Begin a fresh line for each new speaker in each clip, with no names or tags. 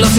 las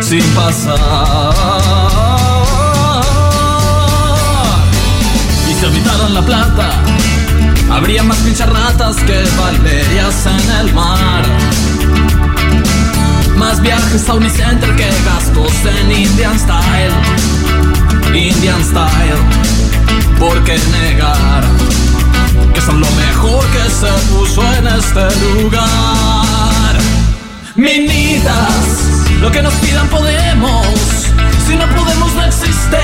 Sin pasar. Y si habitaran La Plata, habría más pincharratas que valerias en el mar. Más viajes a Unicenter que gastos en Indian Style. Indian Style, ¿por qué negar? Que son lo mejor que se puso en este lugar. Minitas, lo que nos pidan podemos. Si no podemos, no existe.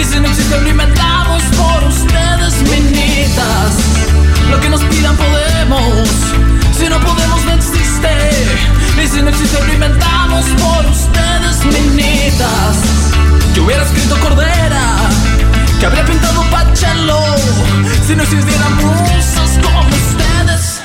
Y si no existe, lo inventamos por ustedes, minitas. Lo que nos pidan podemos. Si no podemos, no existe. Y si no existe, lo inventamos por ustedes, minitas. Yo hubiera escrito Cordera, que habría pintado Pachelo. Si no existieran musas como ustedes.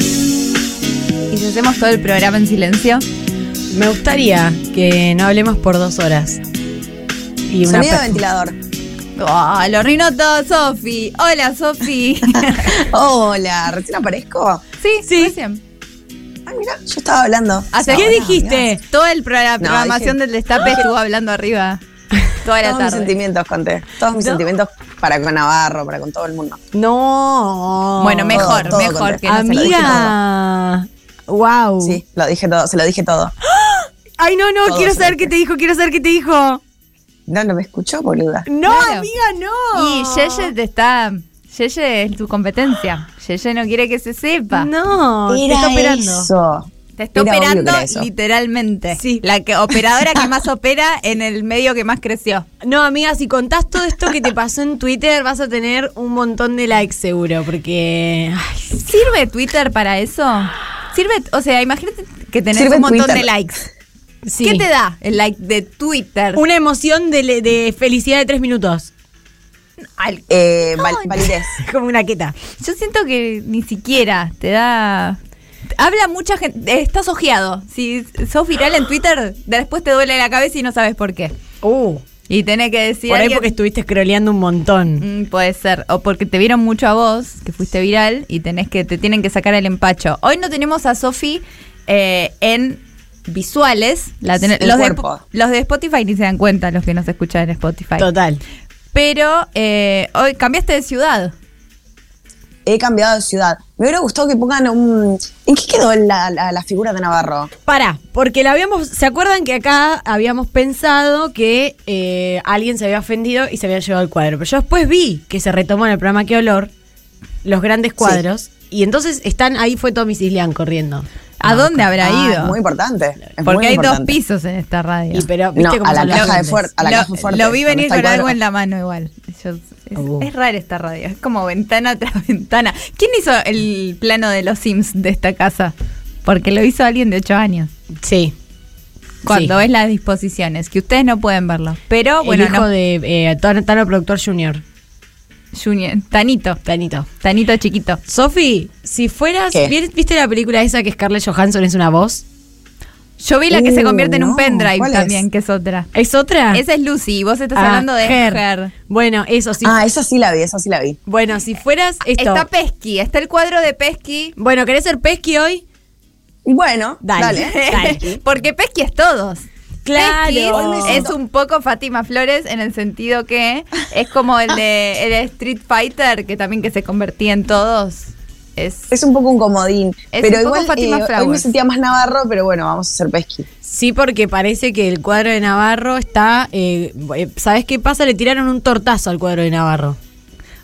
¿Y si hacemos todo el programa en silencio?
Me gustaría que no hablemos por dos horas. Y una
Sonido
pe-
de ventilador.
Ah, lo arruinó todo, Sofi. Hola, Sofi.
Hola, recién aparezco.
sí, sí. Recién.
Ah, mira, yo estaba hablando.
Hace-
¿Qué
Hola,
dijiste?
Toda el pro- la
No,
programación
dije-
del destape estuvo hablando arriba. Toda la
Todos mis
tarde.
sentimientos conté. Todos mis sentimientos para con Navarro, para con todo el mundo.
No.
Bueno, mejor,
todo
mejor
conté.
que no se lo dije todo.
Amiga. Wow.
Sí, lo dije todo, se lo dije todo.
Ay, no, no,
Todo
quiero
se
saber
lo
qué
dije.
te dijo, quiero saber qué te dijo.
No, no me escuchó, boluda.
No,
Claro.
amiga, no.
Y Yeye te está. Yeye es tu competencia. Yeye no quiere que se sepa.
No, te está operando.
eso.
Te está
Era obvio que
operando
era eso.
literalmente.
Sí.
La que, operadora que más opera en el medio que más creció.
No, amiga, si contás todo esto que te pasó en Twitter, vas a tener un montón de likes seguro, porque. ay,
¿Sirve Twitter para eso? Sirve, o sea, imagínate que tenés
Sirve
un montón
Twitter.
de likes.
sí.
¿Qué te da el like de Twitter?
Una emoción de, le- de felicidad de tres minutos.
Al-
Eh, val-
No, no.
validez.
Como una queta.
Yo siento que ni siquiera te da. Habla mucha gente. eh, Estás ojeado. Si sos viral en Twitter, después te duele la cabeza y no sabes por qué.
Uh.
Y tenés que decir.
Por ahí
alguien-
porque estuviste scrolleando un montón.
Mm, puede ser. O porque te vieron mucho a vos, que fuiste viral, y tenés que, te tienen que sacar el empacho. Hoy no tenemos a Sofi eh, en visuales. La ten-
En
los, de,
cuerpo.
los de Spotify ni se dan cuenta los que nos escuchan en Spotify.
Total.
Pero eh, hoy cambiaste de ciudad.
He cambiado de ciudad. Me hubiera gustado que pongan un. ¿En qué quedó la, la- la figura de Navarro?
Pará, porque la habíamos. ¿Se acuerdan que acá habíamos pensado que eh, alguien se había ofendido y se había llevado el cuadro? Pero yo después vi que se retomó en el programa Qué Olor los grandes cuadros. Y entonces están ahí, fue Tommy Cislián corriendo.
¿A dónde habrá
Ah,
ido?
es muy importante. es muy
Porque hay dos
importante.
pisos en esta radio.
Y pero, ¿viste
No,
cómo
a la
son los
caja de
grandes?
fuerte. A la
lo,
caja fuerte.
lo vi
donde
venir
está el
con algo
cuadro.
en la mano igual. Yo- es,
Uh.
es rara esta radio, es como ventana tras ventana. ¿Quién hizo el plano de los Sims de esta casa? Porque lo hizo alguien de 8 años.
Sí.
Cuando
Sí.
ves las disposiciones, que ustedes no pueden verlo. Pero bueno,
el hijo
no.
de eh, Tan- Tano Productor Junior,
Junior, Tanito.
Tanito.
Tanito chiquito.
Sofi, si fueras.
¿Qué?
¿vi- ¿Viste la película esa que Scarlett Johansson es una voz?
Yo vi la que se
Uh,
convierte en un
no,
pendrive
¿cuál
también,
es?
que es otra.
¿Es otra?
Esa es Lucy y vos estás
Ah,
hablando de
Her.
Her.
Bueno, eso sí.
Ah, esa sí la vi, esa sí la vi.
Bueno, si fueras esto.
Está Pesky, está el cuadro de Pesky.
bueno, ¿querés ser pesqui hoy?
Bueno,
Dale.
dale.
Dale.
Porque Pesky es todos.
Claro.
Pesky
Hoy me
es
siento-
un poco Fátima Flores en el sentido que es como el de, el de Street Fighter, que también que se convertía en todos. Es,
Es un poco un comodín.
Es
pero
un poco
igual
Fátima
eh, hoy me
Flowers.
sentía más Navarro, pero bueno, vamos a hacer pesqui.
Sí, porque parece que el cuadro de Navarro está. eh, eh, ¿Sabes qué pasa? Le tiraron un tortazo al cuadro de Navarro.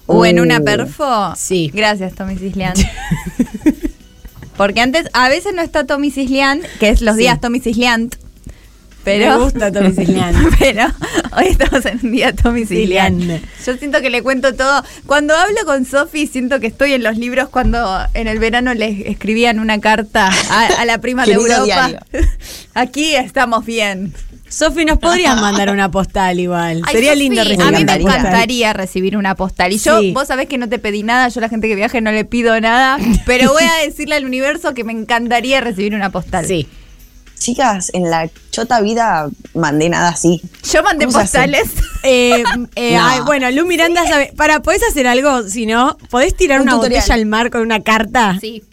o en una
Uh,
perfo.
sí.
Gracias, Tommy Cislián. Porque antes, a veces no está Tommy Cislián, que es los días Tommy Cislián. Pero,
Me gusta Tommy Silian.
Pero hoy estamos en un día Tommy Silian.
Silian.
Yo siento que le cuento todo. Cuando hablo con Sofi, siento que estoy en los libros cuando en el verano les escribían una carta a, a la prima de
Querido
Europa.
diario.
Aquí estamos bien.
Sofi, nos podrías mandar una postal igual.
Ay,
Sería
Sofi,
lindo recibir
A mí
una
me
postal.
encantaría recibir una postal. Y yo,
Sí.
vos sabés que no te pedí nada, yo a la gente que viaje no le pido nada, pero voy a decirle al universo que me encantaría recibir una postal.
Sí.
Chicas, en la chota vida mandé nada así.
Yo mandé
¿Cómo se hace?
postales.
Eh, eh,
No.
ay, bueno, Lu Miranda sabe. Para, ¿podés hacer algo? Si no, ¿podés tirar
Un
una
tutorial.
botella al mar con una carta?
Sí.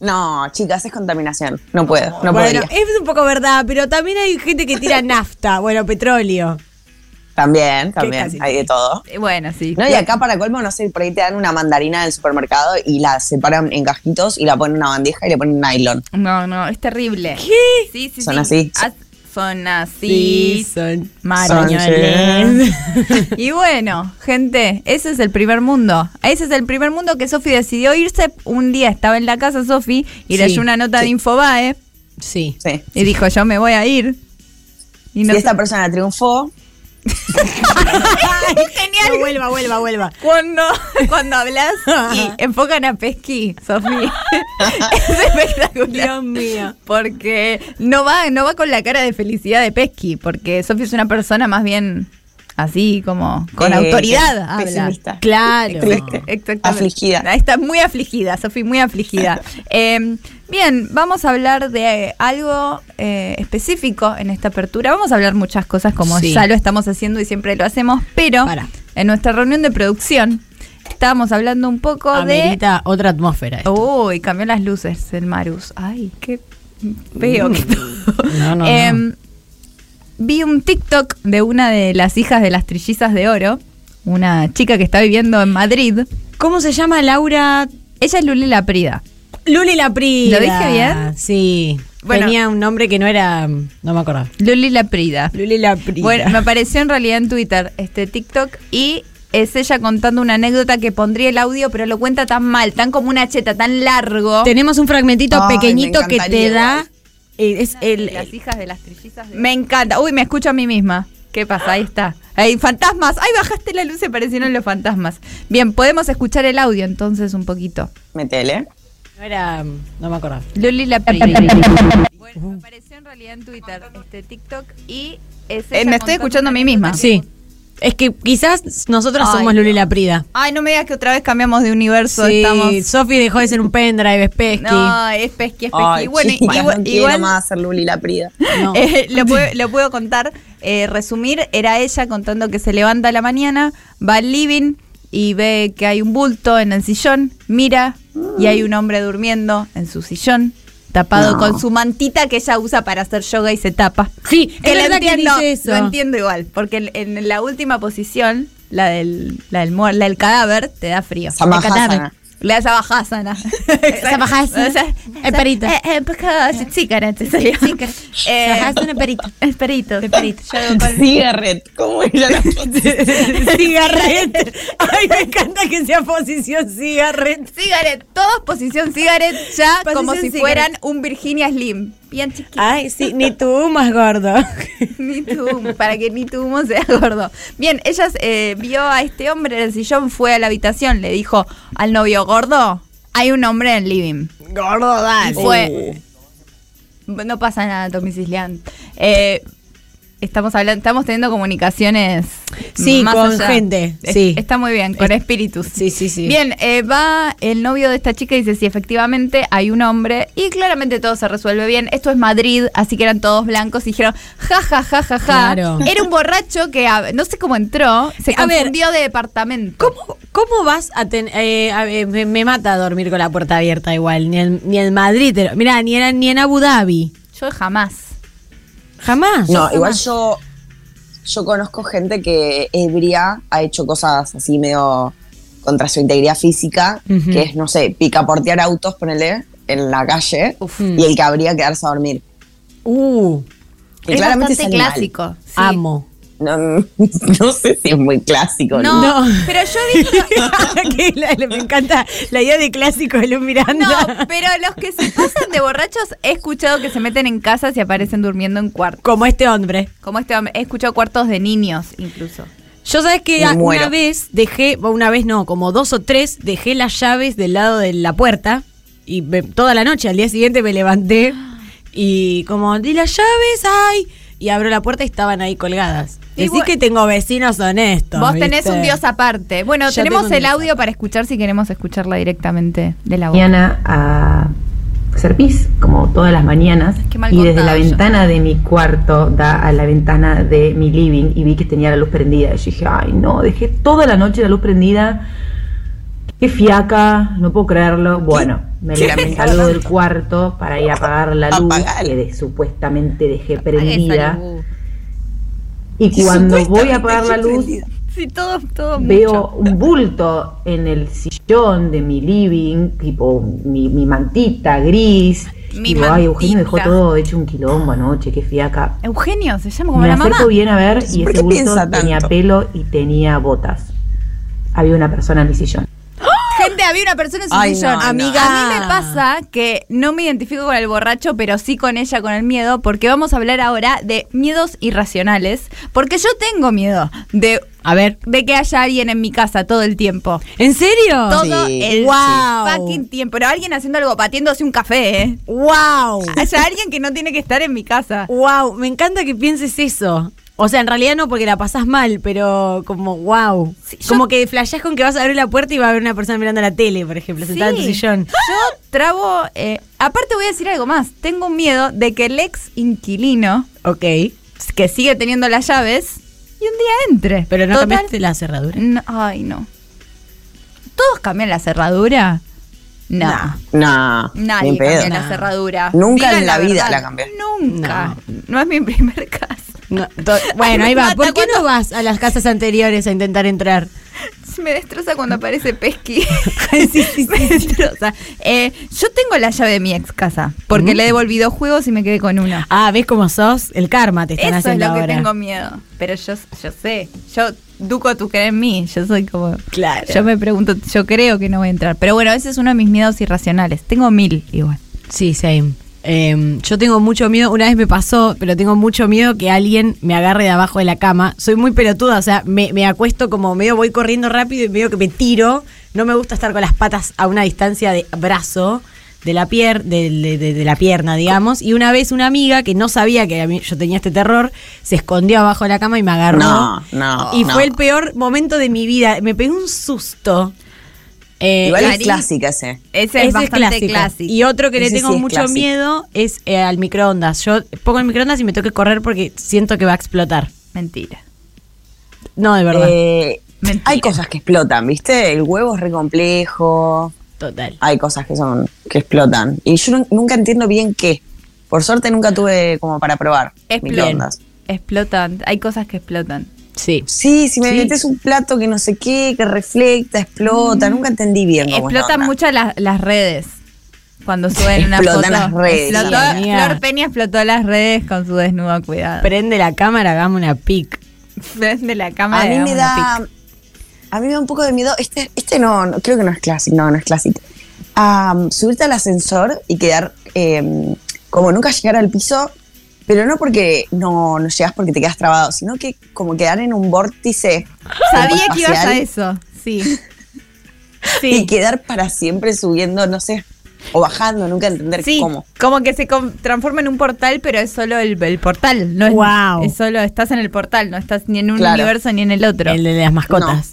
No, chicas, es contaminación. No puedo, no
bueno,
eh,
podría.
es un poco verdad, pero también hay gente que tira nafta, bueno, petróleo.
También,
casi.
también, hay de todo.
Eh, Bueno, sí.
No, y acá para colmo, no sé, por ahí te dan una mandarina del supermercado y la separan en cajitos y la ponen en una bandeja y le ponen nylon.
No, no, es terrible.
¿Qué?
Sí, sí,
Son
sí.
así.
Ah, son así.
son
Marañoles. Y bueno, gente, ese es el primer mundo. Ese es el primer mundo que Sofi decidió irse. Un día estaba en la casa Sofi y
Sí,
leyó una nota de
sí.
Infobae
Sí.
Sí.
y dijo, yo me voy a ir. Y no
si esta persona triunfó,
Genial.
No, vuelva, vuelva, vuelva.
cuando, cuando hablas y enfocan a Pesqui, Sofi. es espectacular.
Dios mío.
Porque no va, no va con la cara de felicidad de Pesky, porque Sofi es una persona más bien así como con
eh,
autoridad habla.
pesimista.
Claro.
Triste.
Exactamente.
Afligida.
Ahí Está muy afligida, Sofi, muy afligida. Eh, bien, vamos a hablar de eh, algo eh, específico en esta apertura. Vamos a hablar muchas cosas como
Sí.
ya lo estamos haciendo y siempre lo hacemos, pero
Para.
en nuestra reunión de producción estábamos hablando un poco de
Amerita otra atmósfera. esto.
Uy, cambió las luces el Marus. Ay, qué feo que todo.
No, no,
Em, Vi un TikTok de una de las hijas de las trillizas de oro, una chica que está viviendo en Madrid.
¿Cómo se llama Laura?
Ella es Luli Laprida.
Luli Laprida.
¿Lo dije bien?
Sí.
Bueno.
Tenía un nombre que no era. No me acuerdo.
Luli Laprida.
Luli Laprida.
Bueno, me apareció en realidad en Twitter este TikTok y es ella contando una anécdota que pondría el audio, pero lo cuenta tan mal, tan como una cheta, tan largo.
Tenemos un fragmentito
Ay,
pequeñito
me
que te
encantaría
da. eh, Es el,
Las hijas de las trillizas de Me encanta. Uy, me escucho a mí misma. ¿Qué pasa? Ahí está. Hay fantasmas. Ay, bajaste la luz y aparecieron los fantasmas. Bien, podemos escuchar el audio entonces un poquito.
metele.
No era. No me acuerdo.
Luli la Bueno, me apareció en realidad en Twitter, este TikTok y es ella Eh, me estoy contando escuchando a mí una
misma.
anécdota.
Sí. Es que quizás nosotros
Ay,
somos Luli Laprida.
Ay, no me digas que otra vez cambiamos de universo,
Sí,
estamos
Sofi dejó de ser un pendrive, es pesqui.
No, es pesqui, es pesqui.
Ay,
bueno, y-
chicas,
igual,
no quiero
igual-
más hacer Luli la prida.
No.
Eh, lo, puedo, lo puedo contar, eh, resumir, era ella contando que se levanta a la mañana, va al living y ve que hay un bulto en el sillón, mira y hay un hombre durmiendo en su sillón, tapado
No.
con su mantita que ella usa para hacer yoga y se tapa.
Sí, es
lo
verdad que
entiendo,
dice eso.
lo entiendo igual, porque en, en la última posición, la del, la del, muer- la del cadáver, te da frío.
Samahasana.
El cadáver. La sabajásana.
Sabajásana. El perito.
Eh, eh, pues, sí, sí, carete, sería. Eh,
Sabajásana, perito.
Es perito. Es perito.
Cigarret, ¿cómo ella la
Cigarrete. Ay, me encanta que sea posición cigarrete.
Cigaret, todos posición cigaret ya
Posición
como si
cigaret.
fueran un Virginia Slim. Bien chiquito.
Ay, sí, ni tú más gordo.
Ni tu humo, para que ni tu humo sea gordo. Bien, ella eh, vio a este hombre en el sillón, fue a la habitación, le dijo al novio, gordo, hay un hombre en el living.
Gordo,
Y
dale.
fue. No pasa nada, Tommy Cislian. Eh, estamos hablando, estamos teniendo comunicaciones.
Sí,
más
con
allá.
gente,
Es-
sí.
Está muy
Oh.
bien, con espíritus.
Sí, sí, sí.
Bien, eh, va el novio de esta chica y dice, sí, efectivamente hay un hombre y claramente todo se resuelve bien. Esto es Madrid, así que eran todos blancos y dijeron, ja, ja, ja, ja, ja.
Claro.
Era un borracho que ah, no sé cómo entró, se
A ver,
confundió de departamento.
¿Cómo, ¿Cómo vas a tener.? me, me mata dormir con la puerta abierta igual. Ni en, ni en Madrid. te lo- Mirá, ni, era, ni en Abu Dhabi.
Yo jamás. Ah,
Jamás.
No, igual yo, yo conozco gente que ebria ha hecho cosas así medio contra su integridad física,
Ujú.
que es, no sé, picaportear autos, ponele, en la calle,
Uf.
y el que habría quedarse a dormir.
Uh,
Que
es
claramente
bastante
es animal.
clásico. sí.
amo.
No, no sé si es muy clásico.
No,
No.
pero yo digo.
Que la- la- me encanta la idea de clásico de Luz
No,
Miranda.
pero los que se pasan de borrachos, he escuchado que se meten en casas y aparecen durmiendo en cuartos.
Como este hombre.
Como este hombre, he escuchado cuartos de niños incluso.
Yo sabes que
Me
una
muero.
vez dejé, bueno, una vez no, como dos o tres, dejé las llaves del lado de la puerta y me- toda la noche, al día siguiente me levanté y como, di las llaves, ay, y abro la puerta y estaban ahí colgadas.
Y
Decís
bueno-
que tengo vecinos honestos.
Vos tenés
¿viste?
un dios aparte. Bueno,
Yo
tenemos
tengo un
el
dios
audio para escuchar si queremos escucharla directamente de la voz.
mañana a hacer pis, como todas las mañanas.
Qué mal
Y desde la
contado yo.
ventana de mi cuarto da a la ventana de mi living y vi que tenía la luz prendida. Y yo dije, ay no, dejé toda la noche la luz prendida. Qué fiaca, no puedo creerlo. Bueno, me,
¿Qué?
la- me salgo del cuarto para ir a apagar la luz
Apagala.
que de- supuestamente dejé
Apaga Ah, esa
prendida.
luz.
Y cuando voy
Supuestamente
a apagar la
yo
luz,
prendida.
Sí, todo, todo
Veo
mucho.
un bulto en el sillón de mi living, tipo mi, mi mantita gris.
Mi
Digo, ay, Eugenio dejó
mantita".
todo hecho un quilombo anoche, qué fiaca.
Eugenio, se llama como
Me
la
acerco
mamá.
bien a ver y
¿Por
ese
qué
bulto
piensa
tenía
tanto?
pelo y tenía botas. Había una persona en mi sillón.
Gente, había una persona en su
Ay,
sillón.
no, no.
A
Ah.
mí me pasa que no me identifico con el borracho, pero sí con ella, con el miedo, porque vamos a hablar ahora de miedos irracionales. Porque yo tengo miedo de,
A ver.
de que haya alguien en mi casa todo el tiempo.
¿En serio?
Todo
Sí.
el
Wow.
fucking tiempo. Pero alguien haciendo algo, patiéndose un café, ¿eh? Ah,
¡Wow!
Haya alguien que no tiene que estar en mi casa.
¡Wow! Me encanta que pienses eso. O sea, en realidad no porque la pasás mal, pero como wow.
yo-
como que flashás con que vas a abrir la puerta y va a haber una persona mirando la tele, por ejemplo, sentada en tu
Sí.
sillón.
Yo trabo. eh, aparte, voy a decir algo más. Tengo un miedo de que el ex inquilino,
Ok.
que sigue teniendo las llaves, y un día entre.
Pero no
Total,
cambiaste la cerradura.
no- ay, no. ¿Todos cambian la cerradura? No.
No.
No,
Nadie
ni pedo.
cambia la cerradura.
Nunca
Digan
en la vida
verdad. Ah,
la cambié.
Nunca. No. es mi primer caso.
Ah. No, to- bueno, ahí va. ¿Por qué no vas a las casas anteriores a intentar entrar?
Me destroza cuando aparece Pesky.
Sí, sí, sí.
Me destroza. Eh, yo tengo la llave de mi ex casa, porque le devolví dos juegos y me quedé con uno.
Mm. Ah, ¿ves cómo sos? El karma te están
Eso es
haciendo
lo que
ahora.
tengo miedo. Pero yo, yo sé, yo, Duco, tú crees en mí. Yo soy como...
Claro.
Yo me pregunto, yo creo que no voy a entrar. Pero bueno, ese es uno de mis miedos irracionales. Tengo mil igual.
Sí, same. Em, yo tengo mucho miedo, una vez me pasó, pero tengo mucho miedo que alguien me agarre de abajo de la cama. Soy muy pelotuda, o sea, me, me acuesto como medio voy corriendo rápido y medio que me tiro. No me gusta estar con las patas a una distancia de brazo de la, pier del- de, de- de la pierna, digamos. Y una vez una amiga que no sabía que a mí- yo tenía este terror, se escondió abajo de la cama y me agarró.
No, no,
Y
Oh, no.
fue el peor momento de mi vida. Me pegué un susto. Eh,
Igual es
Clarín.
clásica ese.
Ese es bastante clásico.
Y otro que le
Ese
tengo
sí es
mucho
clásico.
miedo es eh, al microondas. Yo pongo el microondas y me tengo que correr porque siento que va a explotar.
Mentira.
No, de verdad.
Eh,
Mentira.
hay cosas que explotan, ¿viste? El huevo es re complejo.
Total.
Hay cosas que son que explotan. Y yo nu- nunca entiendo bien qué. Por suerte nunca tuve como para probar
Explotan.
microondas.
Explotan. Hay cosas que explotan.
Sí.
Sí, si me
Sí.
metes un plato que no sé qué, que reflecta, explota,
Mm.
nunca entendí bien. cómo es la
Explotan
onda.
mucho las, las redes. Cuando suben una foto.
Explotan las redes.
Explotó-
Sí, amiga.
Flor Peña explotó las redes con su desnudo cuidado.
Prende la cámara, hagamos una pic.
de la cámara.
A mí me
hagamos
da.
pic.
A mí me da un poco de miedo. Este, este no, no, creo que no es clásico. No, no es clásico. Am, subirte al ascensor y quedar em, como nunca llegar al piso, pero no porque no, no llegas porque te quedas trabado, sino que como quedar en un vórtice.
Sabía que ibas a
espacial
eso. Sí.
Y quedar para siempre subiendo, no sé, o bajando, nunca entender
Sí,
cómo.
como que se com- transforma en un portal, pero es solo el, el portal. No es,
Guau.
es solo estás en el portal, no estás ni en un
Claro.
universo ni en el otro.
El de las mascotas.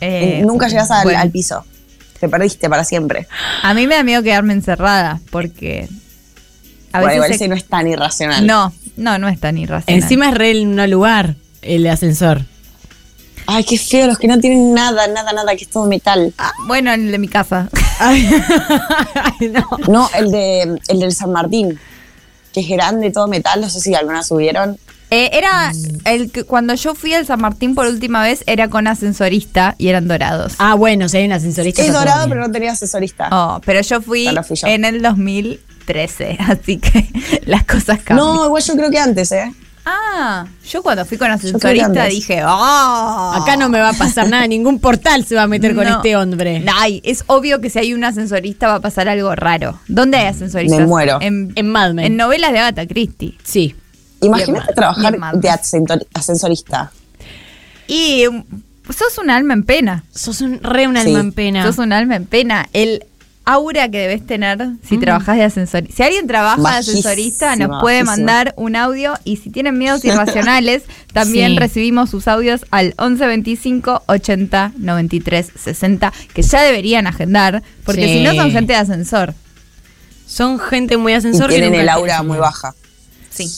Eh,
nunca llegas al,
bueno,
al piso. Te perdiste para siempre.
A mí me da miedo quedarme encerrada porque a
Bueno,
veces
igual
se-
ese no es tan irracional.
no, no, no es tan irracional.
Encima es re en no lugar el ascensor.
Ay, qué feo, los que no tienen nada, nada, nada, que es todo metal.
Ah, bueno, el de mi casa.
Ay, no.
No, el, de, el del San Martín, que es grande, todo metal, no sé si alguna subieron.
Eh, era
Mm.
el que cuando yo fui al San Martín por última vez era con ascensorista y eran dorados.
Ah, bueno, si hay un ascensorista.
Es
está todo
dorado,
bien.
pero no tenía asesorista.
Oh, pero yo fui
No, no fui yo.
en el 2013, así que las cosas cambian.
no, igual yo creo que antes, ¿eh?
Ah, yo cuando fui con
creo que
ascensorista
andas.
dije, ¡ah!
"Oh". Acá no me va a pasar nada, ningún portal se va a meter con
No.
este hombre.
Ay, es obvio que si hay un ascensorista va a pasar algo raro. ¿Dónde hay ascensoristas?
Me muero.
En,
En Mad Men.
en novelas de Agatha Christie.
Sí.
Imagínate
Bien,
trabajar
bien, Matt.
de ascentor- ascensorista.
Y um, sos un alma en pena.
Sos un, re un
Sí.
alma en pena.
Sos un alma en pena. El aura que debes tener si
Mm.
Mm.
trabajas de ascensorista. Si alguien trabaja de ascensorista, nos
Bajísima,
puede
bajísima.
mandar un audio. Y si tienen miedos irracionales, también
Sí.
recibimos sus audios al 11 25 80 93 60, que ya deberían agendar, porque
Sí.
si no son gente de ascensor.
Son gente Este muy
Y
ascensor. que
tienen
nunca
el
te-
aura muy baja.
Sí.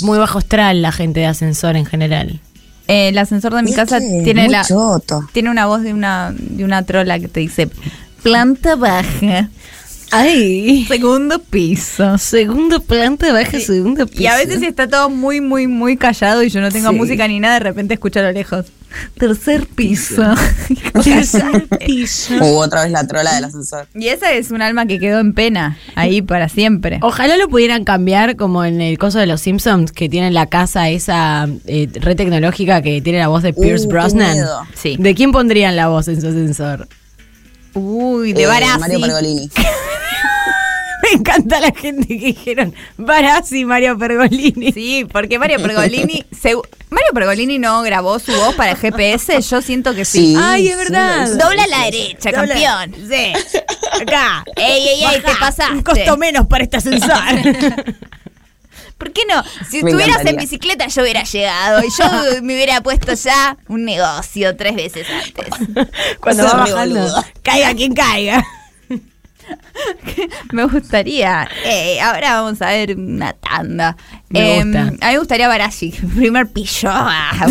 Muy bajo astral la gente de ascensor en general.
Eh, El ascensor de mi
Es
casa
que
tiene
muy
la
choto.
tiene una voz de una de una trola que te dice planta baja,
Ay.
segundo piso.
Segundo planta baja, segundo piso.
Y a veces está todo muy muy muy callado y yo no tengo
Sí.
música ni nada, de repente escucho a lo lejos. Tercer piso. Tercer piso.
Hubo otra vez la trola del ascensor.
Y esa es un alma que quedó en pena ahí para siempre.
Ojalá lo pudieran cambiar como en el coso de los Simpsons, que tienen la casa esa eh, re tecnológica que tiene la voz de Pierce
Uh, qué
Brosnan.
miedo.
Sí.
¿De quién pondrían la voz en su ascensor?
Uy, de
Eh,
Barassi.
Mario Pergolini.
Me encanta la gente que dijeron Barassi, Mario Pergolini.
Sí, porque Mario Pergolini, segu- Mario Pergolini no grabó su voz para el GPS, yo siento que sí.
Sí,
Ay, es
sí,
verdad.
lo hizo.
Dobla a la derecha, campeón.
Sí. Acá.
Ey, ey, ey,
Bajá,
te pasaste.
Un costo menos para este ascensor.
¿Por qué no? Si
Me
estuvieras en
encantaría.
bicicleta yo hubiera llegado y yo me hubiera puesto ya un negocio tres veces antes.
Cuando
Sos
va
re
bajando.
boluda.
Caiga quien caiga.
Me gustaría. Eh, ahora vamos a ver una tanda.
Me
Em,
gusta.
A mí me gustaría Barashi, primer pillo. Ah.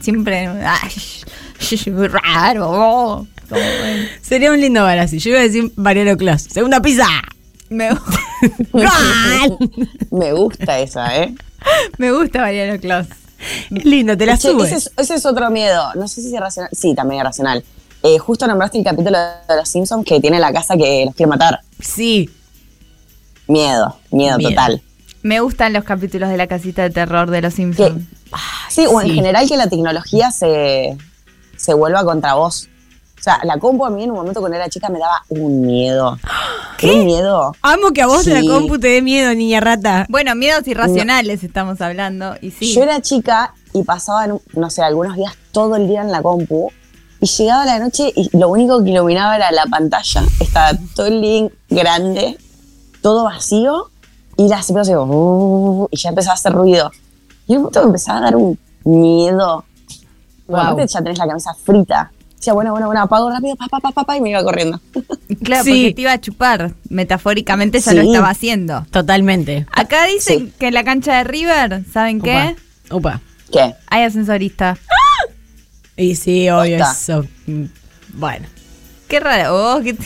Siempre ay, muy raro. oh.
Sería un lindo Barassi. Yo iba a decir Mariano Clos. Segunda pizza.
Me,
¡Gol!
Me gusta esa, ¿eh?
me gusta Mariano Claus.
lindo, te la
Che,
subes.
ese, es, ese es otro miedo. No sé si es racional. Sí, también es racional. Eh, justo nombraste el capítulo de Los Simpsons que tiene la casa que los quiere matar.
Sí.
Miedo, miedo
Miedo.
total.
Me gustan los capítulos de la casita de terror de los
Que, ah,
Simpsons.
sí, o en
sí.
general que la tecnología se, se vuelva contra vos. O sea, la compu a mí en un momento cuando era chica me daba un miedo. ¿Qué? Un miedo.
Amo que a vos de la
Sí.
compu te dé miedo, niña rata.
Bueno, miedos irracionales estamos hablando. Y sí.
Yo era chica y pasaba, en un- no sé, algunos días todo el día en la compu. Y llegaba la noche y lo único que iluminaba era la pantalla. Estaba todo el link grande, todo vacío. Y las se "Uh", y ya empezaba a hacer ruido. Y en un momento me empezaba a dar un miedo. Bueno,
Guau.
aparte ya tenés la camisa frita. Decía, bueno, bueno, bueno, apago rápido, pa, pa, pa, pa, pa, y me iba corriendo.
Claro,
Sí.
porque te iba a chupar. Metafóricamente ya lo
Sí.
estaba haciendo.
Totalmente.
Acá dicen
Sí.
que en la cancha de River, ¿saben qué?
Upa. Upa.
¿Qué?
Hay ascensorista.
¡Ah! Y sí, obvio
Posta.
eso. Mm, Bueno.
Qué raro. Oh, qué-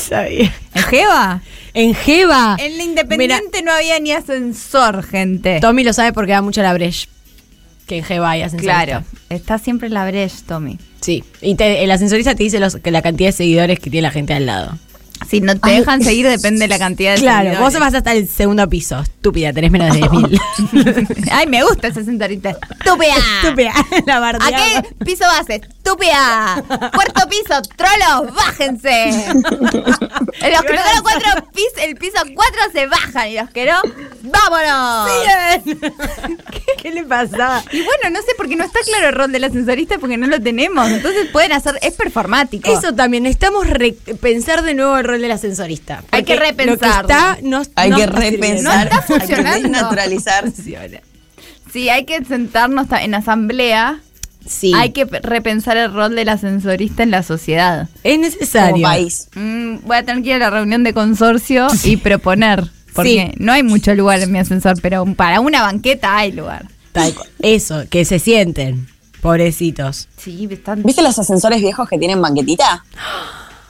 Sabía.
¿En Jeva?
En Jeva.
En la Independiente no había ni ascensor, gente.
Tommy lo sabe porque da mucho la breche. Que en Jeva hay ascensorista.
Claro. Está siempre en la brecha, Tommy.
Sí. Y te- el ascensorista te dice los- que la cantidad de seguidores que tiene la gente al lado.
Si no te dejan seguir, depende de la cantidad de
Claro, vos
seguidores.
vas hasta el segundo piso. Estúpida, tenés menos de 10.000.
Ay, me gusta ese ascensorista. ¡Estúpida!
Estúpida, la
¿A
bardeaba.
qué piso vas? ¡Estúpida! ¡Cuarto piso! ¡Trolos! ¡Bájense! Los que lograron cuatro pis- el piso cuatro se bajan y los que no, ¡vámonos!
¿Qué, le pasaba?
Y bueno, no sé por qué no está claro el rol del ascensorista porque no lo tenemos. Entonces pueden hacer. Es performático.
Eso también, necesitamos re- pensar de nuevo el rol del ascensorista.
Hay
Porque
que repensarlo.
Lo que está, no,
Hay
no
que
está sirviendo.
repensar.
No está
hay que
funcionando.
desnaturalizar.
Sí, hay que sentarnos ta- en asamblea.
Sí.
Hay que pe- repensar el rol del ascensorista en la sociedad.
es
Como
necesario.
país.
Mm, voy a tener que ir a la reunión de consorcio y proponer. Porque
Sí.
no hay mucho lugar en mi ascensor, pero para una banqueta hay lugar.
Tal cual. Eso, que se sienten. Pobrecitos.
Sí, están.
¿Viste los ascensores viejos que tienen banquetita?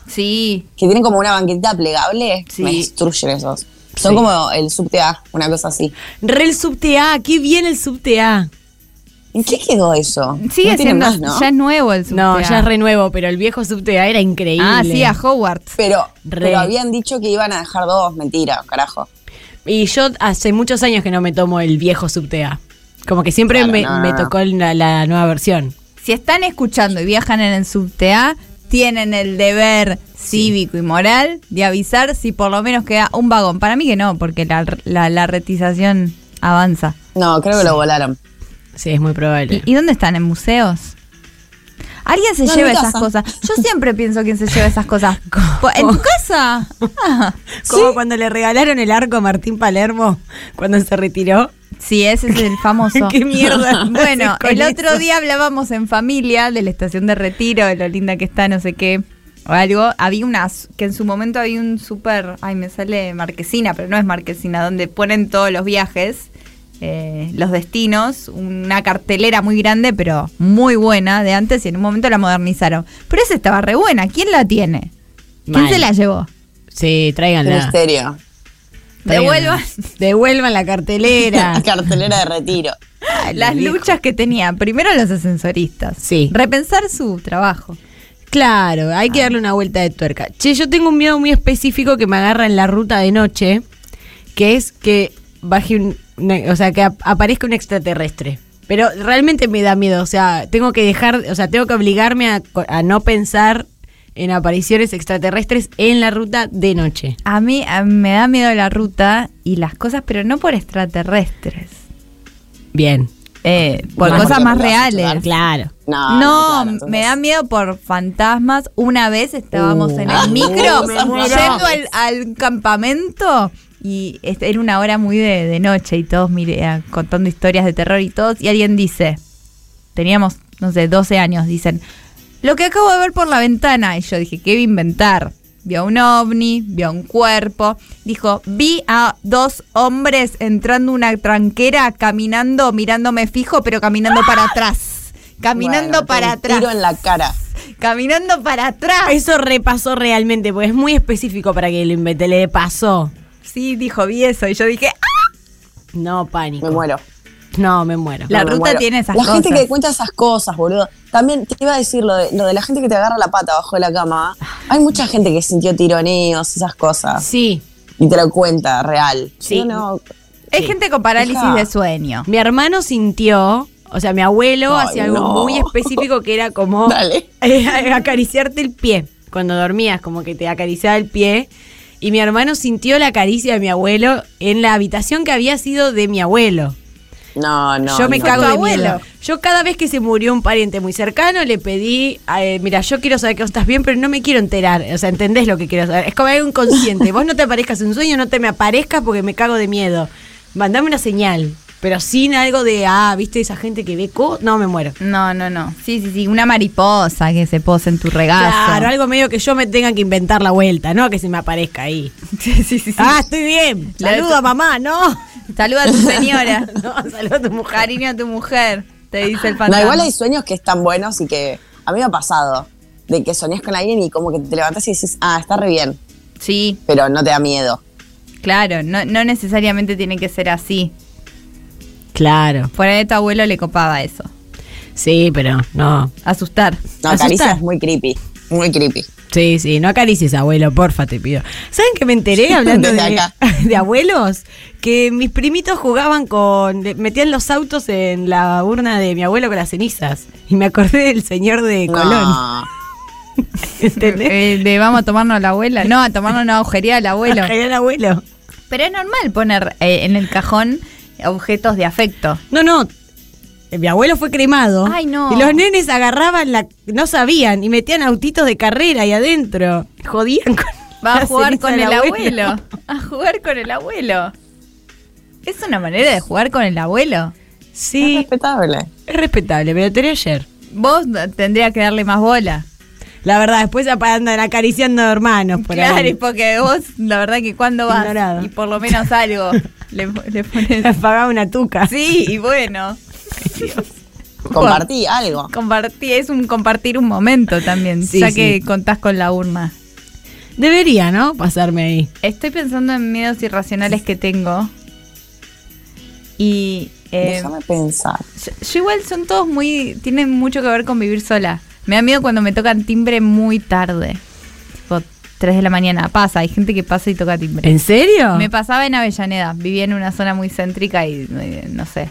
Sí.
que tienen como una banquetita plegable,
Sí.
me destruyen esos. Son
Sí.
como el subte A, una cosa así.
Re el subte A, qué bien el subte A.
¿En qué quedó eso?
Sigue
no tiene
siendo.
más, ¿no?
Ya es nuevo el subte
No,
A.
ya es renuevo, pero el viejo subte Ah, A era increíble.
Ah, sí, a Hogwarts.
Pero,
Re.
pero habían dicho que iban a dejar dos, mentira, carajo.
Y yo hace muchos años que no me tomo el viejo subtea. Como que siempre
Claro,
me,
no, no,
me
no.
tocó la, la nueva versión.
Si están escuchando y viajan en el subtea, tienen el deber cívico y moral de avisar si por lo menos queda un vagón. Para mí que no, porque la, la, la retización avanza.
No, creo que lo volaron.
Sí, es muy probable.
¿Y, y dónde están? ¿En museos? Alguien se
No, en
lleva
mi
esas
casa.
cosas. Yo siempre pienso quién se lleva esas cosas. ¿En tu casa? Ah.
Como cuando le regalaron el arco a Martín Palermo cuando se retiró.
Sí, ese es el famoso.
Qué mierda.
Bueno,
haces con
el otro
eso?
día hablábamos en familia de la estación de retiro, de lo linda que está, no sé qué, o algo. Había unas, que en su momento había un súper, ay, me sale marquesina, pero no es marquesina, donde ponen todos los viajes, eh, los destinos, una cartelera muy grande, pero muy buena de antes y en un momento la modernizaron. Pero esa estaba re buena, ¿quién la tiene? ¿Quién
Mal.
se la llevó?
Sí,
Qué
tráiganla.
misterio.
tráiganla.
Devuelvan.
Devuelvan la cartelera.
La cartelera de retiro.
Las luchas que tenían, primero los ascensoristas.
Sí.
Repensar su trabajo.
Claro, hay
Ah.
que darle una vuelta de tuerca. Che, yo tengo un miedo muy específico que me agarra en la ruta de noche, que es que baje un, una- o sea, que ap- aparezca un extraterrestre. Pero realmente me da miedo, o sea, tengo que dejar, o sea, tengo que obligarme a, co- a no pensar en apariciones extraterrestres en la ruta de noche.
A mí a- me da miedo la ruta y las cosas, pero no por extraterrestres.
Bien.
Eh, por
Más
cosas
porque
más
me vas a
reales.
Claro.
No,
No,
claro, entonces-
me da miedo por fantasmas. Una vez estábamos en el micro
Uh, me muero.
yendo al, al campamento y este, era una hora muy de, de noche y todos mire- ah, contando historias de terror y todos. Y alguien dice, teníamos, no sé, 12 años, dicen, lo que acabo de ver por la ventana. Y yo dije, ¿qué iba a inventar? Vio un ovni, vio un cuerpo. Dijo, vi a dos hombres entrando una tranquera, caminando, mirándome fijo, pero caminando para atrás. Caminando
Bueno,
para
te
atrás.
Tiro en la cara.
Caminando para atrás.
Eso repasó realmente, porque es muy específico para que lo invente, le pasó.
Sí, dijo, vi eso. Y yo dije, ¡ah!
No, pánico.
Me muero.
No, me muero.
La
No, me
ruta
muero.
tiene esas
La
cosas.
gente que cuenta esas cosas, boludo. También te iba a decir lo de, lo de la gente que te agarra la pata abajo de la cama. Hay mucha gente que sintió tironeos, esas cosas.
Sí,
Y te lo cuenta, real.
Sí.
Yo no-
Es gente con parálisis
Hija.
de sueño.
Mi hermano sintió, o sea, mi abuelo
Ay,
hacía algo
no.
muy específico que era como
Dale.
eh, acariciarte el pie. Cuando dormías, como que te acariciaba el pie. Y mi hermano sintió la caricia de mi abuelo en la habitación que había sido de mi abuelo.
No, no.
yo me
no,
cago
no.
de
abuelo.
miedo. Yo cada vez que se murió un pariente muy cercano le pedí, eh, mira, yo quiero saber que vos estás bien, pero no me quiero enterar. O sea, entendés lo que quiero saber. Es como algo inconsciente. vos no te aparezcas en un sueño, no te me aparezcas porque me cago de miedo. Mandame una señal, pero sin algo de, ah, viste esa gente que ve co... No, me muero.
No, no, no. Sí, sí, sí. Una mariposa que se posa en tu regazo.
Claro, algo medio que yo me tenga que inventar la vuelta, ¿no? Que se me aparezca ahí.
Sí, sí, sí. sí.
Ah, estoy bien.
La de
Saludo
tu-
a mamá, ¿no?
Saluda a tu señora.
No, saludo a tu mujer.
Cariño a tu mujer, te dice el
No,
fantasma.
igual hay sueños que están buenos y que a mí me ha pasado. De que soñás con alguien y como que te levantás y dices, ah, está re bien.
Sí,
Pero no te da miedo.
claro, no, no necesariamente tiene que ser así.
Claro,
Por ahí a tu abuelo le copaba eso.
sí, pero no.
Asustar.
No,
Asustar.
caricia es muy creepy. Muy creepy.
Sí, sí, no acaricies abuelo, porfa, te pido. ¿Saben que me enteré hablando
Desde
de,
acá.
de abuelos? Que mis primitos jugaban con. le- metían los autos en la urna de mi abuelo con las cenizas. Y me acordé del señor de Colón.
No.
¿Entendés?
Eh, de vamos a tomarnos la abuela. No, a tomarnos una agujería al abuelo.
Era el abuelo.
Pero es normal poner eh, en el cajón objetos de afecto. Ah,
No, no. eh, Mi abuelo fue cremado.
Ay, no.
Y los nenes agarraban la. no sabían. Y metían autitos de carrera ahí adentro. Jodían con.
Va a
la
jugar
ceniza
con
del
el abuelo. A jugar con el abuelo. Es una manera de jugar con el abuelo.
Es
Sí,
respetable.
es respetable, me lo enteré ayer.
Vos tendría que darle más bola.
La verdad, después apa- andan acariciando hermanos por
claro,
ahí.
y porque vos, la verdad que cuando vas
Ignorado.
y por lo menos algo le, le pones.
Pagaba una tuca.
Sí, y bueno,
Compartí algo.
compartí, es un compartir un momento también,
Sí,
ya
sí.
que contás con la urna.
Debería, ¿no? Pasarme ahí.
Estoy pensando en miedos irracionales que tengo. Y eh,
Déjame pensar.
yo, yo igual son todos muy, tienen mucho que ver con vivir sola. Me da miedo cuando me tocan timbre muy tarde. Tipo 3 de la mañana. Pasa, hay gente que pasa y toca timbre.
¿En serio?
Me pasaba en Avellaneda, vivía en una zona muy céntrica y eh, no sé.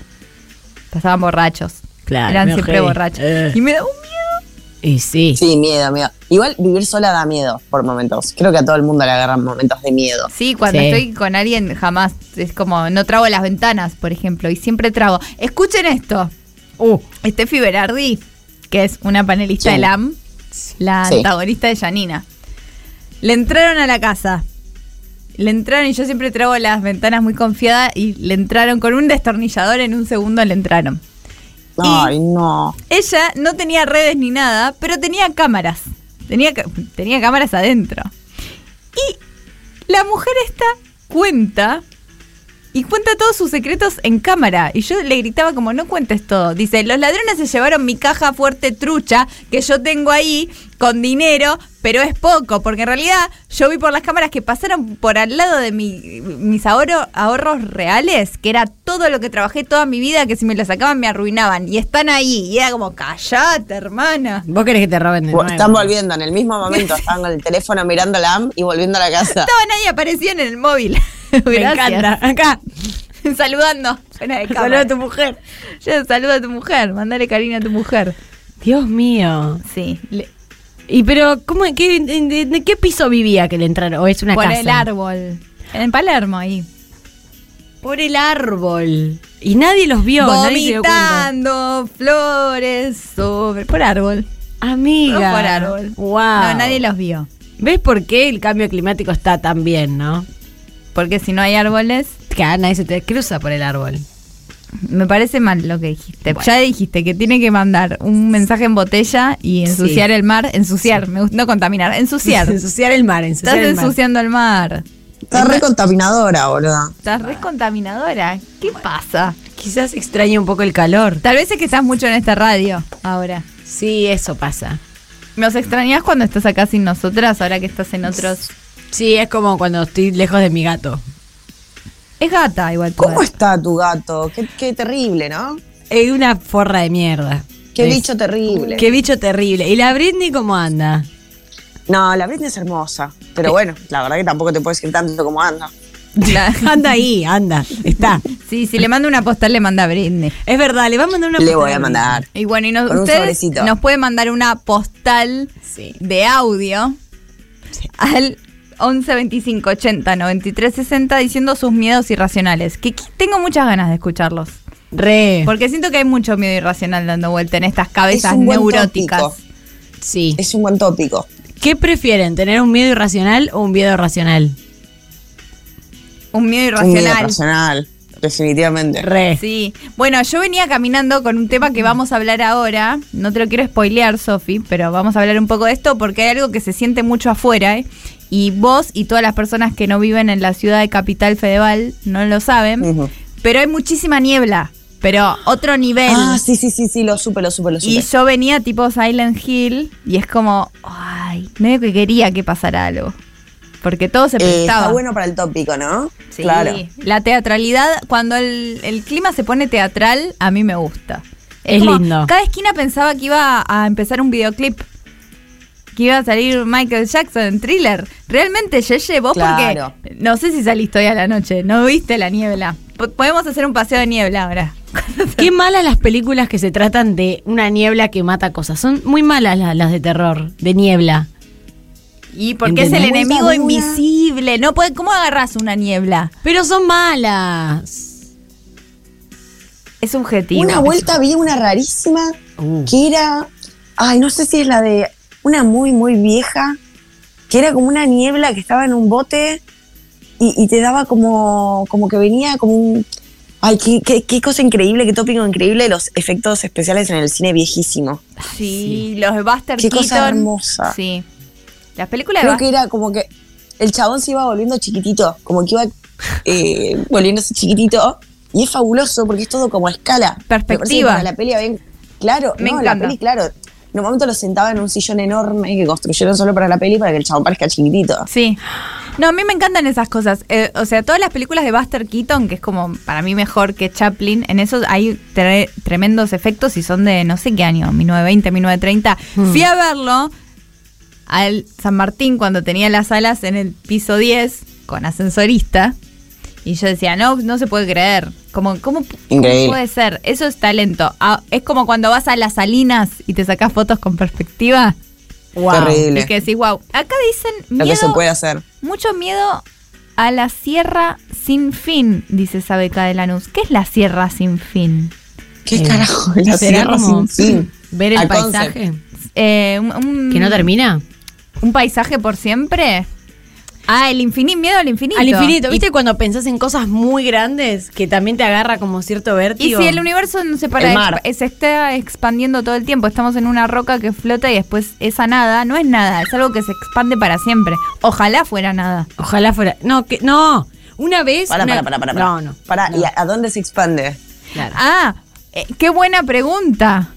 Pasaban borrachos.
Claro,
Eran
medio
siempre
heavy.
borrachos.
Eh.
Y me da un miedo.
Y sí.
Sí, miedo, miedo. Igual vivir sola da miedo por momentos. Creo que a todo el mundo le agarran momentos de miedo.
Sí, cuando
Sí.
estoy con alguien jamás es como no trago las ventanas, por ejemplo, y siempre trago. Escuchen esto.
Uh,
Steffi Berardi, que es una panelista
Sí.
de LAM, la
Sí.
antagonista de Janina. Le entraron a la casa. Le entraron y yo siempre trago las ventanas muy confiada y le entraron con un destornillador en un segundo le entraron.
Ay, no.
Ella no tenía redes ni nada, pero tenía cámaras. Tenía, ca- tenía cámaras adentro. Y la mujer esta cuenta y cuenta todos sus secretos en cámara. Y yo le gritaba como, no cuentes todo. Dice, los ladrones se llevaron mi caja fuerte trucha que yo tengo ahí con dinero, pero es poco, porque en realidad yo vi por las cámaras que pasaron por al lado de mi- mis ahorro- ahorros reales, que era todo lo que trabajé toda mi vida, que si me lo sacaban me arruinaban. Y están ahí. Y era como, callate, hermana.
vos querés que te roben de
Bueno,
nuevo.
Están volviendo en el mismo momento. Están con el teléfono mirando la AM y volviendo a la casa.
Estaban ahí, aparecían en el móvil.
Me
Gracias.
encanta. Acá.
Saludando. Fuera de cámara.
Saluda a tu mujer.
Yo saludo a tu mujer, mandale cariño a tu mujer.
Dios mío.
Sí. Le,
Y pero, ¿cómo, qué, en, en- en qué piso vivía que le entraron? ¿O es una
por
casa?
el árbol. En Palermo ahí.
Por el árbol. Y nadie los vio, nadie se dio cuenta.
Vomitando flores sobre. Por árbol.
Amiga.
No por árbol.
Wow.
No, nadie los vio.
¿Ves por qué el cambio climático está tan bien, no?
Porque si no hay árboles,
Claro, nadie se te cruza por el árbol.
me parece mal lo que dijiste. Ya dijiste que tiene que mandar un mensaje en botella y ensuciar el mar. Ensuciar, me gusta, no contaminar, ensuciar.
ensuciar el mar,
Estás
ensuciar el mar.
ensuciando el mar.
Está re contaminadora, boludo.
Estás re contaminadora. ¿Qué pasa?
Quizás extraña un poco el calor.
Tal vez es que estás mucho en esta radio ahora.
Sí, eso pasa.
¿Nos extrañas cuando estás acá sin nosotras, ahora que estás en otros?
Sí, es como cuando estoy lejos de mi gato.
Es gata igual. tu
¿Cómo
gato.
está tu gato? Qué, qué terrible, ¿no?
Es una forra de mierda.
Qué
Es-
bicho terrible.
Qué bicho terrible. ¿Y la Britney cómo anda?
No, la Britney es hermosa. Pero bueno, la verdad que tampoco te puedes decir tanto como anda.
La-
Anda ahí, anda. Está.
Sí, si le manda una postal le manda a Britney.
Es verdad, le va a mandar una
Le
postal
voy a mandar.
Y bueno, y nos,
Con un
ustedes
sobrecito.
nos puede mandar una postal
Sí.
de audio al 11 25 80 93 60 diciendo sus miedos irracionales. Que qui- tengo muchas ganas de escucharlos.
Re.
Porque siento que hay mucho miedo irracional dando vuelta en estas cabezas
Es un buen
neuróticas.
tópico.
Sí.
Es un buen tópico.
¿Qué prefieren, tener un miedo irracional o un miedo racional?
Un miedo
Un miedo
irracional.
racional, definitivamente.
Re.
Sí. Bueno, yo venía caminando con un tema que vamos a hablar ahora. No te lo quiero spoilear, Sofi, pero vamos a hablar un poco de esto porque hay algo que se siente mucho afuera, ¿eh? Y vos y todas las personas que no viven en la ciudad de Capital Fedeval no lo saben.
Ujú.
Pero hay muchísima niebla, pero otro nivel.
Ah, sí, sí, sí, sí, lo supe, lo supe, lo supe.
Y yo venía tipo Silent Hill y es como, ay, medio que quería que pasara algo. Porque todo se
Eh,
prestaba.
está bueno para el tópico, ¿no?
Sí,
Claro.
la teatralidad, cuando el, el clima se pone teatral, a mí me gusta.
Es lindo.
Cada esquina pensaba que iba a empezar un videoclip. Que iba a salir Michael Jackson en thriller. Realmente, Yeye, vos
Claro.
porque no sé si saliste hoy a la noche, no viste la niebla. Po- podemos hacer un paseo de niebla ahora.
Qué malas las películas que se tratan de una niebla que mata cosas. Son muy malas la- las de terror, de niebla.
y porque es el
Entendemos.
enemigo
Vuelta, Bruna.
invisible. No puede, ¿Cómo agarras una niebla?
Pero son malas.
Es subjetivo.
Una vuelta vi una rarísima que era. Ay, no sé si es la de. Una muy, muy vieja. Que era como una niebla que estaba en un bote y, y te daba como. Como que venía como un. Ay, qué, qué- qué cosa increíble, qué tópico increíble los efectos especiales en el cine viejísimo.
Sí, los de Buster
Qué cosa
Keaton.
hermosa.
Sí. Las películas de
Creo
Buster
que era como que el chabón se iba volviendo chiquitito, como que iba eh, volviéndose chiquitito. Y es fabuloso porque es todo como a escala. Me parece que
Perspectiva.
para La peli habían- claro,
Me
no,
encanta.
la peli, claro. En un momento lo sentaba en un sillón enorme que construyeron solo para la peli para que el chabón parezca chiquitito.
Sí. No, a mí me encantan esas cosas. Eh, o sea, todas las películas de Buster Keaton, que es como para mí mejor que Chaplin, en eso hay tre-
Mm.
tremendos efectos y son de no sé qué año, 1920, 1930. Fui a verlo al San Martín cuando tenía las alas en el piso 10 con ascensorista. Y yo decía, no, no se puede creer. Como, ¿Cómo, cómo
Increíble.
puede ser? Eso es talento. Ah, es como cuando vas a las salinas y te sacas fotos con perspectiva.
Terrible.
Y que decís, wow. Acá dicen
Lo que se
miedo-
puede hacer.
mucho miedo a la sierra sin fin, dice Sabeca de Lanús. ¿Qué es la sierra sin fin?
¿Qué
Eh,
carajo? La
¿Será
sierra sin
como
fin.
ver el
Al concept.
paisaje?
Eh, un, un-
¿Que no termina?
¿Un paisaje por siempre? Ah, el infinito, miedo al infinito.
Al infinito. ¿Viste cuando pensás en cosas muy grandes que también te agarra como cierto
Y
vértigo?
si el universo no se para,
El mar.
exp- se está expandiendo todo el tiempo. Estamos en una roca que flota y después esa nada no es nada, es algo que se expande para siempre. Ojalá fuera nada.
Ojalá fuera. No, que, no. Una vez.
Para,
una-
para, para, para.
No, no.
Para,
no,
¿y a, a dónde se expande?
claro.
Ah, eh, qué buena pregunta.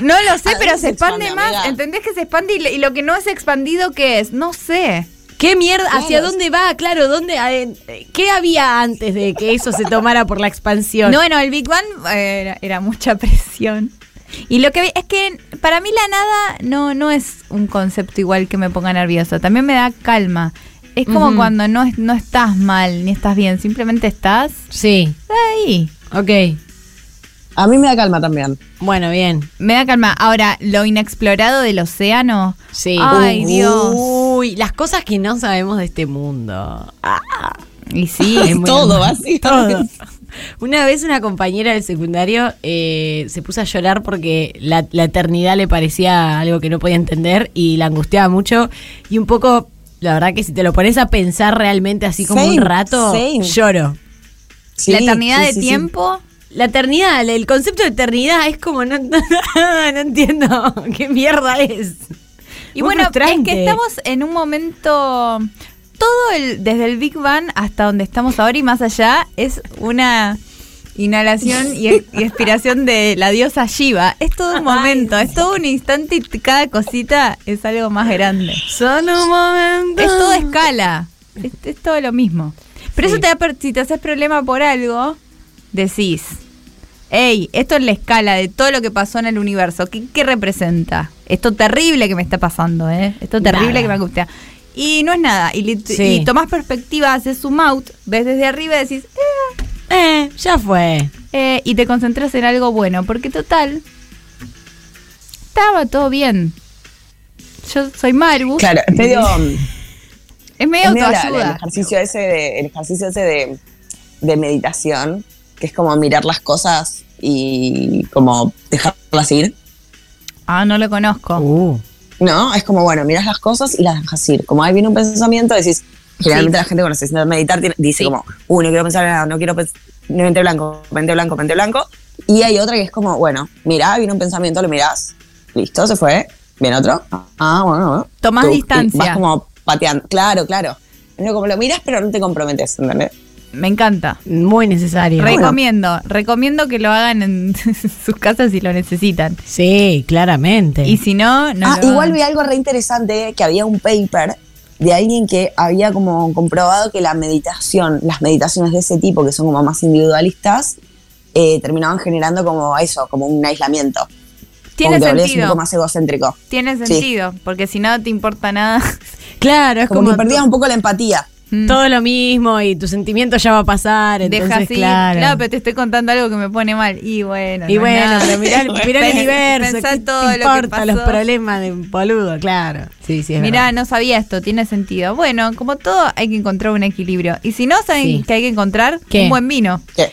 No lo sé,
¿A
pero
dónde
se
se
expande
expande,
más.
amiga?
¿Entendés que se expande y, le- y lo que no es expandido, ¿qué es? No sé.
¿Qué mierda? ¿Hacia
Claro.
dónde va? Claro, ¿dónde? a- en- ¿Qué había antes de que eso se tomara por la expansión?
No, bueno, el Big Bang eh, era, era mucha presión. Y lo que vi- es que para mí la nada no, no es un concepto igual que me ponga nervioso. También me da calma. Es como
Ujú.
cuando no, es- no estás mal ni estás bien, simplemente estás
Sí.
ahí.
Ok.
A mí me da calma también.
Bueno, bien.
Me da calma. Ahora, lo inexplorado del océano.
Sí.
Uh,
Ay, Dios.
Uy, las cosas que no sabemos de este mundo.
Y sí,
Es muy
Todo,
hermoso.
básicamente.
Todo. Una vez una compañera del secundario eh, se puso a llorar porque la, la eternidad le parecía algo que no podía entender y la angustiaba mucho. Y un poco, la verdad que si te lo pones a pensar realmente así como
Same,
un rato,
same.
lloro.
Sí,
la eternidad
sí,
de
sí, sí.
tiempo.
La eternidad, el- el concepto de eternidad es como, no, no, no entiendo qué mierda es.
Y
Muy
bueno, es
frustrante.
que estamos en un momento. Todo el, desde el Big Bang hasta donde estamos ahora y más allá es una inhalación y, ex- y expiración de la diosa Shiva. Es todo un momento, es todo un instante y t- cada cosita es algo más grande.
Solo un momento.
Es todo escala, es, es todo lo mismo. Pero
Sí.
eso te da, per- si te haces problema por algo, decís, hey, esto es la escala de todo lo que pasó en el universo. ¿Qué, qué representa? Esto terrible que me está pasando, ¿eh? Esto terrible
Nada.
que me angustia. Y no es nada. Y, lit-
Sí.
y tomás perspectiva, haces zoom out, ves desde arriba y decís, eh,
Eh, ya fue.
eh, y te concentras en algo bueno. Porque total, estaba todo bien. Yo soy Maru.
Claro, es medio,
Es medio
es medio la-
autoayuda.
el ejercicio ese de, el ejercicio ese de, de meditación, que es como mirar las cosas y como dejarlas ir.
Ah, no lo conozco.
No, es como, bueno, miras las cosas y las dejas ir. Como ahí viene un pensamiento, decís, generalmente la gente cuando se sienta a meditar tiene- dice como, uy, no quiero pensar en nada, no quiero pensar, no mente blanco, mente blanco, mente blanco. Y hay otra que es como, bueno, mirá, viene un pensamiento, lo mirás, listo, se fue, viene otro, ah, bueno, bueno.
Tomás
Tú,
distancia.
Vas como pateando, claro, claro. Es Como lo miras, pero no te comprometes, ¿entendés?
Me encanta.
Muy necesario.
Recomiendo, recomiendo que lo hagan en sus casas si lo necesitan.
Sí, claramente.
Y si no, no.
ah,
lo
igual
hagan.
vi algo re interesante, que había un paper de alguien que había como comprobado que la meditación, las meditaciones de ese tipo, que son como más individualistas, eh, terminaban generando como eso, como un aislamiento.
Tiene
como que volvés un
sentido.
poco más egocéntrico.
Tiene
Sí.
sentido. Porque si no te importa nada.
claro, es
Como,
como,
que perdías un poco la empatía.
mm,
todo lo mismo y tu sentimiento ya va a pasar. Entonces,
Dejas ir.
claro.
pero te estoy contando algo que me pone mal. Y bueno. no
y
es
bueno,
nada.
pero mirá, mirá el
Pe-
universo.
pensá
¿qué te
todo lo que
importa los
pasó?
problemas de un boludo, claro. Sí, sí, es
Mirá,
verdad.
no sabía esto, tiene sentido. Bueno, como todo, hay que encontrar un equilibrio. Y si no, saben
Sí.
que hay que encontrar
¿Qué?
un buen vino.
Que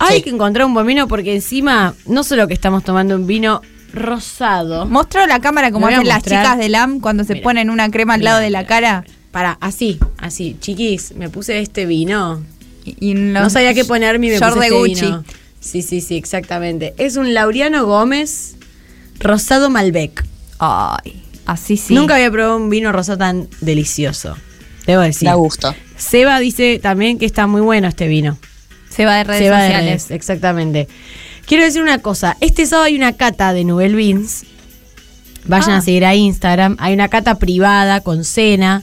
Hay
Sí.
que encontrar un buen vino porque encima, no solo que estamos tomando un vino rosado.
Mostró la cámara como
Lo voy a
hacen las
mostrar.
chicas de LAM cuando se
Mira.
ponen una crema al
Mira,
lado de la
mira,
cara.
Para, así, así. Chiquis, me puse este vino.
Y en los
No sabía qué ponerme y me
shorts
puse
de
este
Gucci.
vino. Sí, sí, sí, exactamente. Es un Laureano Gómez Rosado Malbec.
Ay, así sí.
Nunca había probado un vino rosado tan delicioso. Debo decir.
Da gusto.
Seba dice también que está muy bueno este vino.
se va de redes
Seba de
sociales.
redes, exactamente. Quiero decir una cosa. Este sábado hay una cata de Nubel Beans. Vayan
Ah.
a seguir a Instagram. Hay una cata privada con cena.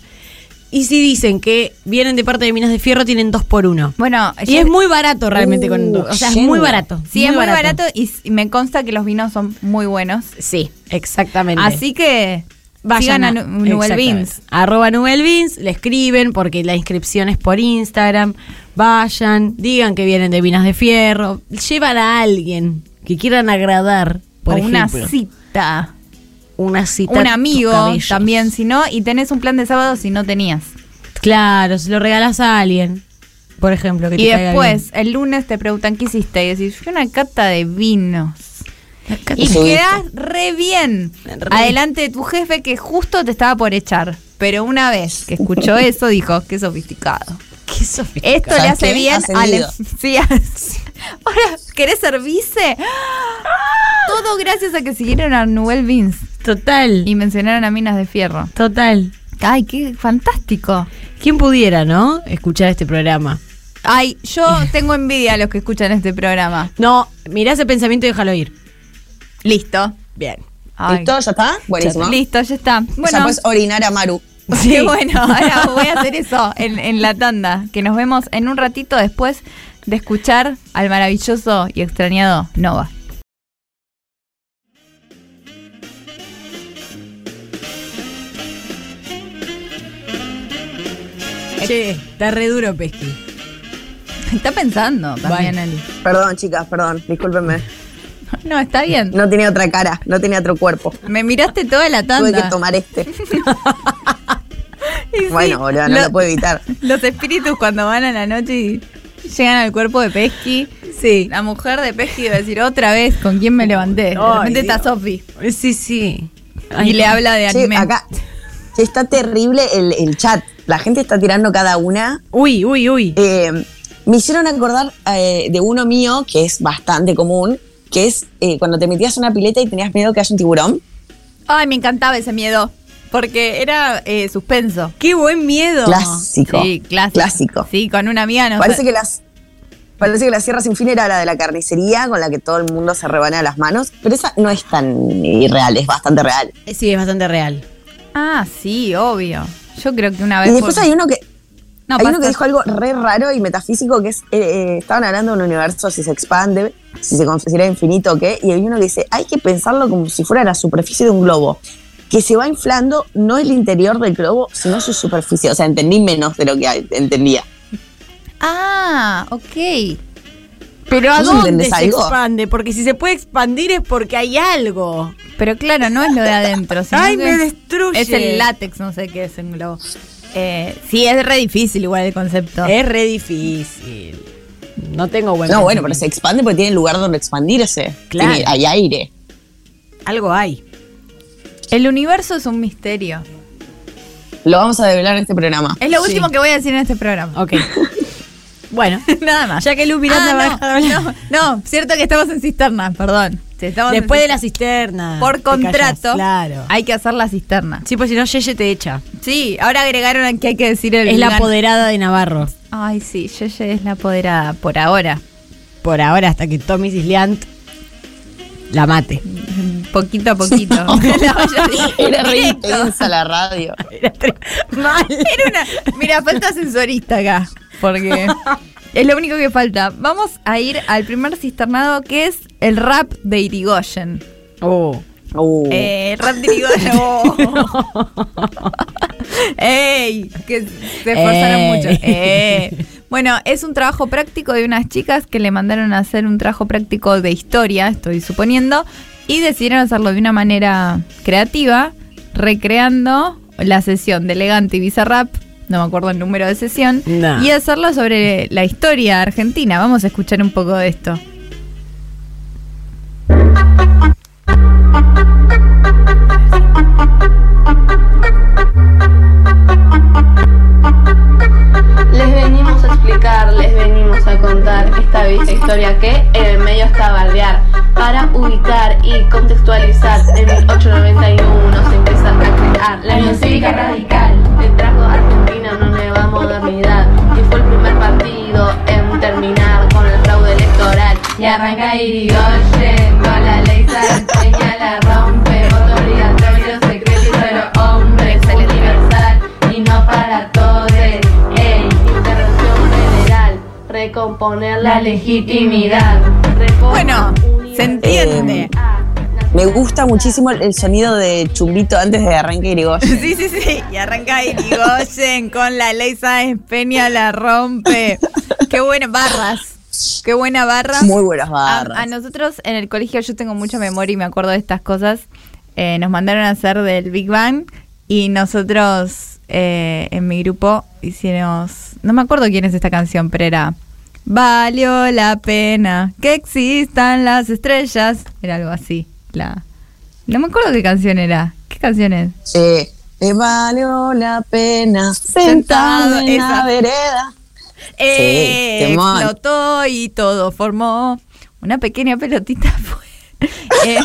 Y si dicen que vienen de parte de Minas de Fierro, tienen dos por uno.
Bueno,
Y
yo- Uh,
es muy barato realmente con O sea, es
lleno.
muy barato.
sí, es muy barato, y s- y me consta que los vinos son muy buenos.
Sí, exactamente.
Así que Vayan a
Nu-
Nu- Nubel Beans.
Exactamente. Arroba Nubel Beans, le escriben porque la inscripción es por Instagram. Vayan, digan que vienen de Minas de Fierro. Llevan a alguien que quieran agradar, por
o una
ejemplo.
cita.
Una cita.
Un
a tus
amigo
cabellos.
también, si no. Y tenés un plan de sábado si no tenías.
Claro, se lo regalas a alguien, por ejemplo. Que
Y
te caiga
después, el lunes te preguntan qué hiciste. Y decís, fui a una cata de vinos.
bien.
Y
Sí.
quedás re bien
Re.
adelante de tu jefe que justo te estaba por echar. Pero una vez que escuchó eso, dijo, qué sofisticado.
Qué sofisticado.
Esto le
¿Sabes
hace
qué?
bien a
Ascendido.
la- Sí, as- Ahora, ¿querés servirse? Todo gracias a que siguieron a Nubel Vins
Total.
y mencionaron a Minas de Fierro.
Total.
Ay, qué fantástico.
¿Quién pudiera, no? Escuchar este programa.
Ay, yo tengo envidia a los que escuchan este programa.
No, mirá ese pensamiento y déjalo ir.
Listo.
Bien.
Ay.
¿Listo? ¿Ya está? Buenísimo.
Listo, ya está.
O sea,
Bueno,
puedes orinar a Maru.
qué bueno, ahora voy a hacer eso en, en la tanda, que nos vemos en un ratito después de escuchar al maravilloso y extrañado Nova. Eh,
Che, está re duro, Pesqui.
Está pensando también
Bueno.
él.
Perdón, chicas, perdón. Discúlpenme.
No, está bien.
No tenía otra cara, no tenía otro cuerpo.
Me miraste toda la
Tuve
tanda.
que tomar este.
Y sí,
Bueno, boludo, no
lo-
lo, puedo evitar.
Los espíritus cuando van a la noche y llegan al cuerpo de Pesky.
Sí.
La mujer de Pesky debe decir otra vez con quién me levanté. De
Ay,
repente
Dios.
está Sofi.
Eh,
Sí, sí.
Y le habla de
Che,
anime.
acá che, está terrible el, el chat. La gente está tirando cada una.
Uy, uy, uy.
Eh, me hicieron acordar eh, de uno mío, que es bastante común, que es eh, cuando te metías en una pileta y tenías miedo que haya un tiburón.
Ay, me encantaba ese miedo. Porque era eh, suspenso.
Qué buen miedo.
Clásico.
Sí, clásico.
Clásico.
Sí, con una amiga nos.
Parece que las. Parece que la sierra sin fin era la de la carnicería con la que todo el mundo se rebana las manos, pero esa no es tan irreal, es bastante real.
Eh,
Sí, es bastante real.
Ah, sí, obvio. Yo creo que una vez.
Y después
por-
hay uno que
No,
Hay uno
pasa-
que dijo algo re raro y metafísico que es, eh, eh, estaban hablando de un universo, si se expande, si se considera infinito o qué, y hay uno que dice, hay que pensarlo como si fuera la superficie de un globo, que se va inflando, no el interior del globo, sino su superficie. O sea, entendí menos de lo que hay- entendía.
Ah, ok.
Pero ¿a
¿No
dónde
entendés
se
algo?
expande? Porque si se puede expandir es porque hay algo.
Pero claro, no es lo de adentro. sino
Ay,
que
me
es-
destruye.
Es el látex, no sé qué es un globo. Eh, sí, es re difícil igual el concepto.
Es re difícil. No tengo buen
No, bueno, pero se
pensamiento.
expande porque tiene lugar donde expandirse.
Claro.
Tiene- hay aire.
Algo hay.
El universo es un misterio.
Lo vamos a develar en este programa.
Es lo
Sí.
último que voy a decir en este programa.
Ok. bueno.
Nada más.
Ya que Lu Miranda va a dejar
ah,
de
no,
hablar.
no, no, cierto que estamos en cisterna, perdón. Sí, estamos en
Después de
cisterna.
la cisterna.
Por
te callás,
contrato
claro.
hay que hacer la cisterna.
Sí, pues si no, Yeye te echa.
Sí, ahora agregaron que hay que decir el
Es la
gan-
apoderada de Navarro.
Ay, sí, Yeye es la apoderada por ahora.
Por ahora, hasta que Tommy Cisliant la mate.
Poquito a poquito. La vaya-
Era re
Directo.
intensa la radio.
Mal.
Era una- Mira, falta sensorista acá. Porque es lo único que falta. Vamos a ir al primer cisternado que es el rap de Irigoyen.
Oh.
Uh,
Eh, el rap de Irigoyen. ¡Ey! Que se esforzaron
Ey.
mucho. Eh. Bueno, es un trabajo práctico de unas chicas que le mandaron a hacer un trabajo práctico de historia, estoy suponiendo, y decidieron hacerlo de una manera creativa, recreando la sesión de Elegante y Bizarrap, no me acuerdo el número de sesión,
No.
y hacerlo sobre la historia argentina. Vamos a escuchar un poco de esto.
Les venimos a explicar, les venimos a contar esta bella historia que en el medio está bardear. Para ubicar y contextualizar, en 1891 se empieza a crear la Unión Cívica Radical. que trajo a Argentina una nueva modernidad y fue el primer partido en terminar con el fraude electoral. Y arranca Irigoyen con la ley salteña, la rompe, voto obligatorio, secreto de los hombres, universal y no para todos. Ey, interrupción federal, recomponer la legitimidad.
Bueno, se
Em,
sentí
entiende.
Eh, Me gusta muchísimo el sonido de chumbito antes de arranque Grigoyen.
Sí, sí, sí. Y arranca Irigoyen con la ley Sáenz Peña la rompe. Qué buena barras. Qué buena barra.
Muy buenas
A-
barras.
A, nosotros en el colegio yo tengo mucha memoria y me acuerdo de estas cosas. Eh, nos mandaron a hacer del Big Bang y nosotros eh, en mi grupo hicimos, no me acuerdo quién es esta canción, pero era Valió la pena que existan las estrellas. Era algo así. La, no me acuerdo qué canción era. ¿Qué canción es?
Eh, te valió la pena sentado en
esa.
la vereda.
Eh,
temón.
explotó y todo formó una pequeña pelotita. fue. Eh,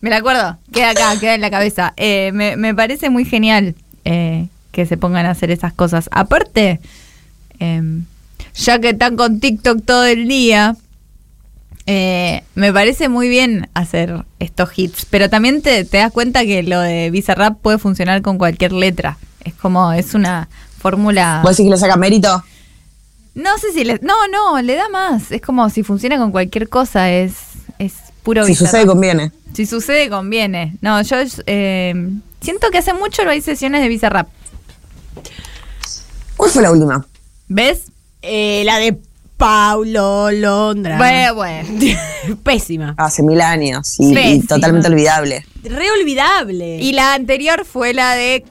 me la acuerdo, queda acá, queda en la cabeza. Eh, me, me parece muy genial eh, que se pongan a hacer esas cosas. Aparte, em, ya que están con TikTok todo el día, eh, me parece muy bien hacer estos hits, pero también te, te das cuenta que lo de Bizarrap puede funcionar con cualquier letra. Es como, es una fórmula...
¿Vos decís que le saca mérito?
No sé si le. No, no, le da más. Es como si funciona con cualquier cosa, es, es puro
Si
bizarro.
sucede, conviene.
Si sucede, conviene. No, yo eh, siento que hace mucho no hay sesiones de Bizarrap.
¿Cuál fue la última?
¿Ves?
Eh, la de Paulo Londra.
Bueno, bueno.
Pésima.
Hace mil años y, y
Pésima.
totalmente olvidable.
Re olvidable.
Y la anterior fue la de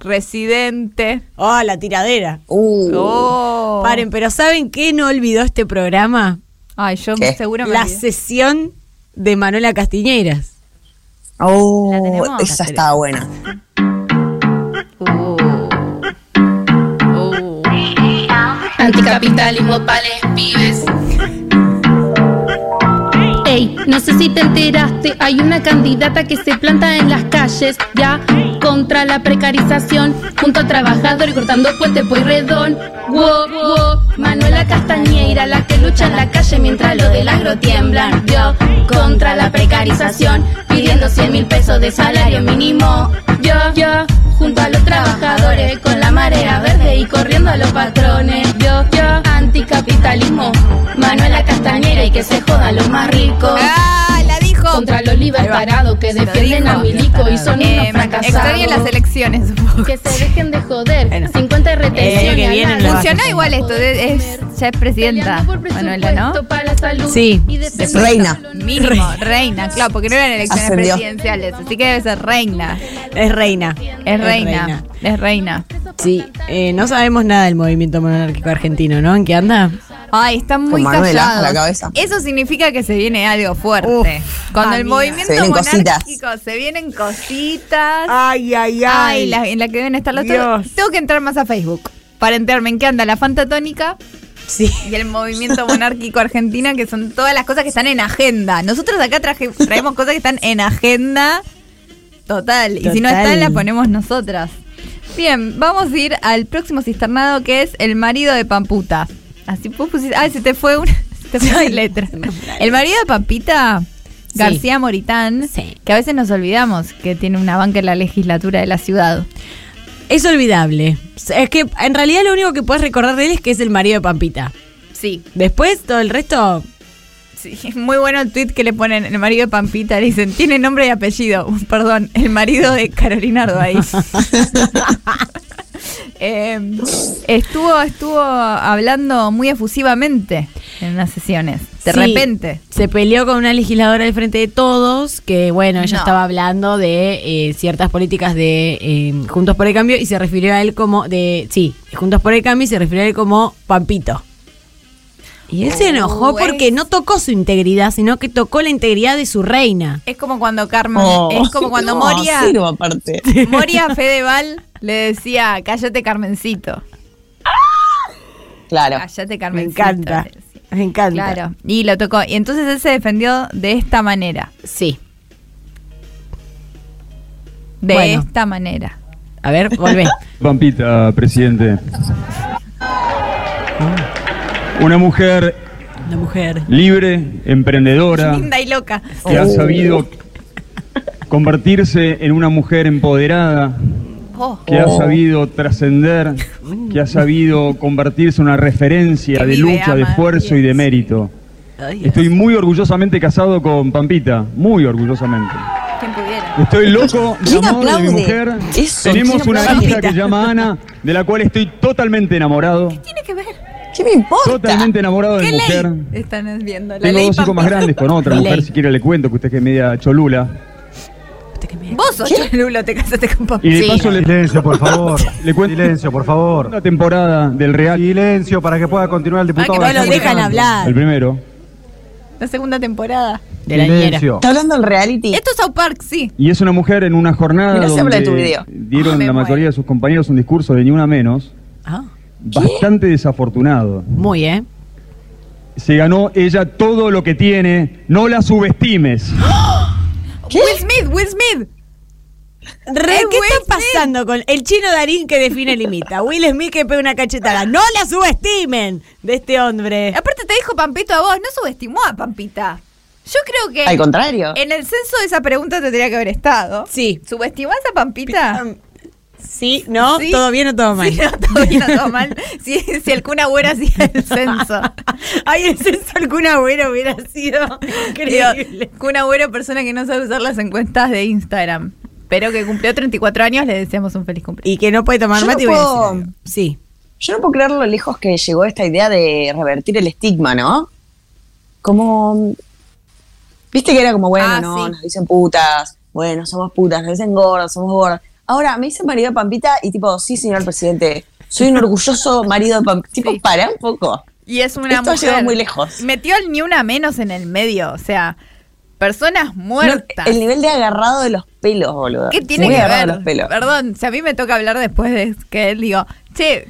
Residente.
Oh, la tiradera.
Uh,
Oh.
Paren, pero ¿saben qué no olvidó este programa?
Ay, yo
¿Qué?
seguro me
la
olvidé.
sesión de Manuela Castiñeiras.
oh,
La tenemos que
esa
hacer.
estaba buena.
Uh.
Anticapitalismo pales pibes. Ey, no sé si te enteraste, hay una candidata que se planta en las calles ya contra la precarización, junto a trabajador y cortando puente pues, Pueyrredón. Wow, wow, Manuela Castañeira, la que lucha en la calle mientras lo del agro tiemblan. Yo contra la precarización, pidiendo 100 mil pesos de salario mínimo. Yo, yo, junto a los trabajadores, con la marea verde y corriendo a los patrones. Yo, yo, anticapitalismo, Manuela Castañera y que se jodan los más ricos.
¡Ah! La dijo.
Contra los liberados que
Lo
defienden a
dijo.
Milico y son unos
Eh, extrañen las
fracasados.
elecciones un poco.
Que se dejen de joder.
Bueno.
50 retenciones.
Eh, que
al
vienen
año.
las-
Funcionó igual esto, de- es, ya es presidenta
Peleando por
Manuela, ¿no?
presupuesto para la salud
Sí.
y defendiendo
Reina.
a los
Mínimo, reina, claro, porque no eran elecciones
Ascendió.
presidenciales, así que debe ser reina.
Es reina.
Es reina, es reina.
Sí, eh, no sabemos nada del movimiento monárquico argentino, ¿no? ¿En qué anda?
Ay, están muy
Con Manuela a la
callados.
cabeza.
Eso significa que se viene algo fuerte.
Uf,
Cuando el
amiga.
movimiento
Se vienen
monárquico se vienen cositas.
Ay, ay,
Ay, la, en la que deben estar los
Dios.
Tengo que entrar más a Facebook para enterarme en qué anda la fantatónica
Sí.
y el movimiento monárquico argentina, que son todas las cosas que están en agenda. Nosotros acá traje- traemos cosas que están en agenda total. Y si no
Total.
están, las ponemos nosotras. Bien, vamos a ir al próximo cisternado que es el marido de Pamputa. Así vos pusiste. Ah, se te fue una. se te fue una letra. El marido de Pampita.
Sí.
García Moritán,
Sí.
que a veces nos olvidamos que tiene una banca en la legislatura de la ciudad.
Es olvidable. Es que en realidad lo único que puedes recordar de él es que es el marido de Pampita.
Sí,
Después todo el resto.
Sí, es muy bueno el tweet que le ponen el marido de Pampita, le dicen, tiene nombre y apellido, perdón, el marido de Carolina Ardoy. Eh, estuvo, estuvo hablando muy efusivamente en unas sesiones, de
Sí,
repente.
Se peleó con una legisladora del Frente de Todos, que bueno,
No.
ella estaba hablando de eh, ciertas políticas de eh, Juntos por el Cambio y se refirió a él como de. Sí, Juntos por el Cambio y se refirió a él como Pampito. Y él se enojó
Uh,
porque
es-
no tocó su integridad, sino que tocó la integridad de su reina.
Es como cuando Carmen,
Oh,
es como cuando
no,
Moria,
sirvo aparte.
Moria Fedeval le decía, cállate Carmencito,
Claro.
cállate
Me
Carmencito.
encanta.
le decía.
Me encanta.
Claro, y lo tocó. Y entonces él se defendió de esta manera,
Sí.
de
Bueno.
esta manera.
A ver, volvé.
Pampita, presidente. Una mujer
La mujer.
libre, emprendedora,
Linda Oh. y loca.
que
Oh.
ha sabido convertirse en una mujer empoderada,
Oh.
que ha sabido trascender, que ha sabido convertirse en una referencia
Que
de
vive,
lucha, de
ama,
esfuerzo y de mérito.
Ay,
Estoy muy orgullosamente casado con Pampita, muy orgullosamente.
quien pudiera.
Estoy loco de
¿Quién
amor de mi
aplaude?
mujer.
Eso,
Tenemos
¿quién
una
aplaude?
hija que se llama Ana, de la cual estoy totalmente enamorado.
Tiene que ver.
¿Qué me importa?
Totalmente enamorado de
¿Qué
mi mujer.
ley están viendo? La
Tengo
ley
dos hijos más
Pampita.
grandes con otra
Mi
mujer,
ley.
si quiere le cuento, que usted que es media cholula.
Vos sos cholulo, te casaste con papá.
Y de
Sí.
paso le,
Silencio, por favor.
Le cuento-
Silencio, por favor.
segunda temporada del Real,
Silencio para que pueda continuar el diputado.
que
No lo
Alejandro
dejan
Santos.
el
hablar.
primero,
La segunda temporada.
De la niñera.
Silencio.
Está hablando el reality.
Esto es South Park, sí.
y es una mujer en una jornada
Mirá, se habla
donde
de tu video.
dieron
Ah, me
la mayoría
muero.
de sus compañeros un discurso de ni una menos,
Ah,
bastante desafortunado.
muy, ¿eh?
Se ganó ella todo lo que tiene, no la subestimes.
Will Smith, Will Smith.
Re,
Eh,
¿Qué
Will
está
Smith.
pasando con el chino Darín que define limita? Will Smith que pega una cachetada. ¡No la subestimen! De este hombre.
Aparte te dijo Pampito a vos, no subestimó a Pampita. Yo creo que
Al contrario.
en el censo de esa pregunta tendría que haber estado.
Sí.
¿Subestimás a Pampita?
Sí, no,
Sí.
todo bien o todo mal.
Sí, no, todo bien, no, todo mal. Si, si el cuna buena hacía el censo.
Ay, el censo algún abuelo hubiera sido increíble.
Digo, Kun Agüero, persona que no sabe usar las encuestas de Instagram, pero que cumplió 34 años, le deseamos un feliz cumpleaños.
Y que no puede tomar
Yo no
mate y voy a decir
puedo-
algo. Sí.
Yo no puedo creer lo lejos que llegó esta idea de revertir el estigma, ¿no? Como. Viste que era como, bueno,
Ah,
no,
sí.
nos dicen putas, bueno, somos putas, nos dicen gordas, somos gordas. Ahora, me dicen marido de Pampita y tipo, sí, señor presidente, soy un orgulloso marido de Pampita. Tipo,
Sí.
para un poco.
Y es una
Esto ha
mujer.
llegado muy lejos.
Metió el ni una menos en el medio, o sea, personas muertas.
No, el nivel de agarrado de los pelos, boludo.
¿Qué tiene
Muy
que
agarrado de
ver?
los pelos.
Perdón, si a mí me toca hablar después de que él digo, che,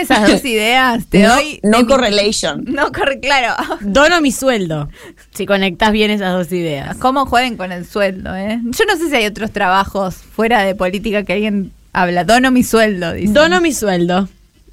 esas dos ideas, te
no,
doy.
no
de mi-
correlation.
No corre, claro.
Dono mi sueldo. Si conectás bien esas dos ideas.
¿Cómo jueguen con el sueldo, eh? Yo no sé si hay otros trabajos fuera de política que alguien habla. Dono mi sueldo, dice.
Dono mi sueldo.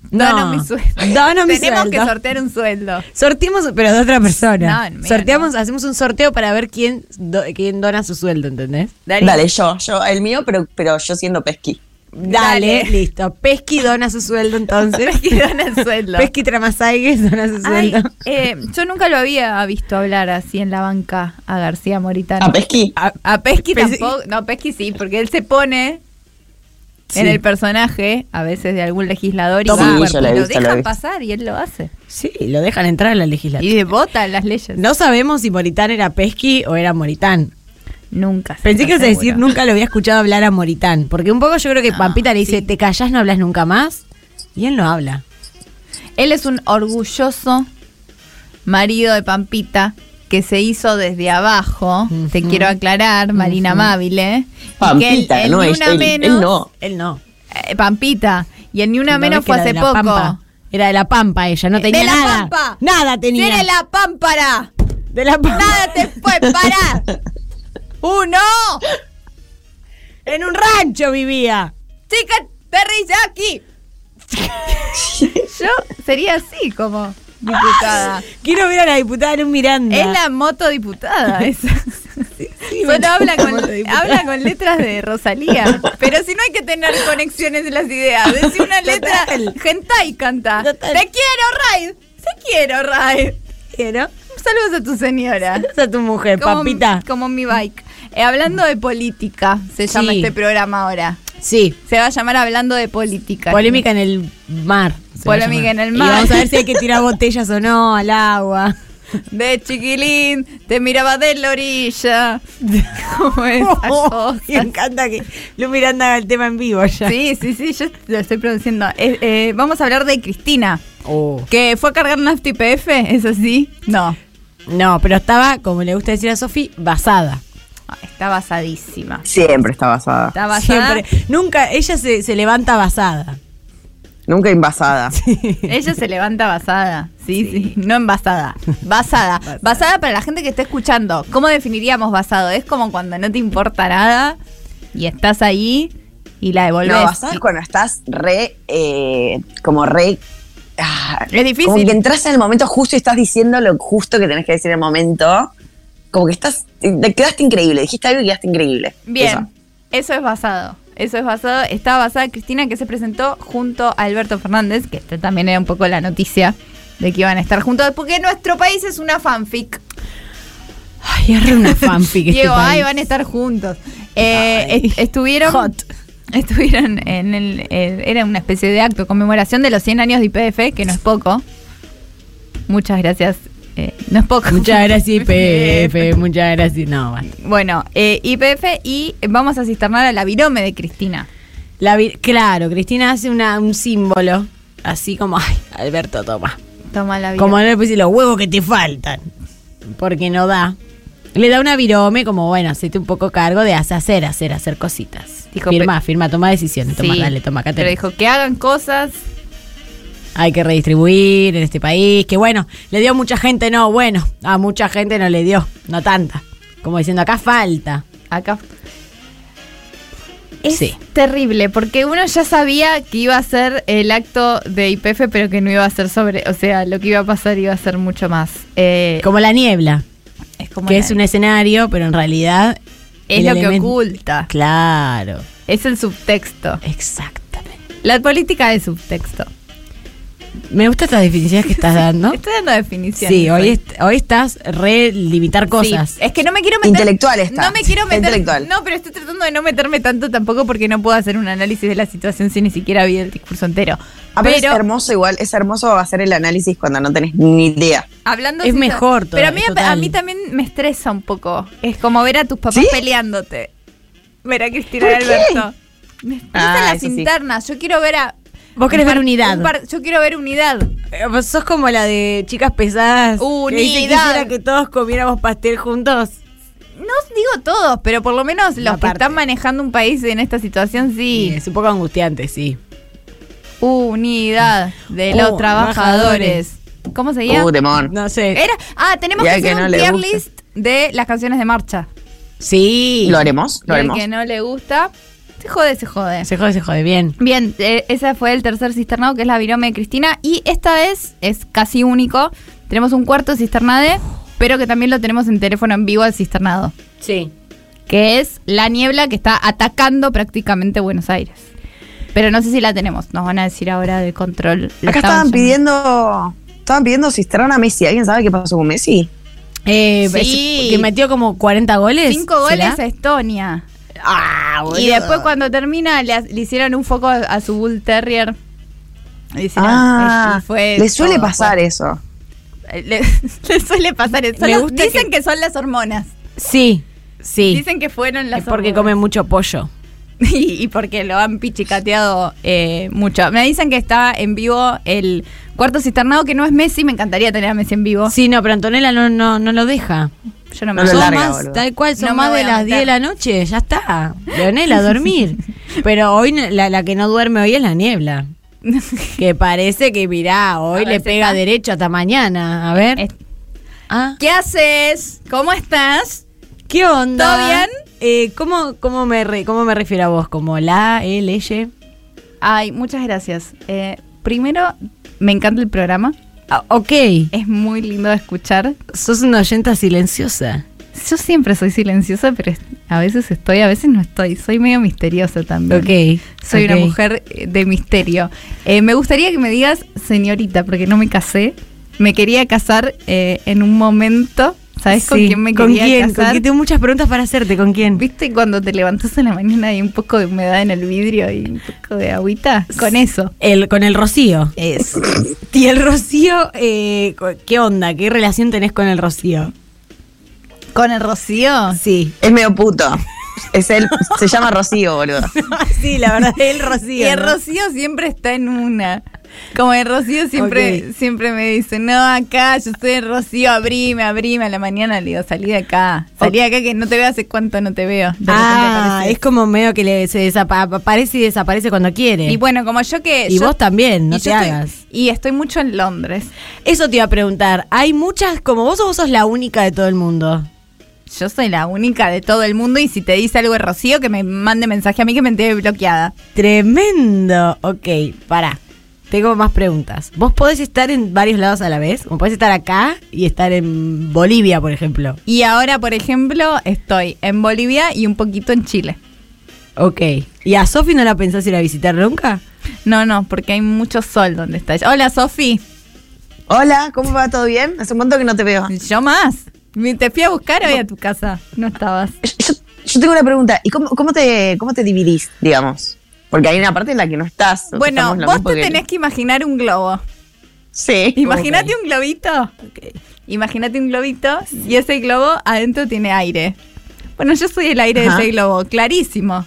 Dono
No.
mi sueldo.
Dono mi
Tenemos
sueldo.
que sortear un sueldo.
Sortimos, pero de otra persona.
No, mira,
Sorteamos, hacemos un sorteo para ver quién, do- quién dona su sueldo, ¿entendés?
Darío.
Dale, yo, yo, el mío, pero, pero yo siendo pesqui.
Dale,
Dale.
listo. Pesqui dona su sueldo entonces.
Pesqui dona el sueldo.
Pesqui Tramasaiges dona su
Ay,
sueldo.
eh, yo nunca lo había visto hablar así en la banca a García Moritano.
¿A pesqui?
A, a Pesqui
Pesqui.
tampoco. No, Pesqui sí, porque él se pone en el personaje, a veces de algún legislador, y
Toma.
va,
Sí, yo lo he
lo
visto, lo he
dejan
visto.
pasar y él lo hace.
Sí, lo dejan entrar a la legislatura.
Y votan las leyes.
No sabemos si Moritán era Pesqui o era Moritán.
Nunca. se
Pensé que ibas
está
a decir
seguro.
nunca lo había escuchado hablar a Moritán. Porque un poco yo creo que Pampita le dice, te callás, no hablas nunca más. Y él no habla.
Él es un orgulloso marido de Pampita que se hizo desde abajo, te quiero aclarar, Marina Mávile. ¿eh? y
Pampita,
que el- el
no,
Ni
es
Una
él, él
Menos-
no.
Él no.
eh, Pampita. Y el Ni Una
No,
Menos
ves que
fue
era
hace
de la
poco. Eh,
Pampa. Era de la Pampa ella, no tenía
de la
nada.
Pampa.
Nada tenía.
Tiene la pámpara.
De la Pampa. ¡Uh,
Nada te fue parar. Uno.
En un rancho vivía.
Chica, Perry Jackie. Yo sería así como diputada.
Quiero ver a la diputada en un Miranda.
Es la moto diputada esa. Solo habla con, habla con letras de Rosalía. Pero si no hay que tener conexiones de las ideas. Decir una letra
Total.
hentai canta.
Total.
Te quiero, Raid. Te quiero, Raid.
Quiero.
Saludos a tu señora.
Esa es tu mujer,
Como-
Pampita.
Como mi bike. Eh, hablando de política, se
Sí.
llama este programa ahora.
Sí.
Se va a llamar Hablando de Política.
Polémica en el mar. se va a
Polémica
llamar.
en el
Y
mar.
vamos a ver si hay que tirar botellas o no al agua.
De chiquilín, te miraba de la orilla. Como esas cosas.
Oh, me encanta que Lu Miranda haga el tema en vivo ya.
Sí, sí, sí, yo lo estoy produciendo. Eh, eh, vamos a hablar de Cristina,
Oh.
que fue a cargar nafta y PF, ¿es así? No.
No, pero estaba, como le gusta decir a Sofi, basada.
Ah, Está basadísima.
Siempre está basada.
Está basada.
Siempre. Nunca, ella se, se levanta basada.
Nunca invasada.
Ella se levanta basada. Sí, sí. No envasada. Basada. Basada para la gente que está escuchando. ¿Cómo definiríamos basado? Es como cuando no te importa nada y estás ahí y la devolves.
No, basada es cuando estás re, eh, como re... ah,
Es difícil.
Como que entras en el momento justo y estás diciendo lo justo que tenés que decir en el momento. Como que estás, te quedaste increíble, dijiste algo y quedaste increíble.
Bien.
Eso.
Eso es basado. Eso es basado. Estaba basada Cristina que se presentó junto a Alberto Fernández, que esta también era un poco la noticia de que iban a estar juntos, porque nuestro país es una fanfic.
Ay, es re una fanfic. este
Diego,
país.
ay, van a estar juntos. Eh, est- estuvieron.
Hot.
Estuvieron en el, el- Era una especie de acto de conmemoración de los 100 años de IPF, que no es poco. Muchas gracias. eh, no es poco.
Muchas gracias, IPF. Muchas gracias. No, basta.
Bueno, eh, IPF y vamos a cisternar a la virome de Cristina.
La vi- claro, Cristina hace una, un símbolo. Así como, ay, Alberto, toma.
Toma la virome.
Como no le puse los huevos que te faltan. Porque no da. Le da una virome, como bueno, hacete un poco cargo de hacer, hacer, hacer, hacer cositas.
Dijo,
firma,
pe-
firma, toma decisiones. Toma,
Sí,
dale, toma, acá
Pero
tenés.
dijo que hagan cosas.
Hay que redistribuir en este país. Que bueno, le dio a mucha gente, no, bueno, a mucha gente no le dio, no tanta. Como diciendo, acá falta.
Acá. Es
Sí.
terrible, porque uno ya sabía que iba a ser el acto de IPF, pero que no iba a ser sobre. O sea, lo que iba a pasar iba a ser mucho más. Eh,
Como la niebla,
es como
que
la-
es un escenario, pero en realidad.
es
el
lo que
elemento-
oculta.
Claro,
Es el subtexto.
exactamente.
La política es subtexto.
Me gustan estas definiciones que estás dando.
Estoy dando definiciones.
Sí, hoy, est- hoy estás re limitar cosas.
Sí, Es que no me quiero meter.
Intelectual está.
No me quiero
Está
meter.
intelectual.
No, pero estoy tratando de no meterme tanto tampoco porque no puedo hacer un análisis de la situación si ni siquiera vi el discurso entero.
Ah, pero es
pero
hermoso igual, es hermoso hacer el análisis cuando no tenés ni idea.
hablando.
Es
sin-
mejor todo,
Pero a mí, a
total.
mí también me estresa un poco. Es como ver a tus papás
¿Sí?
peleándote. Ver a Cristina y
¿Por qué?
Alberto. Me estresan
Ah,
las
eso sí.
internas. Yo quiero ver a.
Vos querés
un
ver
par-
unidad.
un par- yo quiero ver unidad.
Eh, Vos sos como la de chicas pesadas. que dice,
Unidad.
quisiera que todos comiéramos pastel juntos.
No os digo todos, pero por lo menos los
Una
que
parte.
están manejando un país en esta situación sí.
Y es un poco angustiante, sí.
Unidad de
Uh,
los trabajadores. ¿Cómo se llama?
Uh, temón.
No sé.
Era, ah, tenemos
Y
que
al que
hacer
no
un
le
tier
gusta.
list de las canciones de marcha.
Sí.
Lo haremos,
Y
lo
al
haremos.
que no le gusta, se jode, se jode.
Se jode, se jode, bien.
Bien, eh, ese fue el tercer cisternado, que es la virome de Cristina. Y esta vez es casi único. Tenemos un cuarto cisternade, pero que también lo tenemos en teléfono en vivo al cisternado.
Sí.
Que es la niebla que está atacando prácticamente Buenos Aires. Pero no sé si la tenemos. Nos van a decir ahora del control. Lo
Acá
estaban
estaban
llamando.
pidiendo, estaban pidiendo cisterna a Messi. ¿Alguien sabe qué pasó con Messi?
Eh,
Sí.
es- Que metió como 40 goles.
Cinco goles
¿será?
a Estonia.
Ah, boludo.
Y después cuando termina le, ha- le hicieron un foco a, a su Bull Terrier. Le hicieron-
ah,
y fue
le suele
todo,
pasar
fue-
eso.
Le, le suele pasar eso.
Me
Son las-
gusta
dicen que, son las hormonas.
Sí, sí.
Dicen que fueron las
es porque come
hormonas.
mucho pollo.
y, y porque lo han pichicateado eh, mucho. Me dicen que está en vivo el cuarto cisternado, que no es Messi. Me encantaría tener a Messi en vivo.
Sí, no, pero Antonella no, no, no lo deja.
Yo no me
No lo
Son
larga,
más,
boludo.
tal cual, son
No me
más
voy
de
a
las
meter.
10 de la noche, ya está. Leonela, a dormir. Pero hoy no- la, la que no duerme hoy es la niebla. Que parece que, mirá, hoy
A ver,
le
se
pega
está.
derecho hasta mañana. A ver.
Es-
Ah,
¿Qué haces? ¿Cómo estás?
¿Qué onda?
¿Todo bien?
Eh, ¿cómo, cómo, me re- ¿Cómo me refiero a vos? ¿Como la, el, ella?
Ay, muchas gracias. Eh, primero, me encanta el programa.
Ah, ok,
Es muy lindo de escuchar.
sos una oyenta silenciosa.
Yo siempre soy silenciosa, pero es- a veces estoy, a veces no estoy. Soy medio misteriosa también.
Ok.
Soy
ok.
una mujer eh, de misterio. Eh, me gustaría que me digas, señorita, porque no me casé. Me quería casar eh, en un momento. ¿Sabes con
Sí,
quién me
¿Con
quería
quién? ¿Con
casar?
quién? Tengo muchas preguntas para hacerte. ¿Con quién?
¿Viste cuando te levantas en la mañana y hay un poco de humedad en el vidrio y un poco de agüita? Con eso.
El, con el Rocío.
Es.
Y el Rocío, eh, co- ¿qué onda? ¿Qué relación tenés con el Rocío?
¿Con el rocío?
Sí.
Es medio puto. Es él, se llama Rocío, boludo.
sí, la verdad, el Rocío.
Y el
¿no?
Rocío siempre está en una. Como el Rocío siempre,
Ok.
siempre me dice, no, acá, yo soy el Rocío, abrime, abrime. A la mañana le digo, salí de acá. Salí de acá que no te veo hace cuánto no te veo. De
Ah,
repente
es como medio que le, se desapa- aparece y desaparece cuando
apareces.
quiere.
Y bueno, como yo que...
Y
yo-
vos también, no
y
te
yo estoy-
hagas.
y estoy mucho en Londres.
Eso te iba a preguntar. Hay muchas, como vos o vos sos la única de todo el mundo.
Yo soy la única de todo el mundo y si te dice algo de Rocío, que me mande mensaje a mí que me entere bloqueada.
Tremendo. Ok, pará. Tengo más preguntas. Vos podés estar en varios lados a la vez. Como podés estar acá y estar en Bolivia, por ejemplo.
Y ahora, por ejemplo, estoy en Bolivia y un poquito en Chile.
Ok. ¿Y a Sofi no la pensás ir a visitar nunca?
No, no, porque hay mucho sol donde está ella. Hola, Sofi.
Hola, ¿cómo va? ¿Todo bien? Hace un montón que no te veo.
Yo más. Me- Te fui a buscar hoy a tu casa. No estabas.
Yo, yo tengo una pregunta. ¿Y cómo, cómo te, cómo te dividís, digamos? Porque hay una parte en la que no estás. o que
Bueno,
estamos lo
vos
mismo
te
que-
tenés que imaginar un globo.
Sí.
Imagínate un globito. Imagínate un globito y ese globo adentro tiene aire. Bueno, yo soy el aire
Ajá.
de ese globo, clarísimo.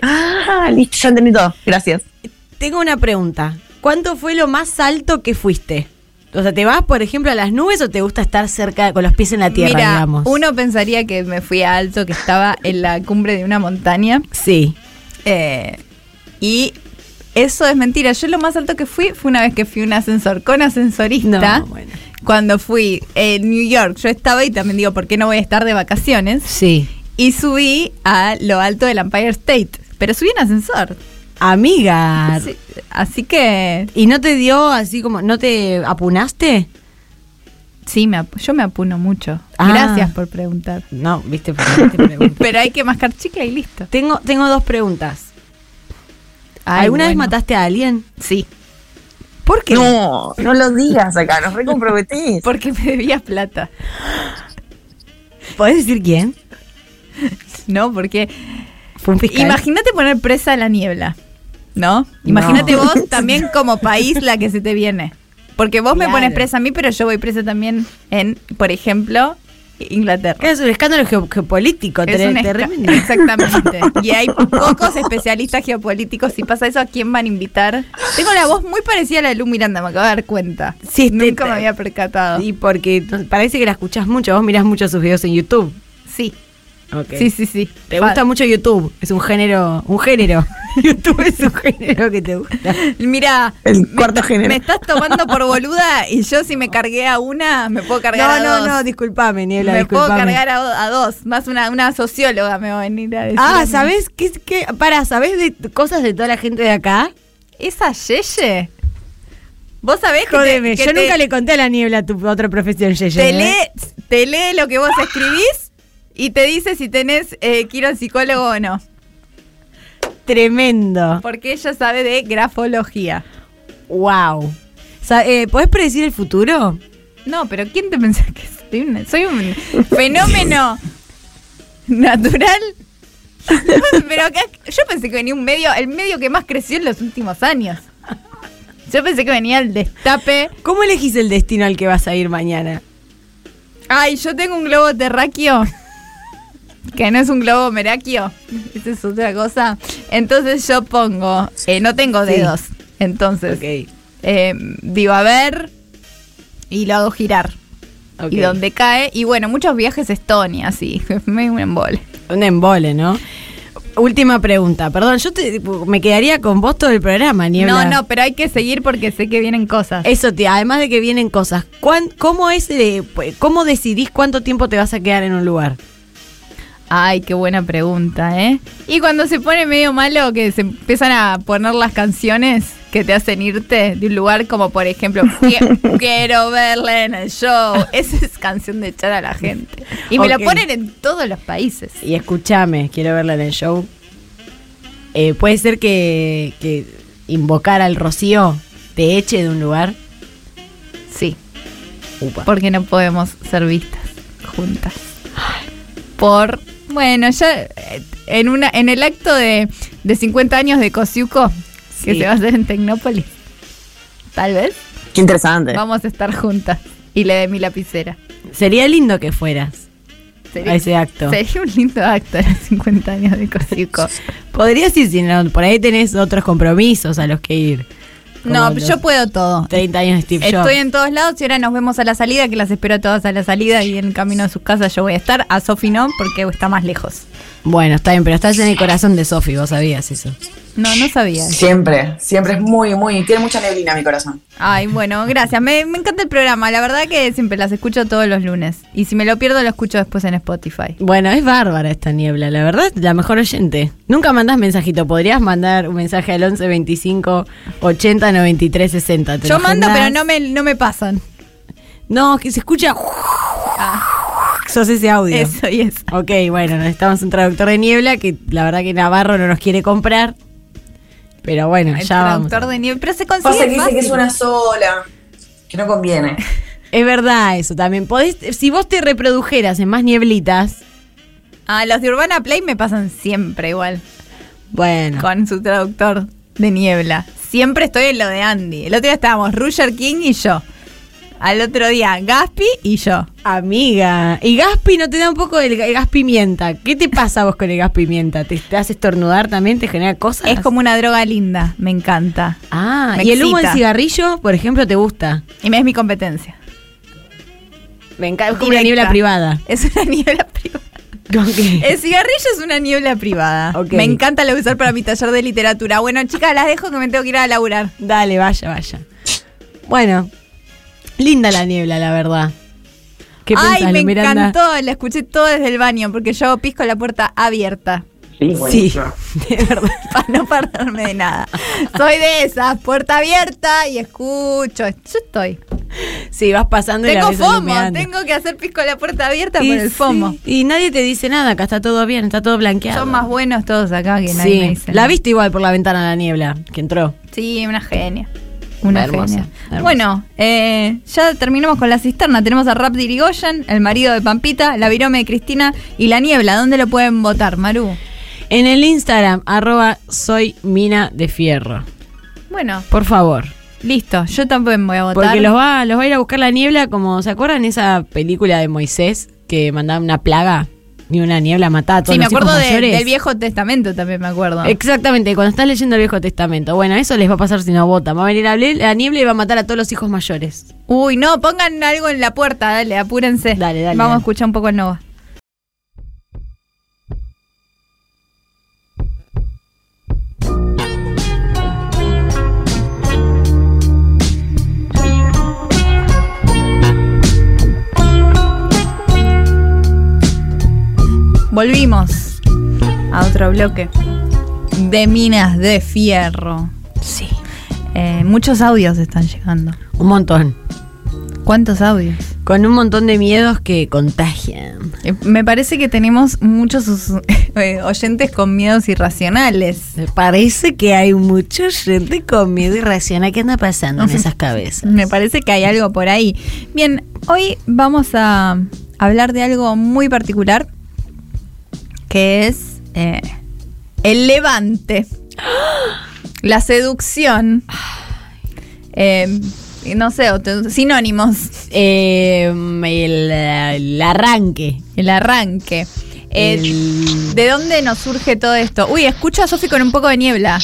Ah, listo, ya entendí todo. Gracias.
eh, Tengo una pregunta. ¿Cuánto fue lo más alto que fuiste? O sea, ¿te vas, por ejemplo, a las nubes o te gusta estar cerca con los pies en la tierra,
Mira,
digamos?
uno pensaría que me fui a alto, que estaba en la cumbre de una montaña.
Sí.
eh, y eso es mentira. Yo lo más alto que fui fue una vez que fui a un ascensor con ascensorista.
No, bueno.
Cuando fui en New York, yo estaba y también digo, ¿por qué no voy a estar de vacaciones?
Sí.
Y subí a lo alto del Empire State. Pero subí en ascensor.
Amiga.
Sí, así que
¿Y no te dio así como, no te apunaste?
sí, me apu- yo me apuno mucho.
Ah.
Gracias por preguntar.
No, viste, por qué te pregunto.
Pero hay que mascar chicle y listo.
tengo, tengo dos preguntas.
Ay,
¿Alguna vez
bueno.
mataste a alguien?
Sí.
¿Por qué?
No, no lo digas acá, nos recomprometís.
Porque me debías plata.
¿Podés decir quién?
No, porque
Fue un fiscal.
imagínate poner presa a la niebla. ¿No? Imagínate vos también como país la que se te viene. Porque vos me
Claro.
pones presa a mí, pero yo voy presa también en, por ejemplo, Inglaterra.
es un escándalo geo- geopolítico,
Es
tre-
un esca-
tremendo.
Exactamente. Y hay pocos especialistas geopolíticos. Si pasa eso, ¿a quién van a invitar? Tengo la voz muy parecida a la de Lu Miranda, me acabo de dar cuenta.
Sí, este-
Nunca me había percatado.
Y porque no- parece que la escuchás mucho, vos mirás mucho sus videos en YouTube.
Sí,
Ok.
sí, sí, sí.
Te
Fa-
gusta mucho YouTube, es un género, un género. YouTube es un género que te gusta.
Mira,
El cuarto género.
me estás tomando por boluda y yo si me cargué a una, me puedo cargar
No,
a
no,
dos.
no, disculpame, Niebla,
me puedo
disculpame.
cargar a, a dos. Más una, una socióloga me va a venir a decir.
Ah, ¿sabés qué, qué? Para, ¿sabés de cosas de toda la gente de acá?
¿Esa Yeye? ¿Vos sabés que, te-
Jódeme,
que
yo
te-
nunca le conté a la niebla tu otra profesión, Yeye.
te
¿eh?
lee, te lee lo que vos
Ah.
escribís y te dice si tenés eh, que ir al psicólogo o no.
Tremendo.
Porque ella sabe de grafología.
Wow. Sa- eh, ¿Podés predecir el futuro?
No, pero ¿quién te pensás que soy? Una- soy un fenómeno natural. pero acá, yo pensé que venía un medio, el medio que más creció en los últimos años. Yo pensé que venía el destape.
¿Cómo elegís el destino al que vas a ir mañana?
Ay, yo tengo un globo terráqueo. Que no es un globo meráqueo. Esa es otra cosa. Entonces yo pongo. eh, no tengo dedos. Entonces.
Ok.
eh, digo, a ver. Y lo hago girar.
Ok.
Y donde cae. Y bueno, muchos viajes a Estonia, sí. Me un embole.
Un embole, ¿no? Última pregunta. Perdón, yo te- me quedaría con vos todo el programa, Niebla.
No, no, pero hay que seguir porque sé que vienen cosas.
Eso, te, además de que vienen cosas, ¿cuán- ¿cómo es, eh, pu- cómo decidís cuánto tiempo te vas a quedar en un lugar?
Ay, qué buena pregunta, ¿eh? Y cuando se pone medio malo, que se empiezan a poner las canciones que te hacen irte de un lugar, como por ejemplo, "Qui- quiero verla en el show. Esa es canción de echar a la gente. Y me
Ok.
la ponen en todos los países.
Y escúchame, quiero verla en el show. Eh, ¿Puede ser que, que invocar al Rocío te eche de un lugar?
Sí,
Upa.
porque no podemos ser vistas juntas. Por, bueno, ya eh, en, una, en el acto de, de 50 años de Cosiuco, que
Sí.
se va a hacer en Tecnópolis, tal vez.
Qué interesante.
Vamos a estar juntas. Y le dé mi lapicera.
Sería lindo que fueras a ese acto.
sería un lindo acto de los 50 años de Cosico.
Podrías ir, si no, por ahí tenés otros compromisos a los que ir. Como
No,
los
yo puedo todo.
30 años de Steve Jobs.
Estoy en todos lados y ahora nos vemos a la salida, que las espero a todas a la salida y en el camino a sus casas yo voy a estar. A Sofi no, porque está más lejos.
Bueno, está bien, pero estás en el corazón de Sofi, vos sabías eso.
No, no sabía.
Siempre, siempre es muy, muy. Tiene mucha neblina mi corazón.
Ay, bueno, gracias. Me, me encanta el programa. La verdad que siempre las escucho todos los lunes. Y si me lo pierdo, lo escucho después en Spotify.
Bueno, es bárbara esta niebla, la verdad, la mejor oyente. Nunca mandás mensajito, podrías mandar un mensaje al 11 25 80 93 60. ¿Te
Yo
lo
mando,
agendás?
pero no me, no me pasan.
No, que se escucha. Sos ese audio.
Eso y eso.
Ok, bueno, necesitamos un traductor de niebla que la verdad que Navarro no nos quiere comprar. Pero bueno,
El
ya vamos.
traductor de nieve. Pero se consigue.
Pasa que dice
fácil.
que es una sola. Que no conviene.
Es verdad eso también. Podés, si vos te reprodujeras en más nieblitas,
Ah, los de Urbana Play me pasan siempre igual.
bueno.
Con su traductor de niebla. Siempre estoy en lo de Andy. El otro día estábamos Roger King y yo. Al otro día Gaspi y yo.
Amiga, y Gaspi no te da un poco el, ga- el gas pimienta. ¿Qué te pasa vos con el gas pimienta? ¿Te, te hace estornudar también? ¿Te genera cosas?
Es como una droga linda. Me encanta.
Ah,
Me
y el humo del
excita.
cigarrillo, por ejemplo, te gusta.
Y me es mi competencia.
Me encanta. Es como
Directa.
una niebla privada.
Es una niebla privada. El cigarrillo es una niebla privada.
Ok.
Me encanta lo usar para mi taller de literatura. Bueno, chicas, las dejo que me tengo que ir a laburar.
Dale, vaya, vaya. Bueno, linda la niebla, la verdad. ¿Qué
Ay,
pensás,
me
Lu Miranda?
encantó, la escuché todo desde el baño, porque yo pisco la puerta abierta,
Sí, de verdad.
para no perderme de nada. Soy de esas, puerta abierta y escucho. Yo estoy.
Sí, vas pasando y la
Tengo
ves a Lu
FOMO,
Miranda.
tengo que hacer pisco la puerta abierta
Y
por el
sí,
FOMO.
y nadie te dice nada, acá está todo bien, está todo blanqueado.
Son más buenos todos acá que nadie me
Sí,
dice
la
nada.
viste igual por la ventana la niebla que entró.
Sí, una genia. Una
Hermosa,
genia.
hermosa.
Bueno, eh, ya terminamos con la cisterna. Tenemos a Rap de Irigoyen, el marido de Pampita, la virome de Cristina y la niebla. ¿Dónde lo pueden votar, Maru?
En el Instagram, arroba soy mina de fierro.
Bueno,
Por favor.
listo. Yo también voy a votar.
Porque los va, los va a ir a buscar la niebla, como se acuerdan esa película de Moisés que mandaba una plaga y una niebla mataba a todos
Sí, me
los hijos
acuerdo de-
mayores?
del Viejo Testamento también me acuerdo.
Exactamente, cuando estás leyendo el Viejo Testamento. Bueno, eso les va a pasar si no votan. Va a venir la, ble- la niebla y va a matar a todos los hijos mayores.
Uy, no, pongan algo en la puerta, dale, apúrense.
Dale, dale,
Vamos a
dale.
escuchar un poco el Nova. Volvimos a otro bloque de minas de fierro.
Sí.
Eh, muchos audios están llegando.
Un montón.
¿Cuántos audios?
Con un montón de miedos que contagian.
Eh, Me parece que tenemos muchos us- eh, oyentes con miedos irracionales.
Me parece que hay mucha gente con miedo irracional. ¿Qué anda pasando en esas cabezas?
Me parece que hay algo por ahí. Bien, hoy vamos a hablar de algo muy particular, que es eh, el levante, la seducción, Eh, no sé, otro- sinónimos,
Eh, el, el arranque.
el arranque. Eh,
El-
¿De dónde nos surge todo esto? Uy, escucho a Sofi con un poco de niebla.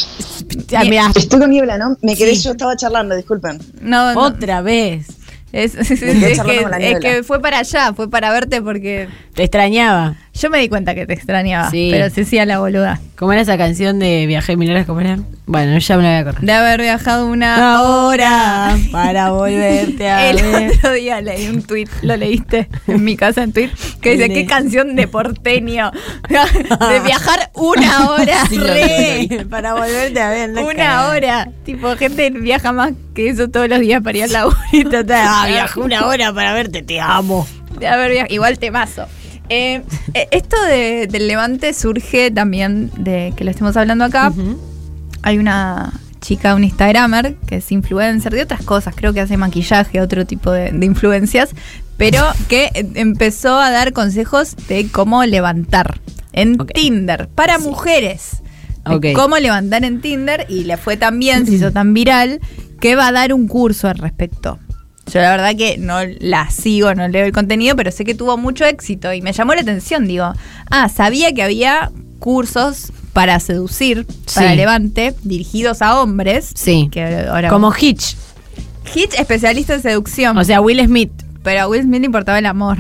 Ah, mirá,
Estoy con niebla, ¿no? Me quedé,
Sí.
yo estaba charlando, disculpen.
No, no.
otra vez.
Es, es- es-
quedé
es
charlando
que,
con la
es
niebla.
que fue para allá, fue para verte porque
Te extrañaba.
yo me di cuenta que te extrañaba,
Sí.
Ah, pero se hacía la boluda.
¿Cómo era esa canción de Viajé Mil Horas? ¿Cómo era? Bueno, ya me la voy a correr.
De haber viajado una
Ahora, para volverte a
El
ver.
otro día leí un tuit, lo leíste en mi casa en tuit, que dice,
Le-
qué canción de porteño. De viajar una hora.
Sí, lo vi,
re.
lo vi. Para volverte a ver. no
Una
cagada.
hora. Tipo, gente viaja más que eso todos los días para ir al laburo.
Y total, ah, viajé una hora para verte, te amo.
De haber viaj- igual temazo. Eh, eh, esto de- del levante surge también de que lo estemos hablando acá. Hay una chica, un Instagramer, que es influencer de otras cosas, creo que hace maquillaje, otro tipo de, de influencias, pero que eh, empezó a dar consejos de cómo levantar en
Ok.
Tinder para mujeres. de
Ok.
Cómo levantar en Tinder y le fue tan bien, se hizo tan viral, que va a dar un curso al respecto. Yo la verdad que no la sigo, no leo el contenido, pero sé que tuvo mucho éxito y me llamó la atención, digo, ah, sabía que había cursos para seducir, para
Sí.
levante, dirigidos a hombres.
Sí.
Que ahora
Como Hitch.
Hitch, especialista en seducción,
O sea, Will Smith.
pero a Will Smith le importaba el amor.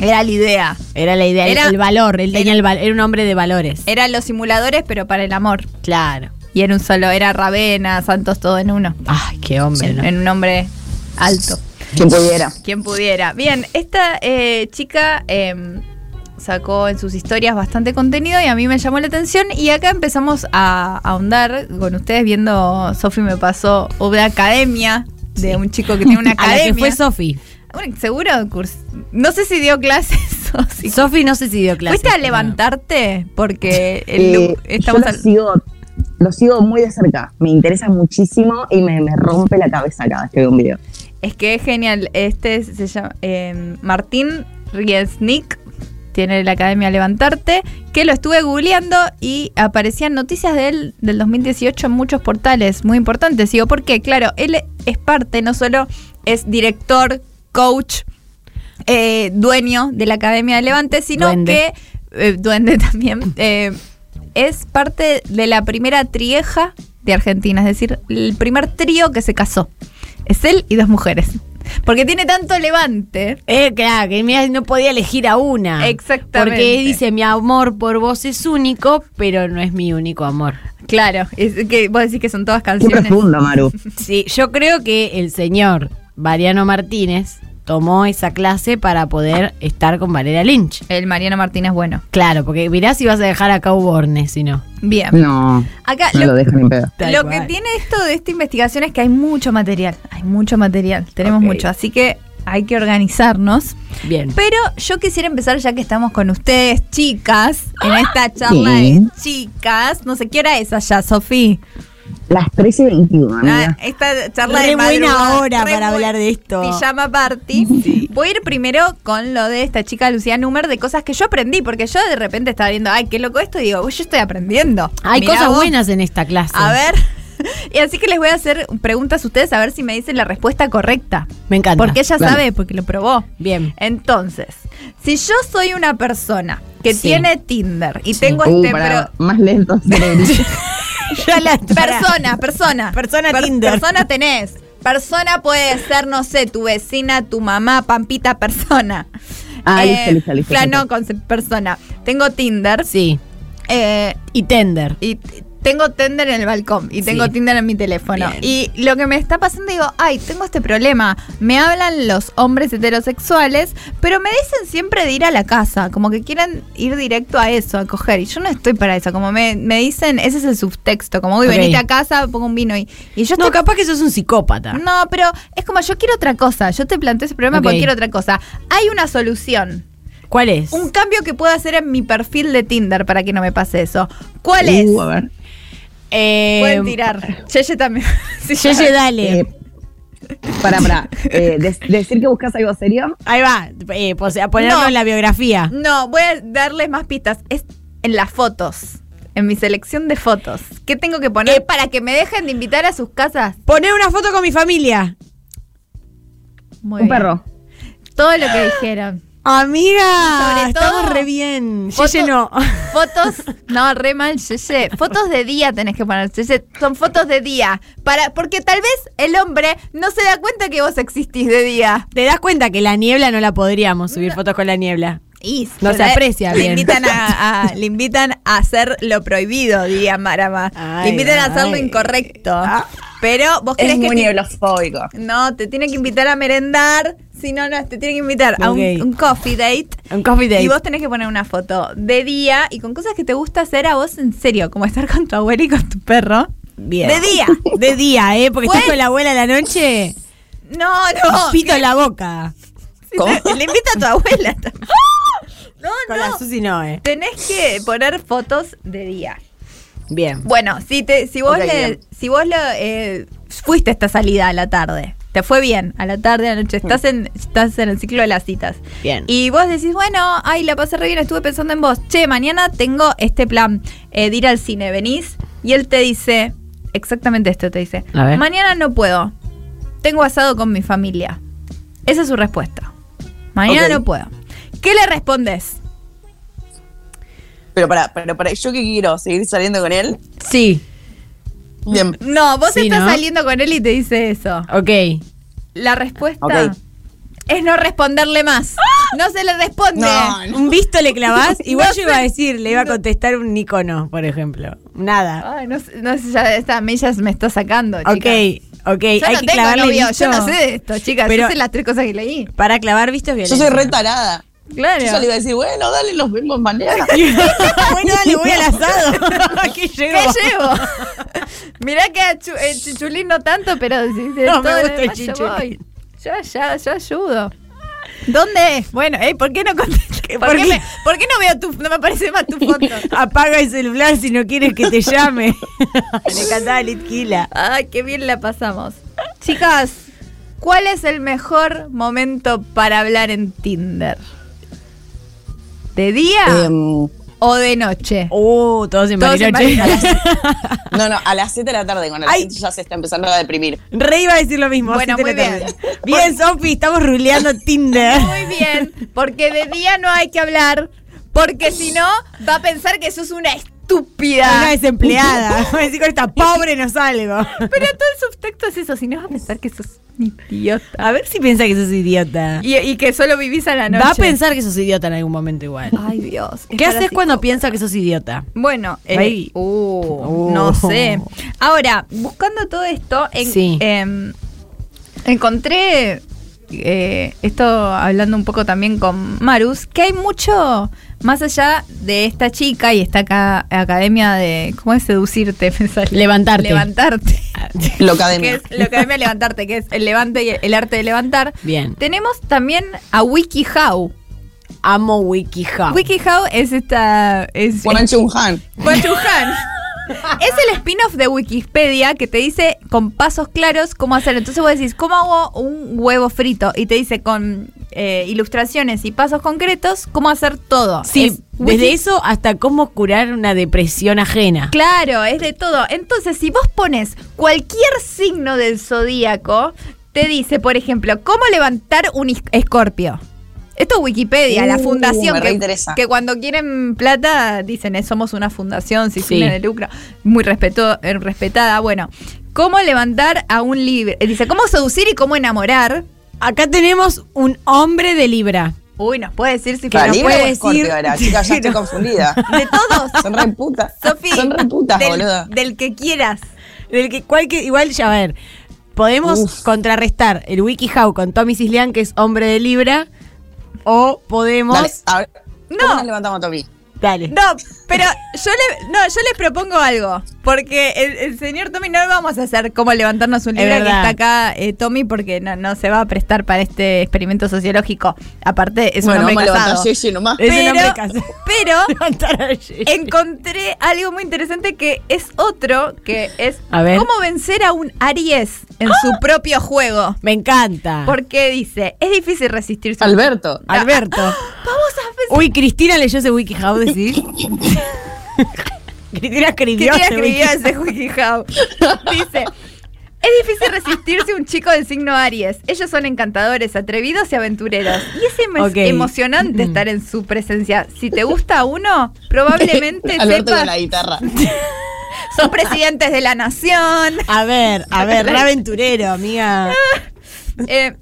Era la idea.
Era la idea, el-
Era-
el valor. Él tenía
era-
el val- era un hombre de valores.
Eran los simuladores, pero para el amor.
Claro.
Y era un solo, era Ravena, Santos, todo en uno.
Ay, qué hombre, ¿no?
En un hombre alto.
Quien pudiera.
Quien pudiera. Bien, esta eh, chica eh, sacó en sus historias bastante contenido y a mí me llamó la atención. Y acá empezamos a ahondar con ustedes viendo. Sofi me pasó una academia de un chico que tiene una
A la
academia.
que fue Sofi.
Bueno, Seguro, curs- no sé si dio clases o si.
Sofi no sé si dio clases.
¿Fuiste a
pero-
levantarte? Porque el
Eh,
look- estamos
yo la
al-
sigo lo sigo muy de cerca. Me interesa muchísimo y me, me rompe la cabeza cada vez que veo un video.
Es que es genial. Este se llama eh, Martín Riesnik. Tiene la Academia Levantarte, que lo estuve googleando y aparecían noticias de él del 2018 en muchos portales muy importantes. Digo, ¿por qué? Claro, él es parte, no solo es director, coach, eh, dueño de la Academia de Levante, sino
Duende.
que, eh, duende también, eh, es parte de la primera trieja de Argentina, es decir, el primer trío que se casó. Es él y dos mujeres. Porque tiene tanto levante.
Eh, claro, que mira, no podía elegir a una.
Exactamente.
Porque dice, mi amor por vos es único, pero no es mi único amor.
Claro, es que vos decís que son todas
Qué
canciones.
profundo, Maru.
Sí, yo creo que el señor Mariano Martínez tomó esa clase para poder estar con Valeria Lynch.
El Mariano Martínez, bueno.
Claro, porque mirá si vas a dejar a Cau Bornes, si no.
Bien.
No,
Acá
no
lo,
lo dejo ni en pedo.
Tal
lo que
cual.
tiene esto de esta investigación es que hay mucho material. Hay mucho material. Tenemos
Ok.
mucho. Así que hay que organizarnos.
Bien.
Pero yo quisiera empezar ya que estamos con ustedes, chicas, en esta charla de
Sí.
chicas. No sé qué hora es allá, Sofía.
Las 13 y
Ah,
21, amiga.
Esta charla de
Re buena
madrugada,
hora
re
para
bu-
hablar de esto.
Pijama party. Voy a ir primero con lo de esta chica Lucía Númer de cosas que yo aprendí, porque yo de repente estaba viendo, ay, qué loco esto, y digo, "Uy, yo estoy aprendiendo.
Hay
Mirá
cosas
vos.
buenas en esta clase.
A ver. Y así que les voy a hacer preguntas a ustedes a ver si me dicen la respuesta correcta.
Me encanta.
Porque ella
Dale.
sabe, porque lo probó.
Bien.
Entonces, si yo soy una persona que
Sí.
tiene Tinder y
Sí.
tengo
Uh,
este
pará,
pro-
más lento. cerebrito.
Ya la
persona, persona,
Persona Tinder.
persona tenés. Persona puede ser, no sé, tu vecina, tu mamá, Pampita, persona.
Ah, listo, listo, listo,
Plano
listo.
con persona. Tengo Tinder
Sí.
eh,
Y Tender.
y t- tengo Tinder en el balcón y tengo
Sí.
Tinder en mi teléfono.
Bien.
Y lo que me está pasando, digo, ay, tengo este problema. Me hablan los hombres heterosexuales, pero me dicen siempre de ir a la casa, como que quieren ir directo a eso, a coger. Y yo no estoy para eso, como me, me dicen, ese es el subtexto, como, uy,
Ok.
venite a casa, pongo un vino y, y yo
No,
estoy
capaz que sos un psicópata.
no, pero es como yo quiero otra cosa. Yo te planteo ese problema porque
Ah. Ok.
quiero otra cosa. Hay una solución.
¿Cuál es?
Un cambio que puedo hacer en mi perfil de Tinder para que no me pase eso. ¿Cuál es?
Uh, a ver.
Eh,
Pueden tirar. Yeye también. Sí,
Yeye, dale.
Eh, pará, pará. Eh, des- decir que buscas algo serio.
Ahí va. Eh, pues, a ponerlo
No.
en la biografía.
No, voy a darles más pistas. Es en las fotos. En mi selección de fotos. ¿Qué tengo que poner para que me dejen de invitar a sus casas?
Eh, Poner una foto con mi familia.
Muy
Un
bien.
perro.
Todo lo que dijeron.
Amiga,
Sobre todo-
estamos re bien.
Foto-
Yeye no.
Fotos, no, re mal, Yeye. Fotos de día tenés que poner, Yeye. Son fotos de día. Para, porque tal vez el hombre no se da cuenta que vos existís de día.
¿Te das cuenta que la niebla no la podríamos subir fotos con la niebla?
Y
No se
pero, eh,
aprecia bien.
Le invitan a, a- le invitan a hacer lo prohibido, diría Marama.
Ay,
Le invitan a hacer lo
ay. Ah.
incorrecto. Pero vos
Es
querés que.
muy
te-
nieblofóbico.
no, te tiene que invitar a merendar. Si no, no, te tiene que invitar a un,
Ok.
un coffee date.
Un coffee date.
Y vos tenés que poner una foto de día y con cosas que te gusta hacer a vos en serio, como estar con tu abuela y con tu perro.
Bien.
De día.
De día, ¿eh? Porque
Pues-
estás con la abuela a la noche.
No, Ah, no.
pito en la boca.
Le invita a tu abuela. No,
Con la
no.
Susi no, ¿eh?
Tenés que poner fotos de día.
Bien.
Bueno, si te, si vos
Ok,
le-
bien.
si vos lo, eh, fuiste a esta salida a la tarde, te fue bien, a la tarde, a la noche, estás en, estás en el ciclo de las citas.
Bien.
Y vos decís, bueno, ay, la pasé re bien, estuve pensando en vos. Che, mañana tengo este plan eh, de ir al cine, venís. Y él te dice, exactamente esto te dice,
A ver.
mañana no puedo, tengo asado con mi familia. Esa es su respuesta. Mañana
Ok.
no puedo. ¿Qué le respondes?
Pero para, pero para, ¿yo qué quiero? ¿Seguir saliendo con él?
Sí.
Bien.
No, vos
Sí,
estás
¿no?
saliendo con él y te dice eso.
Ok.
La respuesta
Ok. ¡Ah!
es no responderle más. No se le responde.
No,
Un visto le clavás. Igual
No
yo iba a
sé.
decir, le iba a contestar un icono, por ejemplo. Nada.
Ay, no, sé- no sé, ya esta mella me está sacando, chicas.
Ok, ok.
Yo
Hay
no
que
tengo
clavarle
novio,
visto.
yo no sé de esto, chicas.
Pero-
yo sé las tres cosas que leí.
Para clavar vistos
Yo
violentos.
soy re tarada.
Claro.
Yo le iba a decir, bueno, dale, los vemos mañana.
bueno, dale, voy al asado. Aquí
¿Qué
llego.
llevo? Mirá que a Chu- eh, Chichulín no tanto, pero si, si
No, me
todo lo
gusta el
demás yo
Chichulín.
voy. Yo allá, yo ayudo. ¿Dónde es? Bueno, ey, eh, ¿por qué no contestas? ¿Por, qué me- por qué no veo tu, no me aparece más tu foto?
Apaga el celular si no quieres que te llame. Me encantaba Litquila.
Ay, qué bien la pasamos. Chicas, ¿cuál es el mejor momento para hablar en Tinder? ¿De día
Em,
o de noche?
Uh, todos en
Todos en
Bariloche.
no, no, a las 7 de la tarde, cuando la
Ay.
gente ya se está empezando a deprimir.
Re iba a decir lo mismo.
Bueno,
así te
muy
lo
bien.
tomé. Bien, Sofi, estamos ruleando Tinder.
Muy bien, porque de día no hay que hablar, porque si no va a pensar que sos una
Una
estúpida.
desempleada. Voy a decir con esta pobre no salgo.
Pero todo el subtexto es eso, si no va a pensar que sos un idiota.
A ver si piensa que sos idiota.
Y, y que solo vivís a la noche.
Va a pensar que sos idiota en algún momento igual.
Ay, Dios. es
¿Qué haces
parasito.
cuando piensa que sos idiota?
Bueno, eh,
Ahí.
uh,
Uh.
no sé. Ahora, buscando todo esto, en-
Sí.
em, encontré eh, esto hablando un poco también con Marus, que hay mucho más allá de esta chica y esta aca- academia de cómo es seducirte, me sale.
Levantarte.
levantarte.
Lo
que
academia.
es la academia levantarte, que es el levante y el arte de levantar.
Bien.
Tenemos también a WikiHow.
Amo WikiHow.
WikiHow es esta es,
Ponen Chunhan.
Juan Chuján. Es el spin-off de Wikipedia que te dice con pasos claros cómo hacer. Entonces vos decís, ¿cómo hago un huevo frito? Y te dice con eh, ilustraciones y pasos concretos cómo hacer todo.
Sí,
Es Wiki-
desde eso hasta cómo curar una depresión ajena.
Claro, es de todo. Entonces, si vos pones cualquier signo del zodíaco, te dice, por ejemplo, cómo levantar un is- escorpio. Esto es Wikipedia, la
Uh,
fundación
me
que,
reinteresa.
que cuando quieren plata dicen, "Eh, somos una fundación sin
Sí.
fines de lucro, muy respeto- eh, respetada. Bueno, cómo levantar a un libre. eh, Dice, cómo seducir y cómo enamorar.
Acá tenemos un hombre de Libra.
Uy, nos puede decir si
Claro,
nos
Libra
puede
o Escorpio
decir-
era, chicas, ya estoy confundida.
De todos,
Son re putas.
Sofi,
Son re putas,
del-
boluda.
del que quieras.
Del que, cual que- igual ya a ver. Podemos
Uf.
contrarrestar el WikiHow con Tommy Cislián, que es hombre de Libra. O podemos.
Dale, a ver.
No.
¿Cómo nos levantamos a Tommy?
Dale.
No, pero yo, le- no, yo les propongo algo. Porque el, el señor Tommy no le vamos a hacer como levantarnos un
Es
libro que
verdad.
está acá eh, Tommy porque no, no se va a prestar para este experimento sociológico. Aparte, es un hombre casado.
Yeye nomás.
Es un hombre
Pero,
casado.
pero
Levantar a Yeye.
encontré algo muy interesante que es otro, que es
A ver. ¡Ah!
cómo vencer a un Aries en su propio juego.
Me encanta.
Porque dice, es difícil resistirse.
Alberto.
Alberto.
Vamos a pensar.
Uy, Cristina leyó ese WikiHow, decís. Cristina escribió.
Cristina
ese
escribió
WikiHow.
ese WikiHow. Dice. Es difícil resistirse a un chico del signo Aries. Ellos son encantadores, atrevidos y aventureros. Y es emo-
Ok.
emocionante estar en su presencia. Si te gusta uno, probablemente
Alberto
sepas,
con la guitarra.
son presidentes de la nación.
A ver, a ver, re aventurero, amiga.
Eh,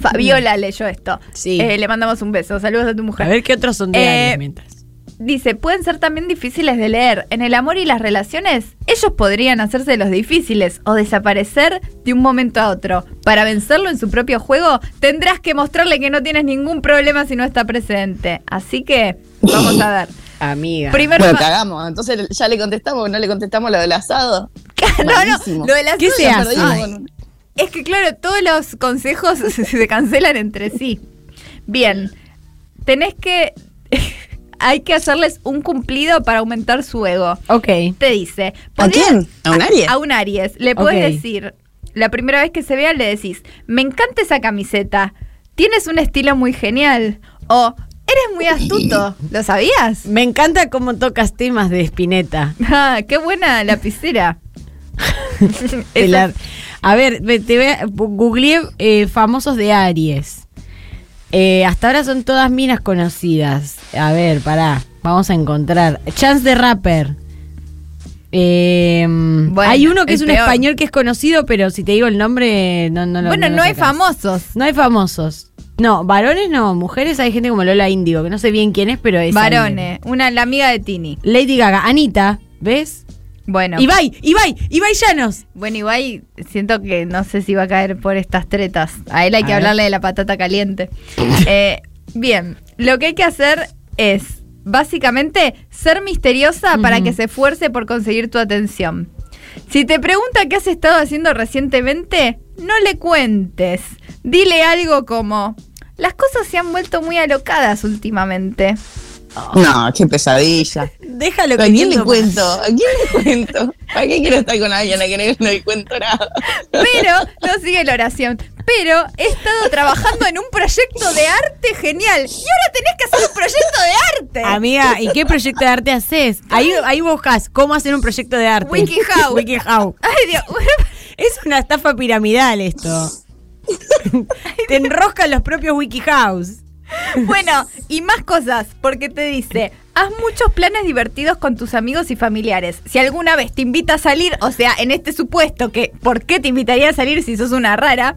Fabiola leyó esto.
Sí.
Eh, le mandamos un beso. Saludos a tu mujer.
A ver qué otros son de
Eh,
Aries mientras.
Dice, pueden ser también difíciles de leer. En el amor y las relaciones, ellos podrían hacerse los difíciles o desaparecer de un momento a otro. Para vencerlo en su propio juego, tendrás que mostrarle que no tienes ningún problema si no está presente. Así que, vamos a ver.
Amiga.
Primero,
Bueno, cagamos. Entonces ya le contestamos, no le contestamos lo del asado.
no, no,
buenísimo.
lo de las
¿Qué se
Ya
hace?
perdimos
Ay.
con-
Es que claro, todos los consejos se cancelan entre sí. Bien, tenés que... hay que hacerles un cumplido para aumentar su ego.
Ok.
Te dice,
¿A
podrías-
quién? ¿A un Aries?
A un Aries. Le puedes
Ok.
decir, la primera vez que se vean, le decís, me encanta esa camiseta, tienes un estilo muy genial. O, eres muy astuto, ¿lo sabías?
Me encanta cómo tocas temas de Spinetta.
Ah, qué buena lapicera.
Te
Esa-
la- A ver, ve- te voy a- googleé eh, famosos de Aries. Eh, hasta ahora son todas minas conocidas. A ver, pará. Vamos a encontrar. Chance the Rapper. Eh,
Bueno,
hay uno que
el
es un
peor.
español que es conocido, pero si te digo el nombre, no, no lo
bueno,
lo
no hay
sacás.
famosos.
No hay famosos. No, varones no, mujeres hay gente como Lola Índigo, que no sé bien quién es, pero es.
Varones, una la amiga de Tini.
alguien. Lady Gaga, Anita, ¿ves?
Bueno,
Ibai, Ibai, Ibai Llanos.
bueno, Ibai, siento que no sé si va a caer por estas tretas. A él hay
A
que
ver.
hablarle de la patata caliente. Eh, bien, lo que hay que hacer es básicamente ser misteriosa para
Ujú.
que se esfuerce por conseguir tu atención. Si te pregunta qué has estado haciendo recientemente, no le cuentes. Dile algo como, Las cosas se han vuelto muy alocadas últimamente.
No, qué pesadilla.
Déjalo
¿A
que
quién le
Nildo-
cuento? ¿A quién le cuento? ¿Para qué quiero estar con alguien a quien no le cuento nada?
Pero, no sigue la oración. Pero he estado trabajando en un proyecto de arte genial. Y ahora tenés que hacer un proyecto de arte.
Amiga, ¿y qué proyecto de arte haces? Ahí, ahí buscas cómo hacer un proyecto de arte.
WikiHow.
WikiHow.
Ay, Dios.
Es una estafa piramidal esto. Te enroscan los propios WikiHows.
Bueno, y más cosas, porque te dice, haz muchos planes divertidos con tus amigos y familiares. Si alguna vez te invita a salir, o sea, en este supuesto que, ¿por qué te invitaría a salir si sos una rara?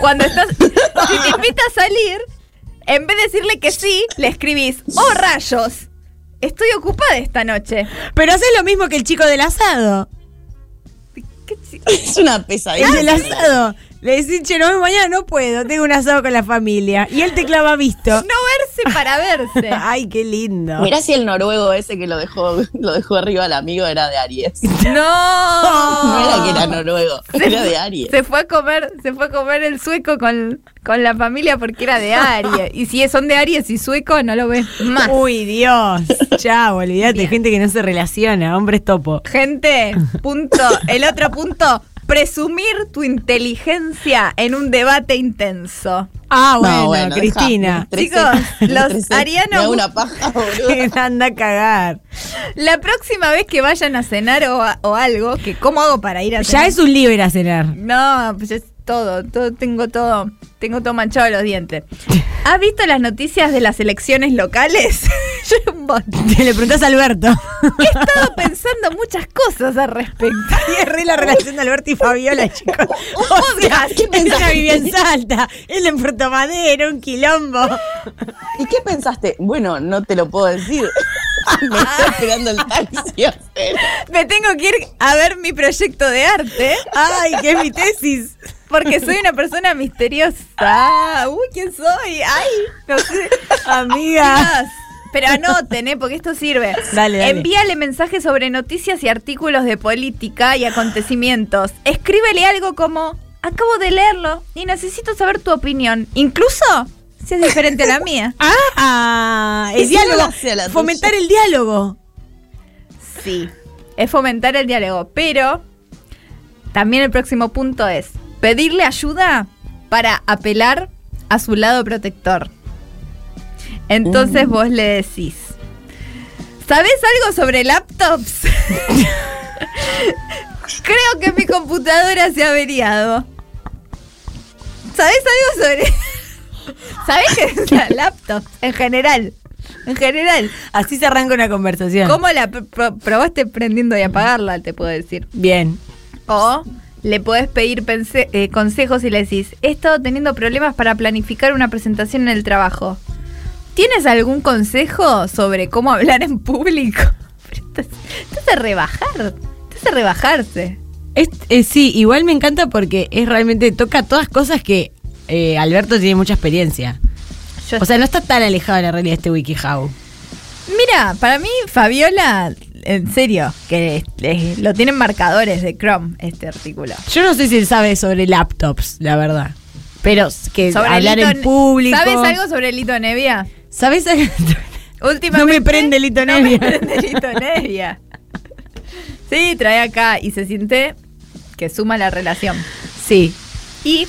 Cuando estás, si te invita a salir, en vez de decirle que sí, le escribís, oh rayos, estoy ocupada esta noche.
Pero haces lo mismo que el chico del asado.
Es una
El
pesadilla.
del asado. Le decís, che, no, mañana no puedo, tengo un asado con la familia. Y él te clava visto.
No verse para verse.
Ay, qué lindo.
Mirá si el noruego ese que lo dejó, lo dejó arriba al amigo era de Aries. No
No.
era que era noruego, era de Aries.
Se fue a comer, se fue a comer el sueco con, con la familia porque era de Aries. Y si son de Aries y sueco, no lo ves más.
Uy, Dios. Chao, olvídate, gente que no se relaciona, hombres topo.
Gente, punto. El otro punto, presumir tu inteligencia en un debate intenso.
Ah, bueno,
No, deja,
Cristina.
me estresé,
Chicos,
me
los
estresé.
arianos-
Me hago una paja, boludo.
Anda a cagar.
La próxima vez que vayan a cenar o, a- o algo, que ¿cómo hago para ir a
Ya
cenar?
es un lío ir a cenar.
No, pues es todo, todo, tengo todo, tengo todo manchado de los dientes. ¿Has visto las noticias de las elecciones locales? Yo era un bot.
Te le preguntás a Alberto.
He estado pensando muchas cosas al respecto.
Y es re la relación de Alberto y Fabiola, chicos.
Un podcast.
¿Qué
Ella
pensaste?
vivía en Salta, él en Puerto Madero, un quilombo.
¿Y qué pensaste? Bueno, no te lo puedo decir. Me está esperando el taxi.
Me tengo que ir a ver mi proyecto de arte
Ay, que es mi tesis.
porque soy una persona misteriosa. Uy, ¿quién soy? Ay, no sé.
Amiga.
Chicas, Pero anoten, ¿eh? porque esto sirve.
Dale, dale.
Envíale mensajes sobre noticias y artículos de política y acontecimientos. Escríbele algo como, acabo de leerlo y necesito saber tu opinión. Incluso si es diferente a la mía.
Ah, el
¿Y si no
diálogo.
la hace a la
Fomentar
tuya?
el diálogo.
Sí, es fomentar el diálogo, pero también el próximo punto es pedirle ayuda para apelar a su lado protector. Entonces
Uh.
vos le decís, ¿sabés algo sobre laptops? Creo que mi computadora se ha averiado. ¿Sabés algo sobre... ¿Sabés que es la laptop? En general. En general.
Así se arranca una conversación.
¿Cómo la pr- pro- probaste prendiendo y apagarla? Te puedo decir.
Bien.
O le podés pedir pense- eh, consejos y le decís, he estado teniendo problemas para planificar una presentación en el trabajo. ¿Tienes algún consejo sobre cómo hablar en público? Pero Te te hace rebajar, te hace rebajarse.
Es- eh, sí, igual me encanta porque es realmente toca todas cosas que eh, Alberto tiene mucha experiencia.
Yo-
O sea, no está tan alejado de la realidad este WikiHow.
mira, para mí Fabiola, en serio, que eh, lo tienen marcadores de Chrome este artículo.
Yo no sé si él sabe sobre laptops, la verdad. Pero s- que
Sobre
hablar
Lito
en
Ne-
público.
¿Sabes algo sobre Lito Nevia?
¿Sabes algo?
Últimamente,
No me prende Lito
no me
Nevia.
prende Lito Nevia. Sí, trae acá y se siente que suma la relación.
sí.
Y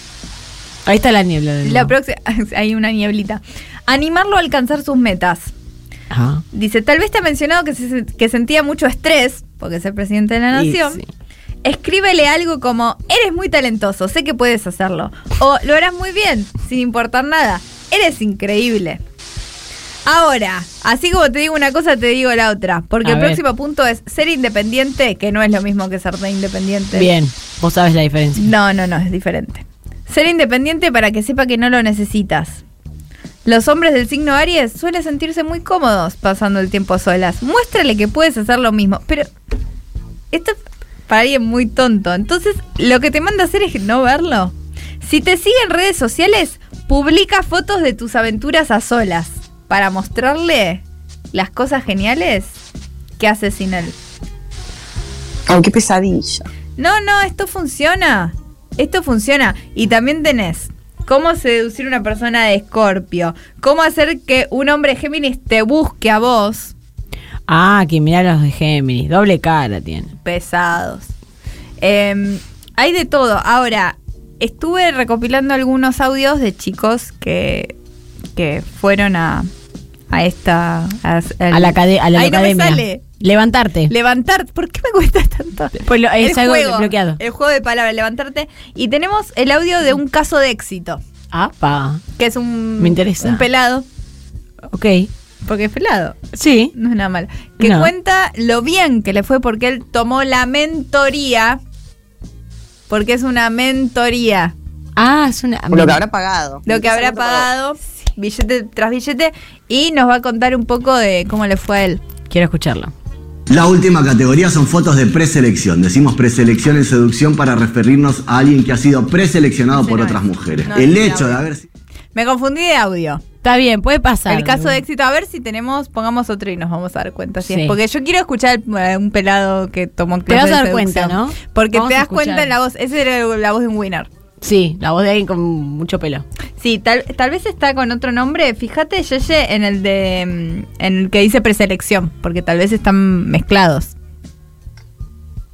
Ahí está la niebla. de
la
nuevo.
próxima. Hay una nieblita. Animarlo a alcanzar sus metas.
Ajá.
Dice: Tal vez te ha mencionado que, se- que sentía mucho estrés, porque es el presidente de la
Y
nación.
sí.
Escríbele algo como: Eres muy talentoso, sé que puedes hacerlo. O lo harás muy bien, sin importar nada. Eres increíble. Ahora, así como te digo una cosa, te digo la otra. Porque
A
el
ver.
próximo punto es ser independiente, que no es lo mismo que ser de independiente.
Bien, vos sabes la diferencia.
No, no, no, es diferente. Ser independiente para que sepa que no lo necesitas. Los hombres del signo Aries suelen sentirse muy cómodos pasando el tiempo solas. Muéstrale que puedes hacer lo mismo. Pero esto es para alguien muy tonto. Entonces, lo que te manda a hacer es no verlo. Si te sigue en redes sociales, publica fotos de tus aventuras a solas para mostrarle las cosas geniales que haces sin él.
Ay, qué pesadilla.
No, no, esto funciona. Esto funciona. Y también tenés cómo seducir una persona de Escorpio, cómo hacer que un hombre Géminis te busque a vos,
Ah, que mirá los de Géminis. Doble cara tiene.
pesados. Eh, hay de todo. Ahora, estuve recopilando algunos audios de chicos que, que fueron a, a esta... A,
A la, cade- a la
Ay, no me
academia.
sale.
Levantarte.
Levantar, ¿por qué me cuesta tanto?
Pues lo- es algo desbloqueado.
El juego de palabras, levantarte. Y tenemos el audio de un caso de éxito,
Ah, pa.
que es un,
Me interesa.
un pelado,
Ok.
porque es pelado,
Sí.
no es nada mal, que
No.
cuenta lo bien que le fue porque él tomó la mentoría, porque es una mentoría,
Ah, es una.
Lo que habrá pagado.
lo que habrá
Seguro
pagado, billete tras billete, y nos va a contar un poco de cómo le fue a él.
Quiero escucharlo.
La última categoría son fotos de preselección. Decimos preselección en seducción para referirnos a alguien que ha sido preseleccionado por
no
otras
es.
mujeres.
No,
El
no,
hecho
no.
de haber sido
Me confundí de audio.
Está bien, puede pasar.
El caso de éxito, a ver si tenemos, pongamos otro y nos vamos a dar cuenta. Si es.
Sí.
Porque yo quiero escuchar eh, un pelado que tomó
Te vas
clases
a dar
de
cuenta,
seducción.
¿no?
Porque
Vamos
te
a
das
escuchar.
cuenta en la voz, esa era la voz de un winner.
Sí, la voz de alguien con mucho pelo.
Sí, tal, tal vez está con otro nombre. Fíjate, Yeye, en el de mm, en el que dice preselección, porque tal vez están mezclados.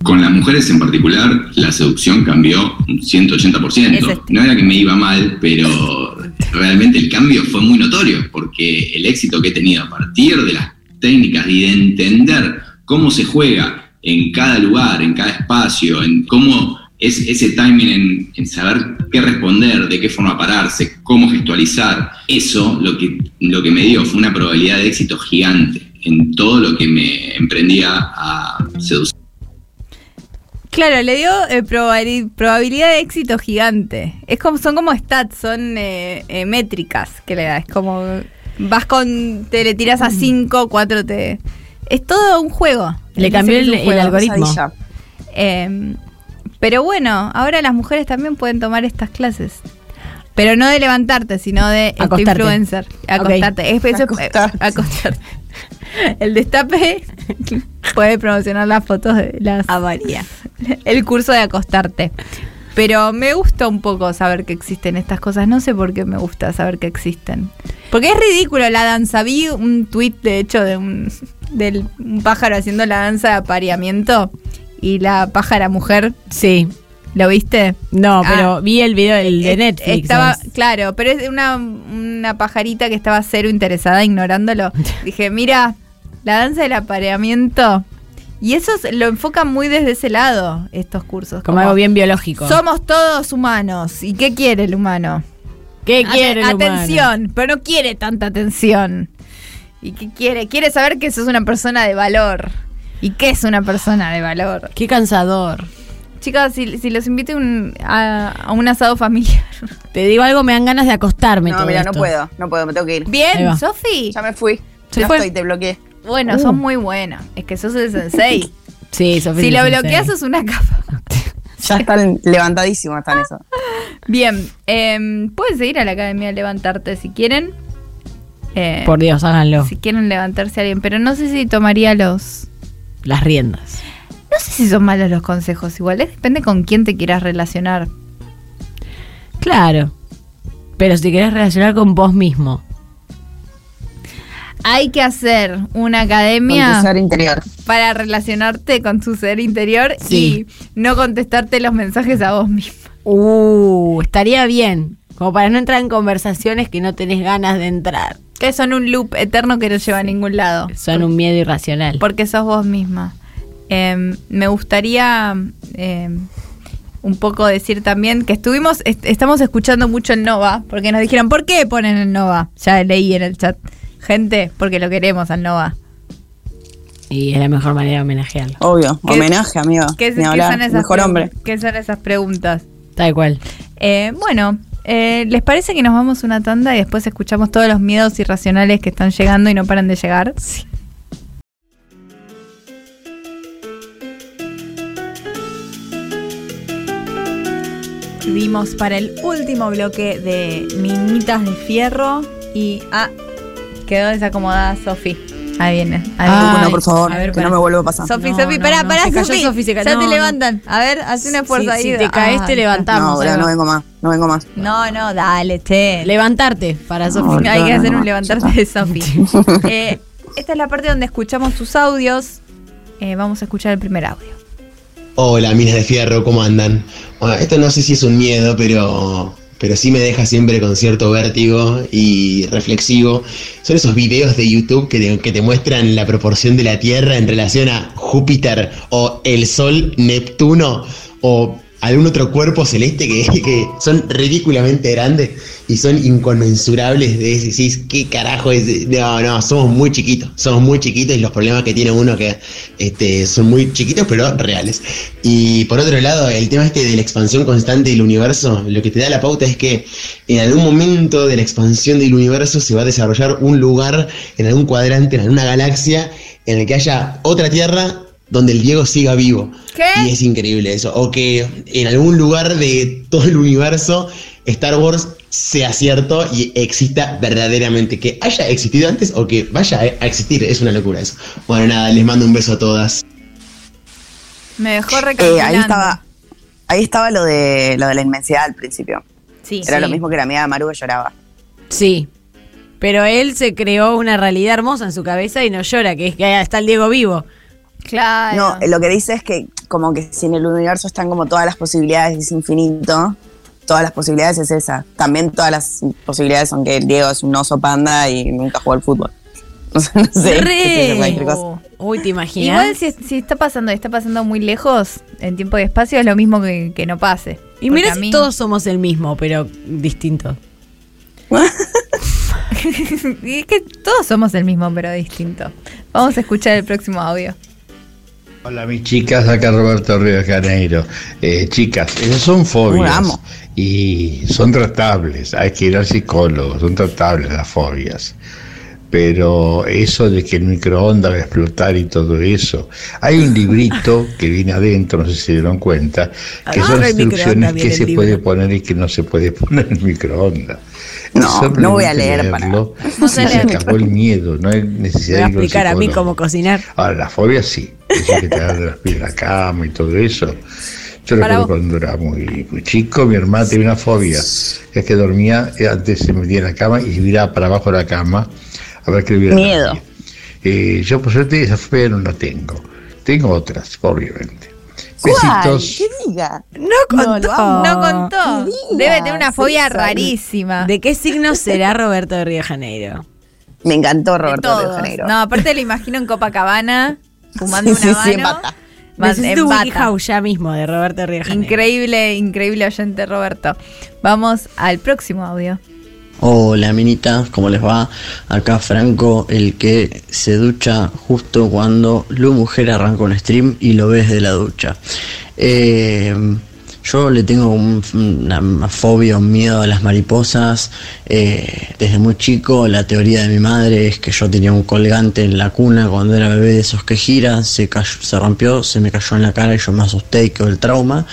Con las mujeres en particular, la seducción cambió un 180%.
Es este.
No era que me iba mal, pero realmente el cambio fue muy notorio, porque el éxito que he tenido a partir de las técnicas y de entender cómo se juega en cada lugar, en cada espacio, en cómo es ese timing en, en saber qué responder, de qué forma pararse, cómo gestualizar, eso lo que, lo que me dio fue una probabilidad de éxito gigante en todo lo que me emprendía a seducir.
Claro, le dio eh, probabili- probabilidad de éxito gigante. Es como, son como stats, son eh, eh, métricas que le da. Es como vas con, te le tiras a 5, 4, te... Es todo un juego.
Le
Él
cambió
dice que
el,
es un juego.
el algoritmo.
Pesadilla.
Eh, pero bueno, ahora las mujeres también pueden tomar estas clases. Pero no de levantarte, sino de este
Acostarte.
influencer. Acostarte. Es- eso-
Acostarte.
eh, acostarte. El destape puede promocionar las fotos de las. Avaría. El curso de acostarte. Pero me gusta un poco saber que existen estas cosas. No sé por qué me gusta saber que existen. Porque es ridículo la danza. Vi un tuit, de hecho, de un, del, un pájaro haciendo la danza de apareamiento y la pájara mujer.
Sí.
¿Lo viste?
No,
Ah,
pero vi el video el de
Es-
Netflix.
Estaba,
¿sabes?
claro, pero es una, una pajarita que estaba cero interesada, ignorándolo. Dije, mira, la danza del apareamiento. Y eso es- lo enfocan muy desde ese lado, estos cursos.
Como algo bien biológico.
Somos todos humanos. ¿Y qué quiere el humano?
¿Qué
Ate-
quiere el humano?
Atención, pero no quiere tanta atención. ¿Y qué quiere? Quiere saber que sos una persona de valor. ¿Y qué es una persona de valor?
Qué cansador.
Chicas, si, si los invito un- a, a un asado familiar.
Te digo algo, me dan ganas de acostarme.
No,
todo
mira, no
esto.
puedo, no puedo, me tengo que ir.
Ahí va. Uh.
Bien, Sofi.
Ya me fui.
Se
ya
fue.
estoy, te bloqueé.
Bueno, sos muy buena. Es que sos el sensei.
Sí, Sofía.
si
lo
lo bloqueas, sos una capa.
Ya están levantadísimos, están eso.
Ah, Bien, em, pueden seguir a la academia a levantarte si quieren. Eh,
Por Dios,
Ah.
háganlo.
si quieren levantarse a alguien, pero no sé si tomaría los.
Las riendas.
No sé si son malos los consejos, igual es- depende con quién te quieras relacionar.
Claro. Pero si te querés relacionar con vos mismo.
Hay que hacer una
Con
academia
tu ser interior.
para relacionarte con tu ser interior
Sí.
y no contestarte los mensajes a vos mismo.
Uh, estaría bien. Como para no entrar en conversaciones que no tenés ganas de entrar.
Que son un loop eterno que no lleva a ningún lado.
Son un miedo irracional.
Porque sos vos misma. Eh, me gustaría eh, un poco decir también que estuvimos, est- estamos escuchando mucho el Nova, porque nos dijeron, ¿por qué ponen el Nova? Ya leí en el chat. Gente, porque lo queremos al Nova.
Y es la mejor manera de homenajearlo.
Obvio.
¿Qué-
Homenaje, amigo.
¿Qué,
Ah, Ni
qué
hablar. Mejor
pregun-
hombre.
qué son esas preguntas?
Tal cual.
Eh, bueno, eh, ¿les parece que nos vamos una tanda y después escuchamos todos los miedos irracionales que están llegando y no paran de llegar? Sí. Vimos para el último bloque de Minitas de Fierro y ah, quedó desacomodada Sofi.
Ahí viene. Ahí
Ay,
viene.
Ah, no, por favor,
A ver,
que no
pará.
me vuelva a pasar.
Sofi,
No,
Sofi,
no,
pará,
no,
pará,
se cayó
Sofi.
Sofi, se cayó.
ya te
No,
levantan. A ver, haz un esfuerzo
Si-
ahí.
si te caes, te
Ay,
levantamos,
No, boludo,
algo.
no vengo más, no vengo más.
No, no, dale, che.
Levantarte para Sofi.
Hay que hacer un levantarte de Sofi. Eh, esta es la parte donde escuchamos sus audios. Eh, vamos a escuchar el primer audio.
Hola, minas de fierro, ¿cómo andan? Bueno, esto no sé si es un miedo, pero, pero sí me deja siempre con cierto vértigo y reflexivo. Son esos videos de YouTube que te, que te muestran la proporción de la Tierra en relación a Júpiter o el Sol, Neptuno o algún otro cuerpo celeste que, que son ridículamente grandes y son inconmensurables de ese, decís, ¿qué carajo es? No, no, somos muy chiquitos, somos muy chiquitos y los problemas que tiene uno que este, son muy chiquitos pero reales. Y por otro lado, el tema este de la expansión constante del universo, lo que te da la pauta es que en algún momento de la expansión del universo se va a desarrollar un lugar en algún cuadrante, en alguna galaxia, en el que haya otra Tierra donde el Diego siga vivo. Y es increíble eso. O que en algún lugar de todo el universo Star Wars sea cierto y exista verdaderamente. Que haya existido antes o que vaya a existir. Es una locura eso. Bueno, nada, les mando un beso a todas.
Me dejó
Eh,
recalculando.
ahí estaba, ahí estaba lo de lo de la inmensidad al principio.
Sí.
Era
Sí.
lo mismo que la amiga de Maru que lloraba.
Sí. Pero él se creó una realidad hermosa en su cabeza y no llora, que es que está el Diego vivo.
Claro.
No, eh, lo que dice es que como que si en el universo están como todas las posibilidades y es infinito, todas las posibilidades es esa. También todas las posibilidades, aunque Diego es un oso panda y nunca jugó al fútbol. No sé, no sé, qué sé yo, cualquier cosa.
Uy, te imaginas.
Igual si, si está pasando, está pasando muy lejos en tiempo y espacio, es lo mismo que, que no pase.
Y
Porque
mira
a
si
mí-
todos somos el mismo, pero distinto.
Y es que todos somos el mismo, pero distinto. Vamos a escuchar el próximo audio.
Hola mis chicas, acá Roberto Río de Janeiro. Eh, chicas, esas son fobias
Uy, amo.
y son tratables, hay que ir al psicólogo, son tratables las fobias. Pero eso de que el microondas va a explotar y todo eso, hay un librito que viene adentro, no sé si se dieron cuenta, que
Adentro
son
del microondas
instrucciones
viene
que
el
se
libro.
puede poner y que no se puede poner en el microondas.
No, no voy a
Simplemente
leer para-
leerlo
No
y
sé
se
leer.
acabó el miedo, no hay necesidad
Me va a
de ir al
explicar a mí
psicólogo.
cómo cocinar.
Ahora, la fobia sí, eso que te dan de los pies en la cama y todo eso. Yo recuerdo
Para vos.
cuando era muy, muy chico, mi hermana tenía una fobia. Es que dormía, eh, antes se metía en la cama y se miraba para abajo de la cama a ver qué le hubiera
Miedo.
nadie. Eh, yo, por suerte, esa fobia no la tengo. Tengo otras, obviamente.
¿Cuál?
Besitos.
¿Qué diga?
No
No,
contó.
lo amo. No contó.
Qué
Debe tener una
sí,
fobia
sabe.
Ah.
rarísima.
¿De qué signo será Roberto de Río de Janeiro?
Me encantó
De
Roberto de Río
todos.
Janeiro.
No, aparte lo imagino en Copacabana, fumando
Sí,
una
sí, sí, en
habano.
bata.
Va-
Necesito
en
un
bata.
Wikihow ya mismo de Roberto de Río de Janeiro.
Increíble, increíble oyente Roberto. Vamos al próximo audio.
Hola minitas, ¿cómo les va? Acá Franco, el que se ducha justo cuando Lu Mujer arranca un stream y lo ves de la ducha. Eh, yo le tengo un- una, una fobia, un miedo a las mariposas. Eh, desde muy chico la teoría de mi madre es que yo tenía un colgante en la cuna cuando era bebé de esos que giran, se, cayó- se rompió, se me cayó en la cara y yo me asusté y quedó el trauma.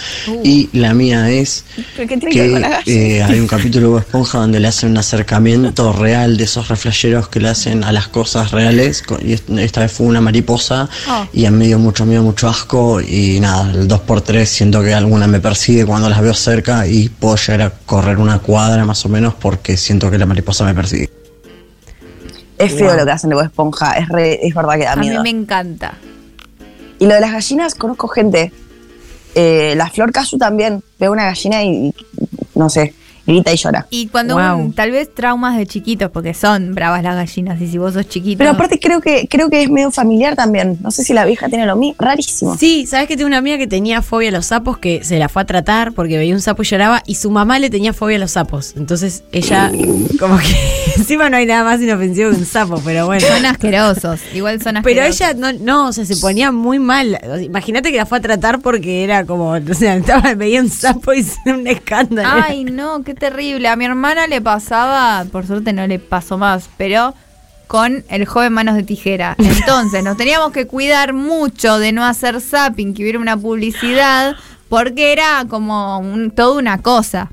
Y la mía es
¿Pero qué tiene que ver con la
que
galla?
eh, hay un capítulo de Bob Esponja donde le hacen un acercamiento real de esos reflejeros que le hacen a las cosas reales co- y est- esta vez fue una mariposa
Ah.
Oh.
y a mí me dio mucho miedo, mucho asco y nada, el 2x3 siento que alguna me persigue cuando las veo cerca y puedo llegar a correr una cuadra más o menos porque siento que la mariposa me persigue.
Es feo
Wow.
lo que hacen de Bob Esponja, es, re- es verdad que da
A mí
miedo.
me encanta.
Y lo de las gallinas, conozco gente. Eh, la Flor Casu también. Veo una gallina y, y- no sé, grita y llora.
Y cuando un- tal vez traumas de chiquitos, porque son bravas las gallinas, y si vos sos chiquito.
Pero aparte creo que creo que es medio familiar también. No sé si la vieja tiene lo mismo. Rarísimo.
Sí, sabes que tengo una amiga que tenía fobia a los sapos que se la fue a tratar porque veía un sapo y lloraba y su mamá le tenía fobia a los sapos. Entonces ella como que encima no hay nada más inofensivo que un sapo, pero bueno.
Son asquerosos, igual son
Pero
asquerosos.
ella no, no, o sea, se ponía muy mal. O sea, Imagínate que la fue a tratar porque era como, o sea, estaba, veía un sapo y era un escándalo.
Ay, no, qué terrible. A mi hermana le pasaba, por suerte no le pasó más, pero con el joven manos de tijera. Entonces, nos teníamos que cuidar mucho de no hacer zapping, que hubiera una publicidad, porque era como un- toda una cosa.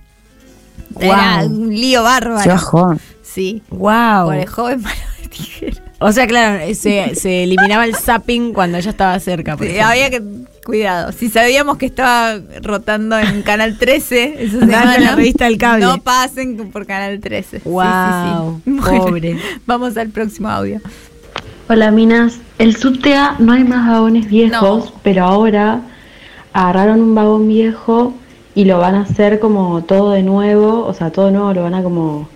Era
Guau.
un lío bárbaro.
bajón.
Sí.
Wow.
Por el joven manos de tijera.
O sea, claro, se, se eliminaba el zapping cuando ella estaba cerca. por
Sí,
ejemplo.
Eh, había que. Cuidado. Si sabíamos que estaba rotando en Canal 13 esa
Andaba con
semana,
la revista del cable.
No pasen por Canal 13. Sí, sí, sí.
Guau,
Bueno,
pobre.
vamos al próximo audio.
Hola minas, el subtea no hay más vagones viejos, pero ahora agarraron un vagón viejo y lo van a hacer como todo de nuevo, o sea, todo nuevo lo van a como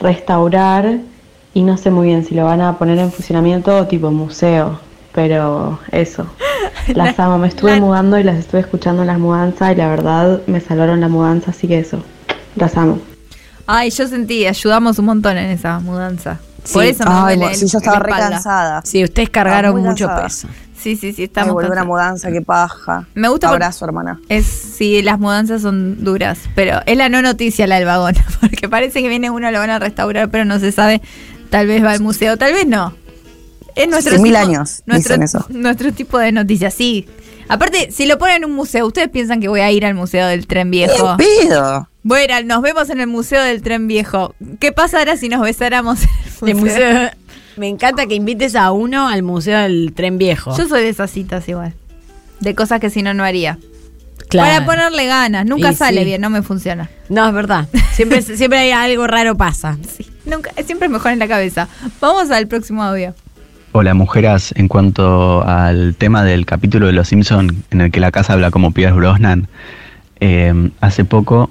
restaurar y no sé muy bien si lo van a poner en funcionamiento o tipo museo, pero eso. Las amo, me estuve mudando y las estuve escuchando en las mudanzas y la verdad me salvaron la mudanza, así que eso. Las amo.
Ay, yo sentí, ayudamos un montón en esa mudanza.
Sí.
Por eso me
Ay,
duele
bueno, sí,
el-
yo estaba
la
re
espalda.
cansada.
Sí, ustedes
cargaron Estaba muy mucho cansada. peso.
Sí, sí, sí,
Ay,
estamos
volver a
cansados.
mudanza, qué paja.
Me gusta por-
Abrazo, hermana.
Es, sí, las mudanzas son duras, pero es la no noticia la del vagón, porque parece que viene uno, lo van a restaurar, pero no se sabe, tal vez va al museo, tal vez no. Es nuestro
Sí, mil
tipo-
años
nuestro,
dicen eso.
nuestro tipo de noticias, sí. Aparte, si lo ponen en un museo, ¿ustedes piensan que voy a ir al museo del tren viejo?
Ni en pedo.
Bueno, nos vemos en el museo del tren viejo. ¿Qué pasará si nos besáramos en
El museo- Me encanta que invites a uno al Museo del Tren Viejo.
Yo soy de esas citas igual. De cosas que si no, no haría.
Claro.
Para ponerle ganas. Nunca
Y
sale
sí.
bien, no me funciona.
No, es verdad. Siempre, siempre hay algo raro pasa.
Nunca, siempre mejor en la cabeza. Vamos al próximo audio.
Hola mujeras, en cuanto al tema del capítulo de Los Simpson en el que la casa habla como Pierce Brosnan, eh, hace poco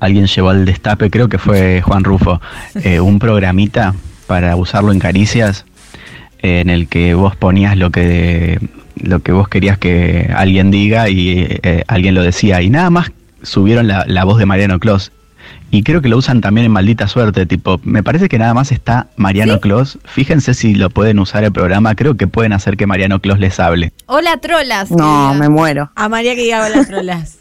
alguien llevó al destape, creo que fue Juan Rufo, eh, un programita para usarlo en caricias eh, en el que vos ponías lo que lo que vos querías que alguien diga y eh, alguien lo decía y nada más subieron la, la voz de Mariano Clos y creo que lo usan también en maldita suerte, tipo, me parece que nada más está Mariano Clos. Fíjense si lo pueden usar el programa, creo que pueden hacer que Mariano Clos les hable.
Hola, trolas.
No, me muero.
A María que diga hola, trolas.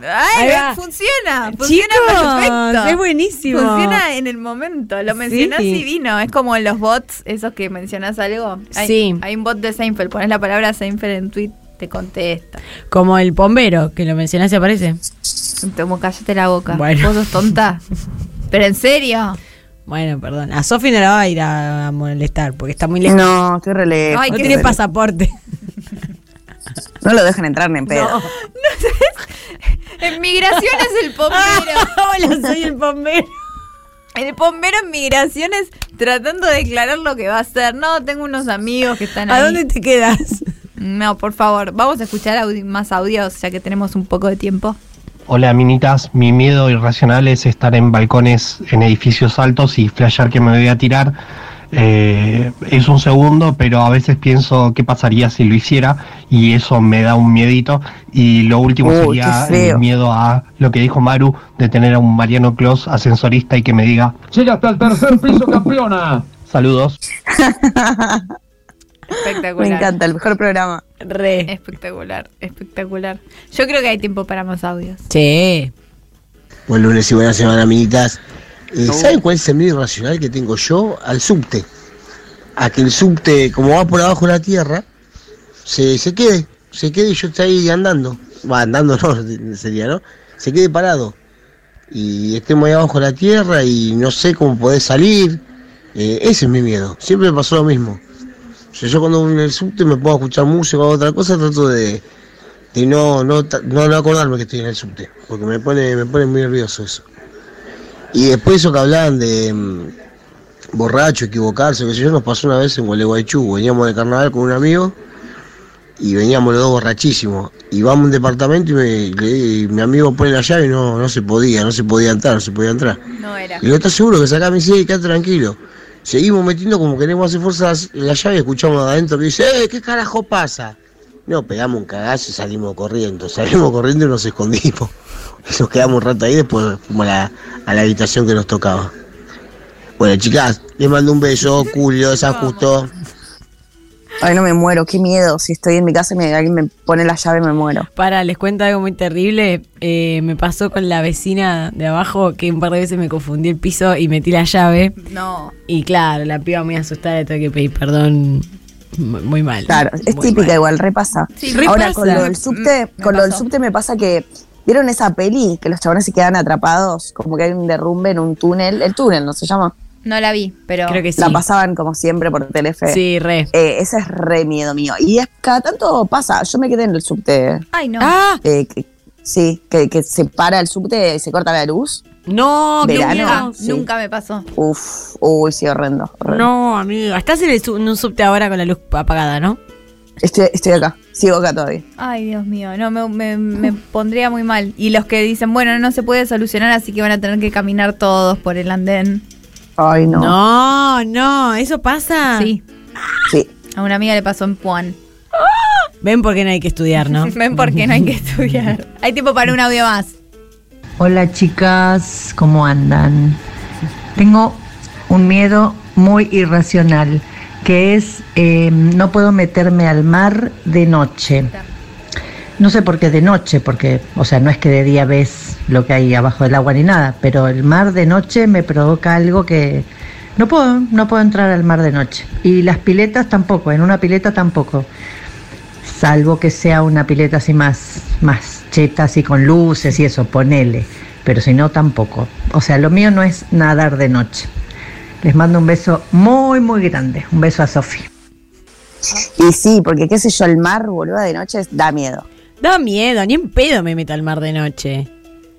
Ay,
Ahí va.
funciona, funciona
Chicos,
perfecto.
es buenísimo.
Funciona en el momento. Lo mencionás
Sí.
y vino. Es como los bots, esos que mencionás algo. Hay,
Sí.
Hay un bot de Seinfeld. Pones la palabra Seinfeld en tweet, te contesta.
Como el bombero, que lo mencionaste, aparece.
Como cállate la boca.
Bueno.
Vos sos tonta. Pero en serio.
Bueno, perdón. A Sofi no la va a ir a, a molestar porque está muy lejos.
No, estoy re lejos,
Ay, no
estoy
tiene
re
pasaporte.
No lo dejan entrar ni en pedo.
En migración es el bombero.
Hola, soy el bombero.
El bombero en migraciones tratando de declarar lo que va a hacer. No, tengo unos amigos que están
¿A
ahí.
dónde te quedas?
No, por favor. Vamos a escuchar audi- más audios ya que tenemos un poco de tiempo.
Hola minitas, mi miedo irracional es estar en balcones en edificios altos y flashear que me voy a tirar. Eh, es un segundo, pero a veces pienso qué pasaría si lo hiciera y eso me da un miedito. Y lo último
Uy,
sería
qué feo.
el miedo a lo que dijo Maru de tener a un Mariano Clos ascensorista y que me diga
Llega hasta el tercer piso, campeona.
saludos.
Espectacular.
Me encanta, el mejor programa.
Re.
Espectacular, espectacular. Yo creo que hay tiempo para más audios.
Sí.
Buen lunes y buenas semanas, amiguitas. Eh, ¿Saben cuál es el miedo irracional que tengo yo? Al subte. A que el subte, como va por abajo de la tierra, se, se quede. Se quede y yo esté ahí andando. Va, andando no, sería, ¿no? Se quede parado. Y estemos ahí abajo de la tierra y no sé cómo poder salir. Eh, ese es mi miedo. Siempre me pasó lo mismo. O sea, yo cuando voy en el subte me puedo escuchar música o otra cosa, trato de, de no, no, ta- no, no acordarme que estoy en el subte, porque me pone, me pone muy nervioso eso. Y después eso que hablaban de mm, borracho, equivocarse, que sé yo, nos pasó una vez en Gualeguaychú, veníamos de carnaval con un amigo y veníamos los dos borrachísimos. Y vamos a un departamento y, me- y le- y mi amigo pone la llave y no, no se podía, no se podía entrar, no se podía entrar.
No era.
Y lo está seguro que sacá mi silla y quedate tranquilo. Seguimos metiendo como queremos hacer fuerza las- la llave y escuchamos adentro que dice, ¡eh, qué carajo pasa! No, pegamos un cagazo y salimos corriendo. Salimos corriendo y nos escondimos. Y nos quedamos un rato ahí después fuimos a la, a la habitación que nos tocaba. Bueno, chicas, les mando un beso, Julio, San Justo.
Ay, no me muero, qué miedo. Si estoy en mi casa y me- alguien me pone la llave, me muero.
Para, les cuento algo muy terrible. Eh, me pasó con la vecina de abajo que un par de veces me confundí el piso y metí la llave.
No.
Y claro, la piba muy asustada le tuve que pedir perdón mu- muy mal.
Claro, es
Muy
típica
mal.
igual, repasa.
Sí, repasa. Mm,
Ahora con lo del subte,
Me
con lo del
pasó.
subte me pasa que ¿vieron esa peli que los chabones se quedan atrapados? Como que hay un derrumbe en un túnel, el túnel no se llama.
No la vi, pero.
La pasaban como siempre por Telefe.
Sí,
re. ese es re miedo mío. Y es- cada tanto pasa. Yo me quedé en el subte.
Ay, no.
Ah,
Eh, que- sí, que, que se para el subte y se corta la luz.
No,
qué
Verano,
miedo.
sí.
Nunca me pasó.
Uf, uy, sí, horrendo. horrendo.
No, amigo. Estás en, el sub- en un subte ahora con la luz apagada, ¿no?
Estoy, estoy acá, sigo acá todavía.
Ay, Dios mío, no, me, me- me pondría muy mal. Y los que dicen, bueno, no se puede solucionar, así que van a tener que caminar todos por el andén.
Ay, no.
No, no, ¿eso pasa?
Sí.
Sí.
A una amiga le pasó en Puan.
Ven por qué no hay que estudiar, ¿no?
Ven por qué no hay que estudiar. Hay tiempo para un audio más.
Hola chicas, ¿cómo andan? Tengo un miedo muy irracional, que es eh, no puedo meterme al mar de noche. No sé por qué de noche, porque, o sea, no es que de día ves lo que hay abajo del agua ni nada, pero el mar de noche me provoca algo que no puedo, no puedo entrar al mar de noche. Y las piletas tampoco, en una pileta tampoco salvo que sea una pileta así más, más cheta, así con luces y eso, ponele, pero si no tampoco. O sea, lo mío no es nadar de noche. Les mando un beso muy, muy grande, un beso a Sofi.
Y sí, porque qué sé yo, el mar, boluda, de noche da miedo.
Da miedo, ni en pedo me meto al mar de noche.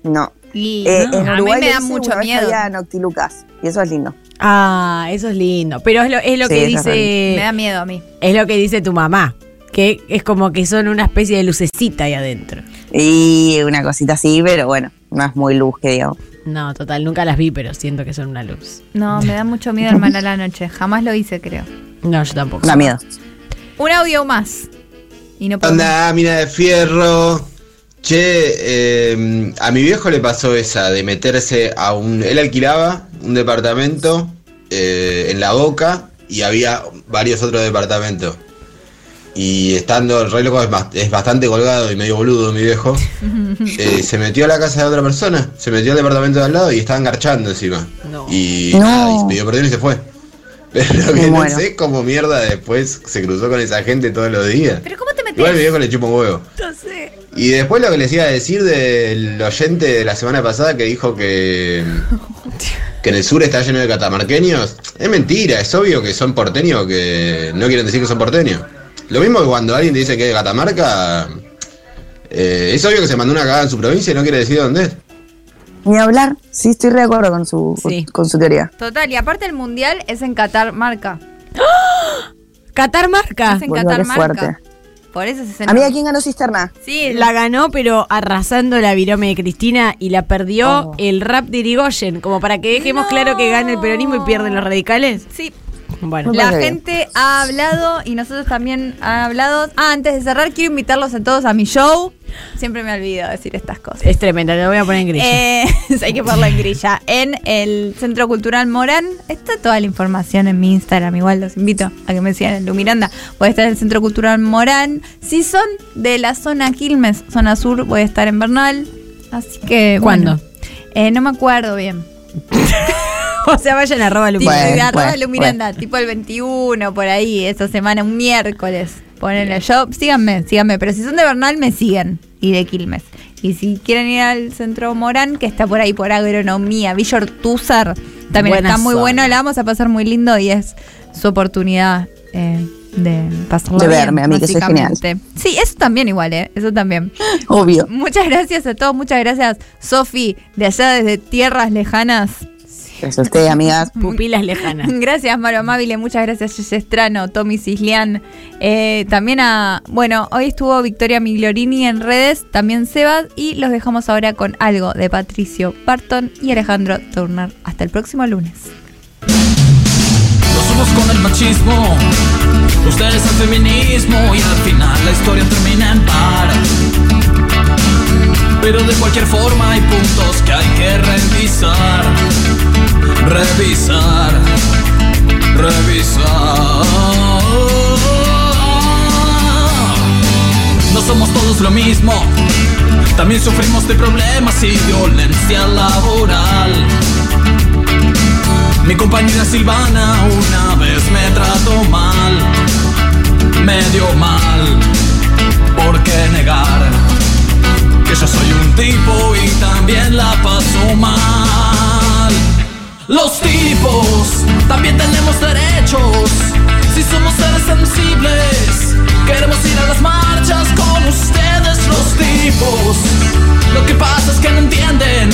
No.
Y
Eh, en
a mí
Uruguay
me da
hice
mucho
una vez que
miedo.
había noctilucas, y eso es lindo.
Ah, eso es lindo. Pero es lo, es lo
Sí, eso
que
es
dice.
lindo. Me da
miedo a mí.
Es lo que dice tu mamá. Que es como que son una especie de lucecita ahí adentro.
Y una cosita así, pero bueno, no es muy luz que digamos.
No, total, nunca las vi, pero siento que son una luz.
No, me da mucho miedo el mal a la noche. Jamás lo hice, creo.
No, yo tampoco.
Da miedo.
Un audio más. Y no
¿Qué
podemos-
onda, ah, mina de fierro? Che, eh, a mi viejo le pasó esa de meterse a un... Él alquilaba un departamento eh, en La Boca y había varios otros departamentos. Y estando el reloj es, bas- es bastante colgado y medio boludo mi viejo, eh, se metió a la casa de otra persona, se metió al departamento de al lado y estaban garchando encima. Y, nada, y pidió perdón y se fue. Pero
Me
que no
muero.
sé cómo mierda después se cruzó con esa gente todos los días.
Pero ¿cómo te metes?
Igual mi viejo le chupa un huevo.
No sé.
Y después lo que les iba a decir del oyente de la semana pasada que dijo que, que en el sur está lleno de catamarqueños, es mentira, es obvio que son porteños que no quieren decir que son porteños. Lo mismo que cuando alguien te dice que es de Catamarca, eh, es obvio que se mandó una cagada en su provincia y no quiere decir dónde es.
Ni hablar, sí, estoy re de acuerdo con su, con su teoría.
Total, y aparte el mundial es en Qatar Marca. ¡Ah!
Qatar Marca.
Es en
Boludo,
Qatar
qué
Marca.
fuerte.
Por eso se
Amiga, ¿quién ganó Cisterna?
Sí,
La ganó, pero arrasando la virome de Cristina y la
Oh.
perdió el rap de Irigoyen. Como para que dejemos claro que gana el peronismo y pierden los radicales.
Sí.
Bueno,
La gente ha hablado y nosotros también ha hablado. Ah, antes de cerrar, quiero invitarlos a todos a mi show. Siempre me olvido decir estas cosas.
Es tremenda, lo voy a poner en gris.
Eh, hay que ponerlo en grilla. En el Centro Cultural Morán. Está toda la información en mi Instagram. Igual los invito a que me sigan en Lu Miranda. Voy a estar en el Centro Cultural Morán. Si son de la zona Quilmes, zona sur, voy a estar en Bernal. Así que.
¿Cuándo?
bueno. Eh, no me acuerdo bien.
o sea, vayan a arroba
Tipo,
Lumiranda.
de arroba Lu Miranda, tipo el 21, por ahí, esa semana, un miércoles. Ponenle yo, síganme, síganme. Pero si son de Bernal, me siguen. Y de Quilmes. Y si quieren ir al centro Morán, que está por ahí por agronomía, Villa Ortúzar, también
Buena
está muy
zona.
bueno, la vamos a pasar muy lindo y es su oportunidad eh, de pasarlo
De
bien,
verme a mí, que soy genial.
básicamente. Sí, eso también igual, ¿eh? Eso también.
Obvio.
Muchas gracias a todos, muchas gracias, Sofi, de allá desde tierras lejanas.
Es usted, Este, amigas.
Pupilas lejanas.
Gracias, Maro Amabile. Muchas gracias, Jess Estrano, Tommy Cislián. Eh, también a. Bueno, hoy estuvo Victoria Migliorini en redes, también Sebas. Y los dejamos ahora con algo de Patricio Barton y Alejandro Turner. Hasta el próximo lunes.
Los somos con el machismo, ustedes al feminismo y al final la historia termina en par. Pero de cualquier forma hay puntos que hay que revisar, revisar, revisar. No somos todos lo mismo, también sufrimos de problemas y violencia laboral. Mi compañera Silvana una vez me trató mal, medio mal. ¿Por qué negar que yo soy un tipo y también la paso mal?
los tipos, también tenemos derechos. Si somos seres sensibles, queremos ir a las marchas con ustedes los tipos. Lo que pasa es que no entienden